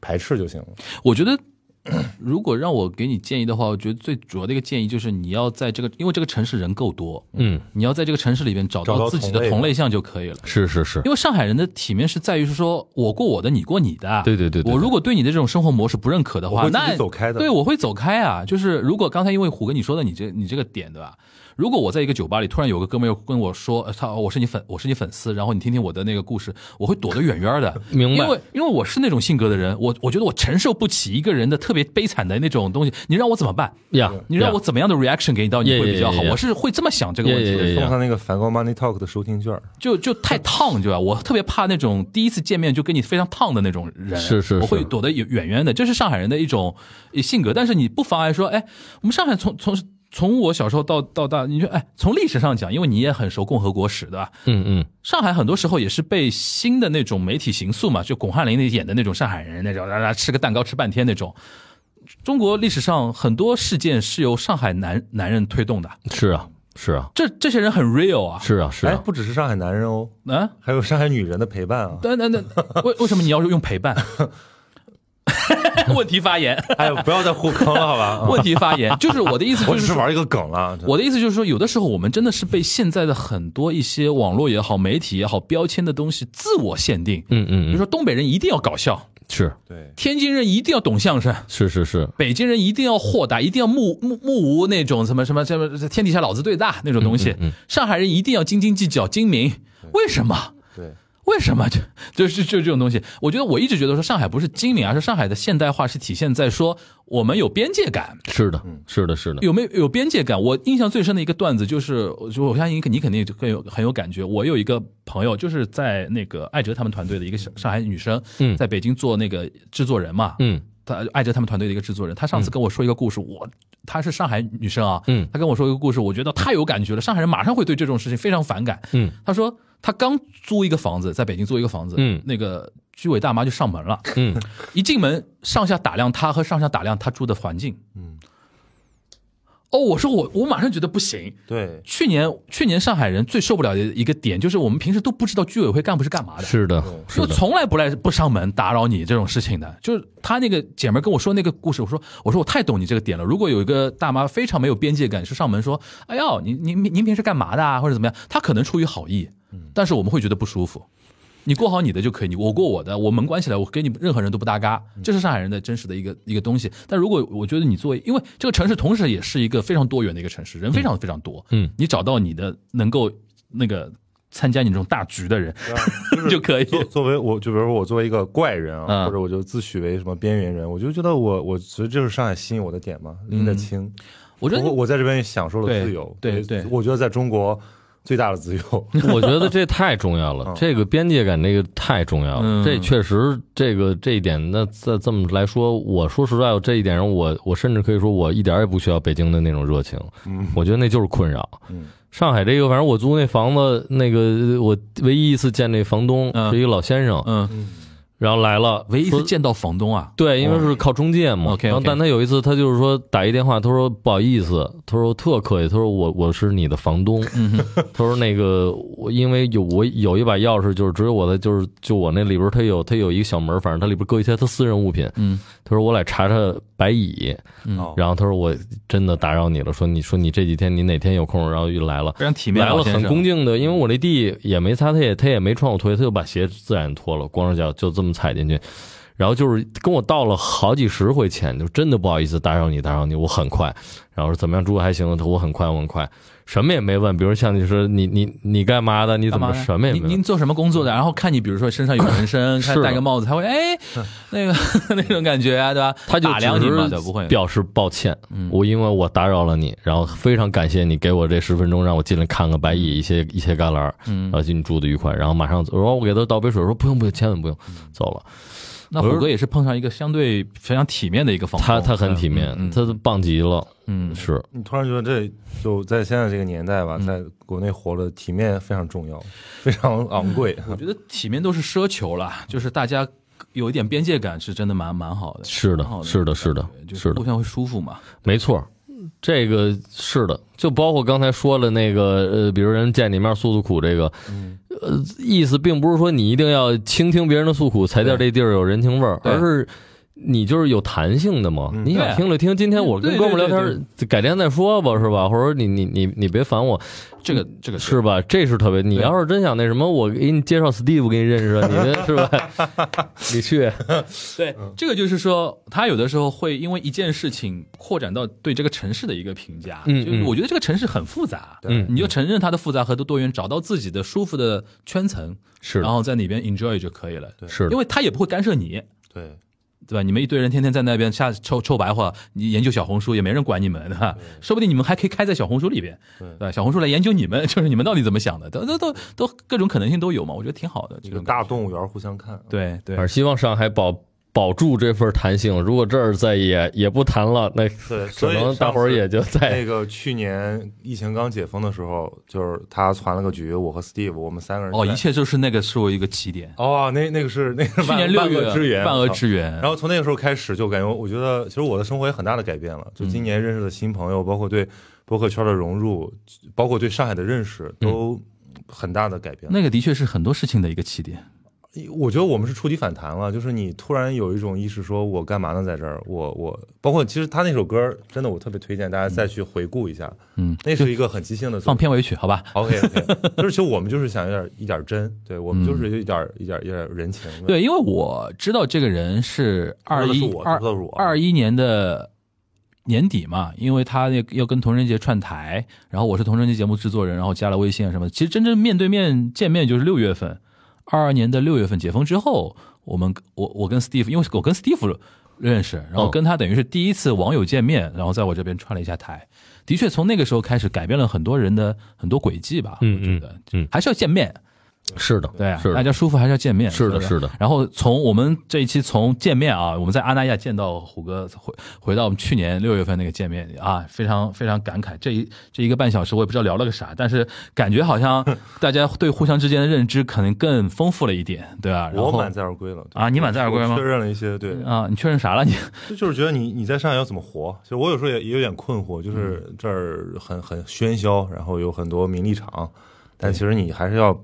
S3: 排斥就行了。
S2: 我觉得， 如果让我给你建议的话，我觉得最主要的一个建议就是你要在这个，因为这个城市人够多，
S4: 嗯，
S2: 你要在这个城市里边找
S3: 找
S2: 到
S3: 到
S2: 自己
S3: 同
S2: 的
S3: 类
S2: 同
S3: 的
S2: 类项就可以了。
S4: 是是是，
S2: 因为上海人的体面是在于是说我过我的，你过你的。啊
S4: 对对对对
S2: 我如果对你的这种生活模式不认可的
S3: 我
S2: 话，
S3: 会自己
S2: 那
S3: 走开的
S2: 对，我会走开啊。就是如果刚才因为虎哥你说的你这你这个点对吧？如果我在一个酒吧里，突然有个哥们儿跟我说，呃他我是你粉，我是你粉丝，然后你听听我的那个故事，我会躲得远远的，
S4: 明白
S2: 因为因为我是那种性格的人，我我觉得我承受不起一个人的特别悲惨的那种东西，你让我怎么办？
S4: 呀，
S2: 你让
S4: 呀
S2: 我怎么样的 reaction 给你到你
S4: 耶
S2: 会比较好
S4: 耶耶？耶
S2: 我是会这么想这个问题
S4: 耶耶
S2: 的
S4: 耶。
S3: 送上那个梵高 Money Talk 的收听券儿，
S2: 就就太烫，对吧？我特别怕那种第一次见面就跟你非常烫的那种人，
S4: 是是是
S2: 我会躲得远远远的，这是上海人的一种呃性格。但是你不妨碍说，哎，我们上海从从从我小时候到到大，你说，哎，从历史上讲，因为你也很熟共和国史，对吧？
S4: 嗯嗯，
S2: 上海很多时候也是被新的那种媒体形塑嘛，就巩汉林演的那种上海人那种，啊啊吃个蛋糕吃半天那种。中国历史上很多事件是由上海男男人推动的，
S4: 是啊是啊
S2: 这这些人很 real 啊，
S4: 是啊是
S3: 哎，
S4: 啊，
S3: 不只是上海男人哦，
S2: 啊。。
S3: 还有上海女人的陪伴啊
S2: 等等等，为为什么你要用陪伴？问题发言，
S3: 哎呦，不要再互坑了，好吧？
S2: 问题发言，就是我的意思就
S3: 我只
S2: 是
S3: 是
S2: 说，
S3: 玩一个梗啊。
S2: 我的意思就是说，有的时候我们真的是被现在的很多一些网络也好、媒体也好、标签的东西自我限定。
S4: 嗯
S2: 比如
S4: 嗯嗯，
S2: 说，东北人一定要搞笑，
S4: 是
S3: 对，
S2: 天津人一定要懂相声，
S4: 是是是，
S2: 北京人一定要豁达，一定要目目目无那种什么什么什么天底下老子最大那种东西。上海人一定要斤斤计较、精明，为什么？
S3: 对，
S2: 为什么就 就是就这种东西？我觉得我一直觉得说上海不是精明，而是上海的现代化是体现在说我们有边界感，
S4: 是的，
S2: 嗯
S4: 是的，是的，
S2: 有没有有边界感？我印象最深的一个段子就是，我就我相信你肯定更有很有感觉。我有一个朋友就是在那个艾哲他们团队的一个小上海女生
S4: 嗯，
S2: 在北京做那个制作人嘛，
S4: 嗯
S2: 他艾哲他们团队的一个制作人，他上次跟我说一个故事，我她是上海女生啊，
S4: 嗯
S2: 她跟我说一个故事，我觉得太有感觉了，上海人马上会对这种事情非常反感，
S4: 嗯，
S2: 她说她刚租一个房子，在北京租一个房子，
S4: 嗯
S2: 那个居委大妈就上门了，
S4: 嗯，
S2: 一进门上下打量她和上下打量她住的环境，
S3: 嗯，
S2: 哦，我说我我马上觉得不行。
S3: 对，
S2: 去年去年上海人最受不了的一个点就是我们平时都不知道居委会干部是干嘛的，
S4: 是的，是
S2: 就
S4: 的，
S2: 从来不来不上门打扰你这种事情的。就是她那个姐们儿跟我说那个故事，我说我说我太懂你这个点了。如果有一个大妈非常没有边界感，是上门说，哎呦，您您您平时干嘛的啊，或者怎么样，她可能出于好意，
S4: 嗯
S2: 但是我们会觉得不舒服。你过好你的就可以，你我过我的，我门关起来，我跟你任何人都不搭嘎，
S4: 嗯
S2: 这是上海人的真实的一个一个东西。但如果我觉得你作为，因为这个城市同时也是一个非常多元的一个城市，人非常非常多，
S4: 嗯，
S2: 你找到你的能够那个参加你这种大局的人，
S4: 啊
S3: 就 是
S2: 就可以
S3: 作作为我，就比如说我作为一个怪人
S2: 嗯
S3: 啊，或者我就自诩为什么边缘人，我就觉得我，我觉得这是上海吸引我的点嘛，拎得清。
S2: 我觉得
S3: 我我在这边享受
S2: 对
S3: 了自由，
S2: 对对
S3: 我觉得在中国最大的自由。
S4: 我觉得这太重要了，这个边界感这个太重要了，
S2: 嗯
S4: 这确实这个这一点，那再这么来说，我说实在，我这一点上，我我甚至可以说，我一点儿也不需要北京的那种热情，
S3: 嗯
S4: 我觉得那就是困扰。
S3: 嗯
S4: 上海这个，反正我租那房子，那个我唯一一次见那房东
S2: 嗯
S4: 是一个老先生，
S2: 嗯，
S3: 嗯，
S4: 然后来了，
S2: 唯一一次
S4: 说
S2: 见到房东啊，
S4: 对，因为是靠中介嘛。
S2: 哦，OK，OK
S4: 然后，但他有一次，他就是说打一电话，他说不好意思，他说特客气，他说我我是你的房东，
S2: 嗯
S4: 他说那个我因为有我有一把钥匙，就是只有我的，就是就我那里边他有他有一个小门，反正他里边搁一些他私人物品。
S2: 嗯，
S4: 他说我来查查白蚁，
S3: 哦
S4: 然后他说我真的打扰你了，说你说你这几天你哪天有空，然后又来了。
S2: 非常体面，啊
S4: 来了
S2: 老先
S4: 很
S2: 生
S4: 恭敬的，因为
S2: 嗯
S4: 我那地也没擦，他也他也没穿我拖鞋，他就把鞋自然脱了，光着脚就这么踩进去，然后就是跟我道了好几十回歉，就真的不好意思打扰你打扰你，我很快，然后说怎么样住还行，我很快我很快，什么也没问，比如像你说你你你干嘛的，你
S2: 干
S4: 怎
S2: 嘛
S4: 么
S2: 呢
S4: 什么也
S2: 您
S4: 没
S2: 您
S4: 问，
S2: 做什么工作的？然后看你，比如说身上有纹 身，
S4: 是啊
S2: 看戴个帽子，他会哎， 那个 那种感觉啊，对吧？
S4: 他就
S2: 打量你嘛，
S4: 只
S2: 对，
S4: 是
S2: 不会。嗯
S4: 表示抱歉，我因为我打扰了你，然后非常感谢你给我这十分钟，让我进来看看白蚁，一些一些
S2: 嗯
S4: 呃啊
S2: 嗯
S4: 旮旯，然后就你住的愉快，然后马上走，然后我给他倒杯水，说不用不用，千万不用，走了。
S2: 那虎哥也是碰上一个相对非常体面的一个方
S4: 他他很体面，
S2: 嗯
S4: 他都棒极了，
S2: 嗯，
S4: 是
S3: 你突然觉得这就在现在这个年代吧，
S2: 嗯
S3: 在国内活的体面非常重要，非常昂贵。
S2: 我 觉得体面都是奢求啦，就是大家有一点边界感是真的蛮蛮好的，
S4: 是的
S2: 蛮好
S4: 是的是的
S2: 感觉就是
S4: 的
S2: 互相会舒服嘛。
S4: 没错，这个是的，就包括刚才说的那个，呃，比如人见你面诉诉苦这个，
S2: 嗯
S4: 呃，意思并不是说你一定要倾听别人的诉苦才叫这地儿有人情味儿，
S2: 对嗯
S4: 而是。你就是有弹性的嘛，你想
S2: 对
S4: 听就听。今天我跟
S2: 对
S4: 哥们儿聊
S2: 对对
S4: 天，改天再说吧，是吧？或者说你你你你别烦我，
S2: 这个这个
S4: 是吧？这是特别。你
S2: 对
S4: 要是真想那什么，我给你介绍 Steve 给你 认识，你这是吧？ 你去，
S2: 对，这个就是说，他有的时候会因为一件事情扩展到对这个城市的一个评价。
S4: 嗯
S2: 就是
S4: 嗯
S2: 我觉得这个城市很复杂，
S4: 嗯
S2: 你就承认它的复杂和多元，找到自己的舒服的圈层，
S4: 是
S2: 然后在里边 enjoy 就可以了。
S3: 对
S4: 是
S2: 因为他也不会干涉你，
S3: 对，
S2: 对吧？你们一堆人天天在那边下臭臭白话，你研究小红书也没人管你们，对吧？说不定你们还可以开在小红书里边，
S3: 对
S2: 吧？小红书来研究你们， 就是你们到底怎么想的，都都都都各种可能性都有嘛，我觉得挺好的。这
S3: 这个
S2: 种
S3: 大
S2: 感觉
S3: 动物园互相看，
S2: 对对
S4: 反正希望上海保保住这份弹性。如果这儿再也也不弹了，那
S3: 对，
S4: 可
S3: 所以
S4: 能大伙儿
S3: 上次
S4: 也就
S3: 那
S4: 再
S3: 个去年疫情刚解封的时候，就是他攒了个局，我和 Steve 我们三个人
S2: 哦，
S3: 在
S2: 一切就是那个是我一个起点。
S3: 哦，那那个是那个
S2: 去年六
S3: 万
S2: 月
S3: 万恶之源，啊
S2: 半额
S3: 我操
S2: 之源，
S3: 然后从那个时候开始，就感觉我觉得，其实我的生活也很大的改变了。就今
S2: 嗯
S3: 年认识的新朋友，包括对播客圈的融入，包括对上海的认识，都很大的改变。
S2: 嗯那个的确是很多事情的一个起点。
S3: 我觉得我们是触底反弹了，就是你突然有一种意识，说我干嘛呢在这儿？我我包括其实他那首歌，真的我特别推荐大家再去回顾一下，
S2: 嗯，
S3: 那是一个很即兴的作
S2: 放
S3: 品。
S2: 片尾曲，好吧？
S3: OK OK，就是其 实我们就是想有点一点真，对我们就是有一点一点一点人情。，
S2: 嗯对，因为我知道这个人是二
S3: 不知道
S2: 一
S3: 是我
S2: 二
S3: 不知道是我啊
S2: 二一年的年底嘛，因为他那个要跟童人节串台，然后我是童人节节目制作人，然后加了微信啊什么的。其实真正面对面见面就是六月份，二二年的六月份解封之后，我们我我跟 Steve，因为我跟 Steve 认识，然后
S4: 嗯
S2: 跟他等于是第一次网友见面，然后在我这边串了一下台。的确，从那个时候开始，改变了很多人的很多轨迹吧。
S4: 嗯
S2: 我觉得，
S4: 嗯嗯
S2: 还是要见面，
S4: 是的，
S2: 对啊，
S4: 是
S2: 大
S4: 的，
S2: 家舒服还是要见面。
S4: 是
S2: 不
S4: 的，是的，
S2: 然后从我们这一期从见面啊，我们在阿那亚见到虎哥，回回到我们去年六月份那个见面啊，非常非常感慨。这一这一个半小时我也不知道聊了个啥，但是感觉好 像大家对互相之间的认知可能更丰富了一点，对吧、然
S3: 我
S2: 后
S3: 满载而归了
S2: 啊你满载而归吗
S3: 我确认了一些，对，
S2: 啊，你确认啥了你？
S3: 就就是觉得你你在上海要怎么活？其实我有时候也也有点困惑，就是
S2: 嗯
S3: 这儿很很喧嚣，然后有很多名利场，但其实你还是要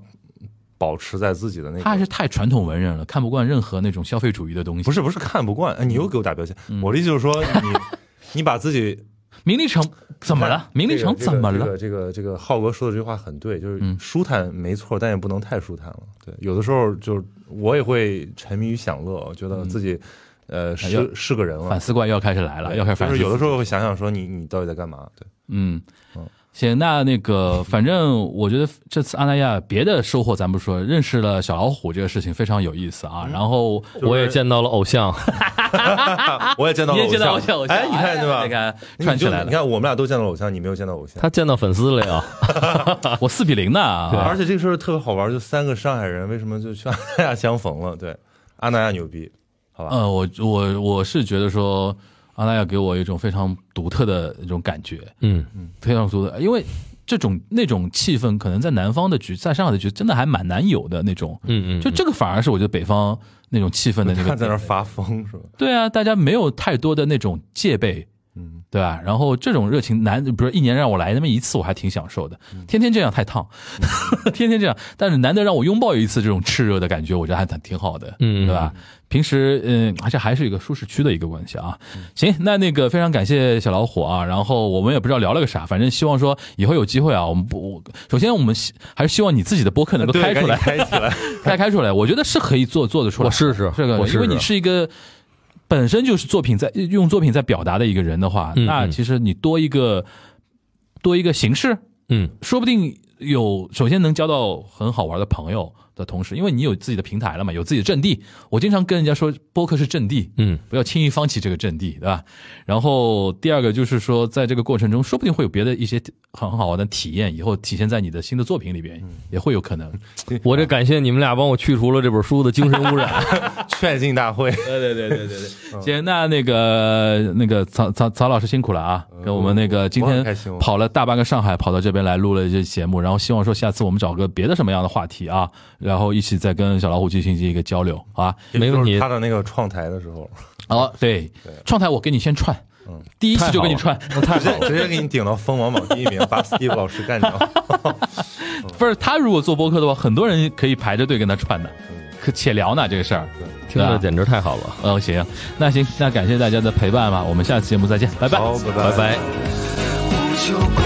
S3: 保持在自己的那个。
S2: 他还是太传统文人了，看不惯任何那种消费主义的东西。
S3: 不是不是看不惯？哎，你又给我打标签。
S2: 嗯
S3: 我的意思就是说，你 你把自己哎
S2: 名利场怎么了？名利场怎么
S3: 这
S2: 了？
S3: 个这个这个浩哥说的这句话很对，就是
S2: 嗯
S3: 舒坦没错，但也不能太舒坦了。对，有的时候就是我也会沉迷于享乐，我觉得自己呃是是个人
S2: 嗯哎反
S3: 了。
S2: 思怪要开始来了，要开始反
S3: 就
S2: 思。
S3: 是有的时候会想想说你你到底在干嘛？对。
S2: 嗯
S4: 哦
S3: 嗯，
S2: 行，那那个，反正我觉得这次阿那亚别的收获咱不说，认识了小老虎这个事情非常有意思
S3: 嗯
S2: 啊。然后
S4: 我也见到了 偶像，
S3: 我也见到
S2: 你
S3: 了
S2: 也
S3: 偶
S2: 见到偶像，
S3: 像，
S2: 偶像
S3: 哎，你看对吧？
S2: 你看
S3: 你
S2: 串起来
S3: 就
S2: 了
S3: 你，看我们俩都见到了偶像，你没有见到偶像。
S4: 他见到粉丝了呀。
S2: 我四比零呢啊。
S3: 而且这个事儿特别好玩，就三个上海人为什么就去阿那亚相逢了？对，阿那亚牛逼，好吧？
S2: 嗯，我我我是觉得说阿那亚给我一种非常独特的一种感觉，
S4: 嗯，
S2: 非常独特，因为。这种那种气氛，可能在南方的局，在上海的局，真的还蛮难有的那种。
S4: 嗯嗯
S2: 就这个反而是我觉得北方那种气氛的那个
S3: 他在那儿发疯 是吧？
S2: 对啊，大家没有太多的那种戒备，
S3: 嗯，
S2: 对吧？然后这种热情难，比如说一年让我来那么一次，我还挺享受的。天天这样太烫， 天天这样，但是难得让我拥抱一次这种炽热的感觉，我觉得还挺挺好的，
S4: 嗯
S2: 对吧？平时嗯，而且还是一个舒适区的一个关系啊。行，那那个非常感谢小老虎啊，然后我们也不知道聊了个啥，反正希望说以后有机会啊，我们不，我首先我们希还是希望你自己的播客能够
S3: 啊对，
S2: 开
S3: 赶
S2: 出
S3: 紧
S2: 来，
S3: 开起来，
S2: 开开出来，我觉得是可以做做得出来
S4: 我
S2: 的。
S4: 试试，
S2: 这个，
S4: 我试试。
S2: 因为你是一个本身就是作品在用作品在表达的一个人的话，
S4: 嗯
S2: 那
S4: 嗯
S2: 其实你多一个多一个形式，
S4: 嗯，
S2: 说不定有首先能交到很好玩的朋友的同时，因为你有自己的平台了嘛，有自己的阵地。我经常跟人家说，播客是阵地，
S4: 嗯，
S2: 不要轻易放弃这个阵地，对吧？然后第二个就是说，在这个过程中，说不定会有别的一些很好玩的体验，以后体现在你的新的作品里边，也会有可能。
S4: 我这感谢你们俩帮我去除了这本书的精神 污染。
S3: 劝进大会，
S2: 对对对对对
S3: 嗯
S2: 对，行，那那个那个曹曹曹老师辛苦了啊，跟我们那个今
S3: 嗯我很
S2: 天
S3: 开心我
S2: 跑了大半个上海，跑到这边来录了这节目，然后希望说下次我们找个别的什么样的话题啊，然后一起再跟小老虎进行一个交流啊。
S4: 没问题
S3: 就是他的那个创台的时候，
S2: 哦，对，创台我给你先串，
S3: 嗯
S2: 第一期就给你串，
S3: 直接 直接给你顶到锋芒榜第一名，把 Steve 老师干掉。嗯
S2: 不是他如果做播客的话，很多人可以排着队跟他串的，可且聊呢这个事儿。
S4: 听着简直太好了。
S2: 哦，行，那行，那感谢大家的陪伴吧，我们下次节目再见，拜拜，
S3: 好拜拜
S2: 拜拜
S5: 无求归